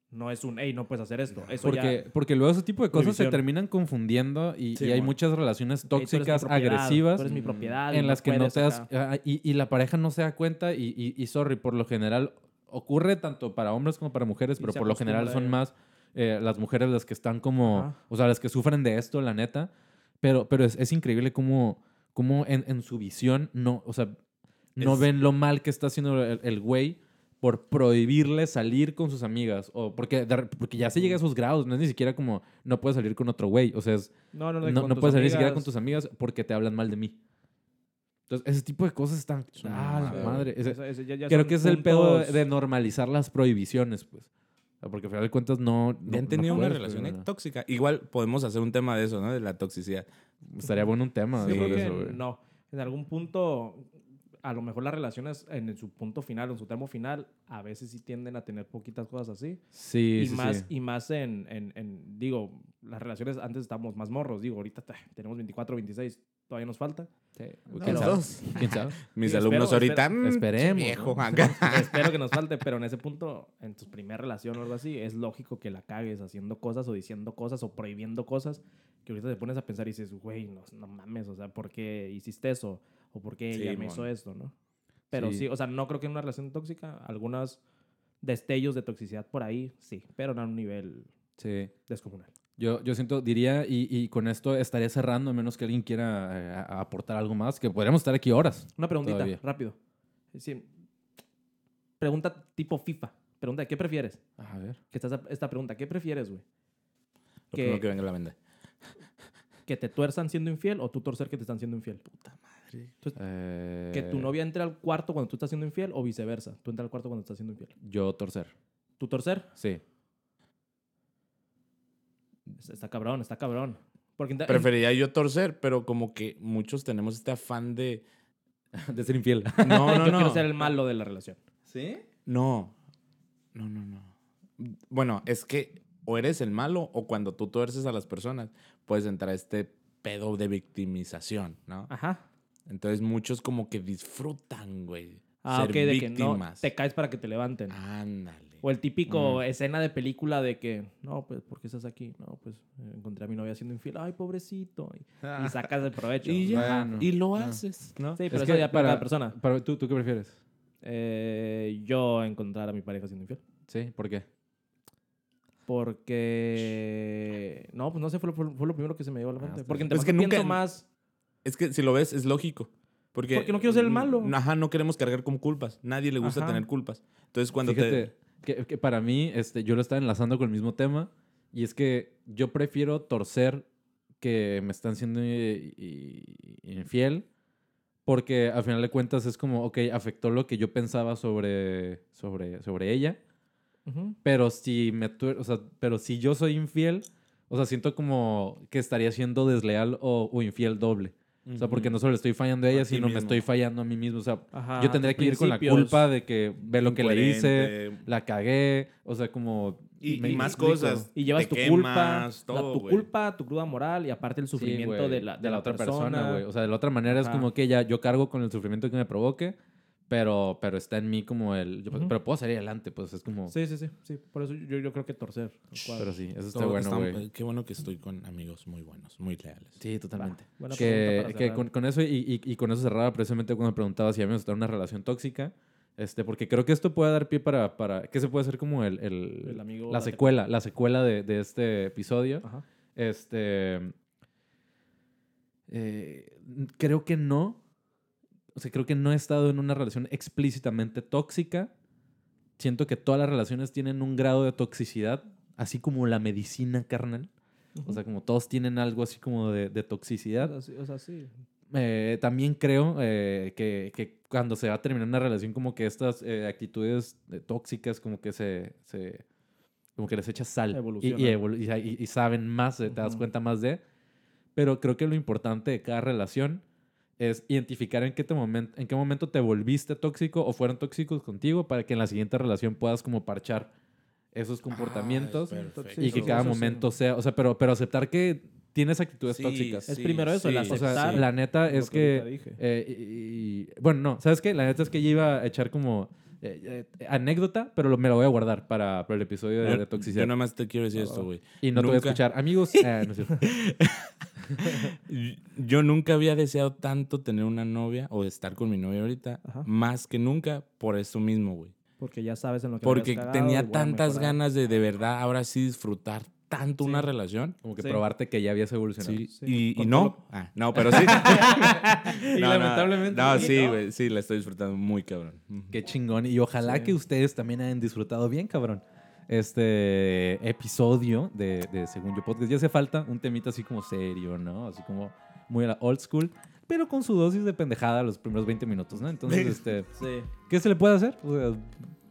Speaker 2: no es un, hey, no puedes hacer esto. Eso
Speaker 3: Pues
Speaker 1: Porque,
Speaker 2: ya...
Speaker 1: porque luego ese tipo de cosas se
Speaker 2: Prohibición.
Speaker 1: terminan confundiendo y,
Speaker 3: Sí,
Speaker 1: y hay
Speaker 3: mon.
Speaker 1: muchas relaciones
Speaker 2: "Ey, tú eres mi
Speaker 1: tóxicas,
Speaker 2: propiedad, Tú
Speaker 1: agresivas, mm,
Speaker 2: eres mi propiedad. y
Speaker 1: en
Speaker 2: no
Speaker 1: las que no
Speaker 2: puedes
Speaker 1: te das...
Speaker 2: acá".
Speaker 1: ah, Y, y la pareja no se da cuenta y, y, y sorry, por lo general ocurre tanto para hombres como para mujeres,
Speaker 2: Y
Speaker 1: pero
Speaker 2: se
Speaker 1: por lo general
Speaker 2: acostumbra
Speaker 1: son
Speaker 2: ya.
Speaker 1: más eh, las mujeres las que están como...
Speaker 2: Ajá.
Speaker 1: O sea, las que sufren de esto, la neta. Pero, pero es, es increíble cómo, cómo en, en su visión no... O sea, no
Speaker 3: Es-
Speaker 1: ven lo mal que está haciendo el- el güey por prohibirle salir con sus amigas o porque, de re- porque ya se llega a esos grados, no es ni siquiera como no puedes salir con otro güey, o sea, es-
Speaker 2: No, no,
Speaker 1: no,
Speaker 2: no.
Speaker 1: no
Speaker 2: con tus
Speaker 1: puedes salir ni siquiera con
Speaker 2: amigas.
Speaker 1: tus amigas porque te hablan mal de mí. Entonces, ese tipo de cosas están...
Speaker 3: Es una
Speaker 1: Ah, la
Speaker 3: mamada,
Speaker 1: madre. Ese-
Speaker 2: Eso- eso ya- ya
Speaker 1: creo
Speaker 2: son
Speaker 1: que es el pedo de-
Speaker 2: puntos-
Speaker 1: de normalizar las prohibiciones, pues. O sea, Porque al final de cuentas no... no-
Speaker 3: Ya han
Speaker 1: no
Speaker 3: tenido una
Speaker 1: puedes,
Speaker 3: relación
Speaker 1: pero no.
Speaker 3: tóxica. Igual podemos hacer un tema de eso, ¿no? De la toxicidad.
Speaker 1: Estaría bueno un tema.
Speaker 2: Sí,
Speaker 1: sobre
Speaker 2: porque
Speaker 1: eso, güey.
Speaker 2: no. En algún punto, a lo mejor las relaciones en su punto final, en su termo final, a veces sí tienden a tener poquitas cosas así.
Speaker 1: Sí,
Speaker 2: y,
Speaker 1: sí,
Speaker 2: más,
Speaker 1: sí.
Speaker 2: y más en, en- en- digo, las relaciones antes estábamos más morros, digo, ahorita ta- tenemos 24, 26, todavía nos falta.
Speaker 1: ¿Quién
Speaker 3: Los
Speaker 1: sabe?
Speaker 3: dos.
Speaker 1: ¿Quién sabe?
Speaker 3: Mis
Speaker 2: Sí,
Speaker 3: alumnos
Speaker 2: espero-
Speaker 3: ahorita.
Speaker 1: espero-
Speaker 3: mm,
Speaker 1: esperemos,
Speaker 3: Viejo,
Speaker 1: ¿no?
Speaker 3: acá.
Speaker 2: Espero que nos falte, pero en ese punto, en tu primera relación o algo así, es lógico que la cagues haciendo cosas o diciendo cosas o prohibiendo cosas que ahorita te pones a pensar y dices, güey, no, no mames, o sea, ¿por qué hiciste eso? ¿O por qué
Speaker 3: Sí,
Speaker 2: ella me
Speaker 3: mon.
Speaker 2: hizo esto, no? Pero
Speaker 1: Sí.
Speaker 2: sí. o sea, no creo que en una relación tóxica, algunos destellos de toxicidad por ahí, sí, pero no a un nivel
Speaker 1: Sí.
Speaker 2: descomunal.
Speaker 1: Yo, yo siento, diría, y, y con esto estaría cerrando, a menos que alguien quiera eh, a- a aportar algo más, que podríamos estar aquí horas.
Speaker 2: Una preguntita,
Speaker 1: Todavía.
Speaker 2: rápido. Eh, Sí. Pregunta tipo FIFA. Pregunta, ¿qué prefieres?
Speaker 1: A ver.
Speaker 2: Que esta, esta pregunta, ¿qué prefieres, güey?
Speaker 3: Lo primero que venga a la mente.
Speaker 2: ¿Que te tuerzan siendo infiel o tú torcer que te están siendo infiel?
Speaker 1: Eh,
Speaker 2: ¿Que tu novia entre al cuarto cuando tú estás siendo infiel o viceversa? Tú entras al cuarto cuando estás siendo infiel.
Speaker 1: Yo torcer.
Speaker 2: ¿Tú torcer?
Speaker 1: Sí.
Speaker 2: Es- Está cabrón, está cabrón. Porque enta-
Speaker 3: Preferiría yo torcer, pero como que muchos tenemos este afán de.
Speaker 1: De ser infiel.
Speaker 3: No, no,
Speaker 2: yo quiero
Speaker 3: no.
Speaker 2: ser el malo de la relación.
Speaker 1: ¿Sí?
Speaker 3: No. No, no, no. Bueno, es que o eres el malo o cuando tú tuerces a las personas, puedes entrar a este pedo de victimización, ¿no?
Speaker 2: Ajá.
Speaker 3: Entonces muchos como que disfrutan, güey.
Speaker 2: Ah,
Speaker 3: ser
Speaker 2: ok, de que no
Speaker 3: víctimas.
Speaker 2: te caes para que te levanten.
Speaker 3: Ándale.
Speaker 2: O el típico escena de película de que, no, pues, ¿por qué estás aquí? No, pues, eh, encontré a mi novia siendo infiel. Ay, pobrecito. Y, y sacas el provecho.
Speaker 3: Y ya,
Speaker 1: Bueno.
Speaker 3: y lo
Speaker 1: Ah.
Speaker 3: haces, ¿no?
Speaker 2: Sí, pero eso ya para cada persona.
Speaker 1: Para, ¿tú, ¿Tú qué prefieres?
Speaker 2: Eh, yo encontrar a mi pareja siendo infiel.
Speaker 1: Sí, ¿por qué?
Speaker 2: Porque... No, pues no sé, fue lo, fue lo primero que se me llegó a la
Speaker 1: Ah,
Speaker 2: mente.
Speaker 1: está
Speaker 2: Porque
Speaker 1: bien.
Speaker 2: entre
Speaker 3: Es
Speaker 2: más
Speaker 3: que
Speaker 2: que
Speaker 3: nunca-
Speaker 2: pienso más...
Speaker 3: Es que si lo ves, es lógico. Porque,
Speaker 2: Porque no quiero ser el malo.
Speaker 3: Ajá, no queremos cargar con culpas. Nadie le gusta
Speaker 2: Ajá.
Speaker 3: tener culpas. Entonces cuando
Speaker 1: Fíjate
Speaker 3: te...
Speaker 1: que, que para mí, este, yo lo estaba enlazando con el mismo tema, y es que yo prefiero torcer que me están siendo i- i- infiel, porque al final de cuentas es como, ok, afectó lo que yo pensaba sobre, sobre, sobre ella,
Speaker 2: Ujú.
Speaker 1: pero si me tuer- o sea, pero si yo soy infiel, o sea, siento como que estaría siendo desleal o, o infiel doble. O sea, porque no solo le estoy fallando a
Speaker 3: A
Speaker 1: ella,
Speaker 3: ti
Speaker 1: sino me
Speaker 3: mismo.
Speaker 1: estoy fallando a mí mismo. O sea,
Speaker 2: Ajá,
Speaker 1: yo tendría
Speaker 2: tus
Speaker 1: que ir con la
Speaker 2: principios.
Speaker 1: culpa de que ve lo que le hice,
Speaker 3: Incoherente. pues,
Speaker 1: la cagué, o sea, como...
Speaker 3: Y-
Speaker 1: me-
Speaker 3: y
Speaker 1: me
Speaker 3: más
Speaker 1: explico.
Speaker 3: cosas.
Speaker 2: Y llevas
Speaker 3: Te
Speaker 2: tu culpa,
Speaker 3: quemas, todo,
Speaker 2: la- tu
Speaker 3: güey.
Speaker 2: culpa, tu cruda moral y aparte el
Speaker 1: Sí,
Speaker 2: sufrimiento
Speaker 1: güey,
Speaker 2: de la, de la
Speaker 1: otra persona, güey. O sea, de la otra manera es
Speaker 2: Ajá.
Speaker 1: como que ya yo cargo con el sufrimiento que me provoque, Pero, pero está en mí como el... yo-
Speaker 2: Ujú.
Speaker 1: Pero puedo salir adelante, pues es como...
Speaker 2: Sí, sí, sí, sí. Por eso yo, yo creo que torcer. el cuadro.
Speaker 1: Pero sí, eso está
Speaker 3: Todo-
Speaker 1: bueno,
Speaker 3: estamos-
Speaker 1: güey.
Speaker 3: eh, Qué bueno que estoy con amigos muy buenos, muy leales.
Speaker 1: Sí, totalmente.
Speaker 2: Va, buena pregunta
Speaker 1: que
Speaker 2: para
Speaker 1: que
Speaker 2: cerrar.
Speaker 1: con, con eso y, y- y con eso cerraba precisamente cuando me preguntaba si habíamos estado en una relación tóxica. Este, porque creo que esto puede dar pie para... para que se puede hacer como el... el-
Speaker 2: El amigo
Speaker 1: la
Speaker 2: date-
Speaker 1: secuela, la secuela de, de este episodio.
Speaker 2: Ajá.
Speaker 1: Este. eh, creo que no. O sea, creo que no he estado en una relación explícitamente tóxica. Siento que todas las relaciones tienen un grado de toxicidad, así como la medicina, carnal. O sea, como todos tienen algo así como de, de toxicidad.
Speaker 2: O sea, sí, o sea, sí.
Speaker 1: Eh, también creo eh, que, que cuando se va a terminar una relación, como que estas eh, actitudes eh, tóxicas, como que se, se- como que les echas sal. Y, y,
Speaker 2: Evolucionan.
Speaker 1: evolu- y sa- y- y saben más, eh, te das
Speaker 2: Ujú.
Speaker 1: cuenta más de. Pero creo que lo importante de cada relación es identificar en qué, te momen- en qué momento te volviste tóxico o fueron tóxicos contigo para que en la siguiente relación puedas como parchar esos comportamientos
Speaker 3: Ah, es perfecto.
Speaker 2: sí,
Speaker 1: y que
Speaker 2: eso-
Speaker 1: cada
Speaker 2: eso sí.
Speaker 1: momento sea, o sea, pero, pero aceptar que tienes actitudes
Speaker 3: Sí,
Speaker 1: tóxicas.
Speaker 2: Es primero eso, el
Speaker 1: O sea,
Speaker 2: aceptar.
Speaker 1: la neta
Speaker 2: Lo
Speaker 1: es
Speaker 2: que ahorita
Speaker 1: que...
Speaker 2: dije.
Speaker 1: eh, y- y- bueno, no, ¿sabes qué? La neta es que yo iba a echar como eh, eh, anécdota, pero lo- me la voy a guardar para, para el episodio de,
Speaker 3: Yo-
Speaker 1: de toxicidad.
Speaker 3: Yo nada más te quiero decir
Speaker 2: Va,
Speaker 3: esto,
Speaker 2: va.
Speaker 3: güey.
Speaker 1: y no te voy a
Speaker 3: nunca-
Speaker 1: escuchar. Amigos, eh, no es cierto.
Speaker 3: Yo nunca había deseado tanto tener una novia o estar con mi novia ahorita,
Speaker 2: Ajá.
Speaker 3: más que nunca por eso mismo, güey.
Speaker 2: Porque ya sabes en lo que
Speaker 3: Porque
Speaker 2: habías cagado y
Speaker 3: tenía
Speaker 2: voy a
Speaker 3: tantas
Speaker 2: mejorar.
Speaker 3: ganas de de verdad ahora sí disfrutar tanto una relación.
Speaker 1: Como que
Speaker 2: Sí.
Speaker 1: probarte que ya habías evolucionado.
Speaker 3: Sí,
Speaker 2: Sí,
Speaker 3: y- y,
Speaker 2: con todo
Speaker 3: no. Ah, no, pero sí.
Speaker 1: Y
Speaker 3: No, no,
Speaker 1: lamentablemente...
Speaker 3: No,
Speaker 1: sí.
Speaker 3: sí, güey. Sí, la estoy disfrutando muy cabrón. Ujú.
Speaker 1: Qué chingón. Y ojalá
Speaker 2: Sí.
Speaker 1: que ustedes también hayan disfrutado bien, cabrón. Este episodio de, de Según Yo Podcast. Ya hace falta un temita así como serio, ¿no? Así como muy a la old school, pero con su dosis de pendejada los primeros 20 minutos, ¿no? Entonces, este,
Speaker 2: Sí.
Speaker 1: ¿qué se le puede hacer? O sea,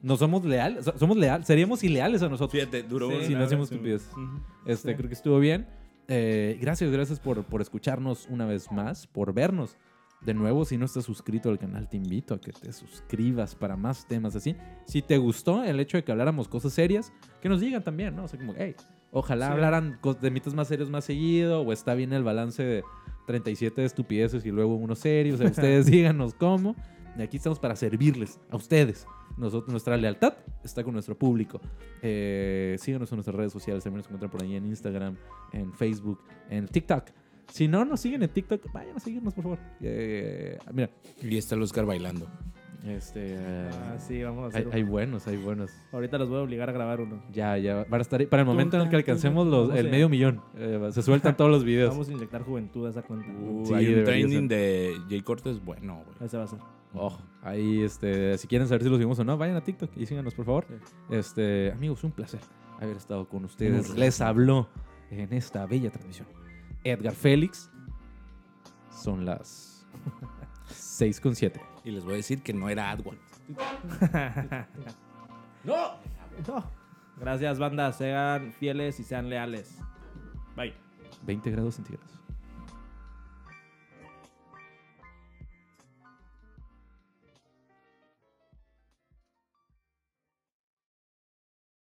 Speaker 1: no somos leales, so- somos leales, seríamos ileales a nosotros.
Speaker 3: Fíjate, duró
Speaker 2: Sí,
Speaker 3: una
Speaker 1: si no
Speaker 3: hora,
Speaker 1: hacemos
Speaker 3: sí.
Speaker 1: estupideces.
Speaker 3: Ujú.
Speaker 1: Este,
Speaker 2: Sí.
Speaker 1: creo que estuvo bien. Eh, gracias, gracias por, por escucharnos una vez más, por vernos. De nuevo, si no estás suscrito al canal, te invito a que te suscribas para más temas así. Si te gustó el hecho de que habláramos cosas serias, que nos digan también, ¿no? O sea, como, hey, ojalá
Speaker 2: Sí.
Speaker 1: hablaran co- de mitos más serios más seguido, o está bien el balance de 37 estupideces y luego uno serio. O sea, ustedes díganos cómo. Y aquí estamos para servirles a ustedes. Nosotros, nuestra lealtad está con nuestro público. Eh, síganos en nuestras redes sociales. También nos encuentran por ahí en Instagram, en Facebook, en TikTok. Si no nos siguen en TikTok, vayan a seguirnos, por favor. Eh, mira,
Speaker 3: Y está el Oscar bailando.
Speaker 1: este,
Speaker 2: Ah, sí, vamos a
Speaker 1: hay,
Speaker 2: hacer.
Speaker 1: hay buenos, hay buenos.
Speaker 2: Ahorita los voy a obligar a grabar uno.
Speaker 1: Ya, ya van a estar ahí. Para el momento en el que alcancemos
Speaker 2: Vamos
Speaker 1: los- el
Speaker 2: a-
Speaker 1: medio millón, eh, se sueltan todos los videos.
Speaker 2: Vamos a inyectar juventud a esa cuenta.
Speaker 3: Uh,
Speaker 1: Sí,
Speaker 3: hay un
Speaker 1: debería
Speaker 3: training de Jay Cortés bueno, güey.
Speaker 2: Ese va a ser.
Speaker 1: Ojo, ahí, este, si quieren saber si los vimos o no, vayan a TikTok y síganos, por favor. Este, amigos, un placer haber estado con ustedes.
Speaker 3: Muchas
Speaker 1: Les habló en esta bella transmisión Edgar Félix. Son las 6 con 7.
Speaker 3: Y les voy a decir que no era AdWords.
Speaker 2: No. Gracias, banda. Sean fieles y sean leales. Bye.
Speaker 1: 20 grados centígrados.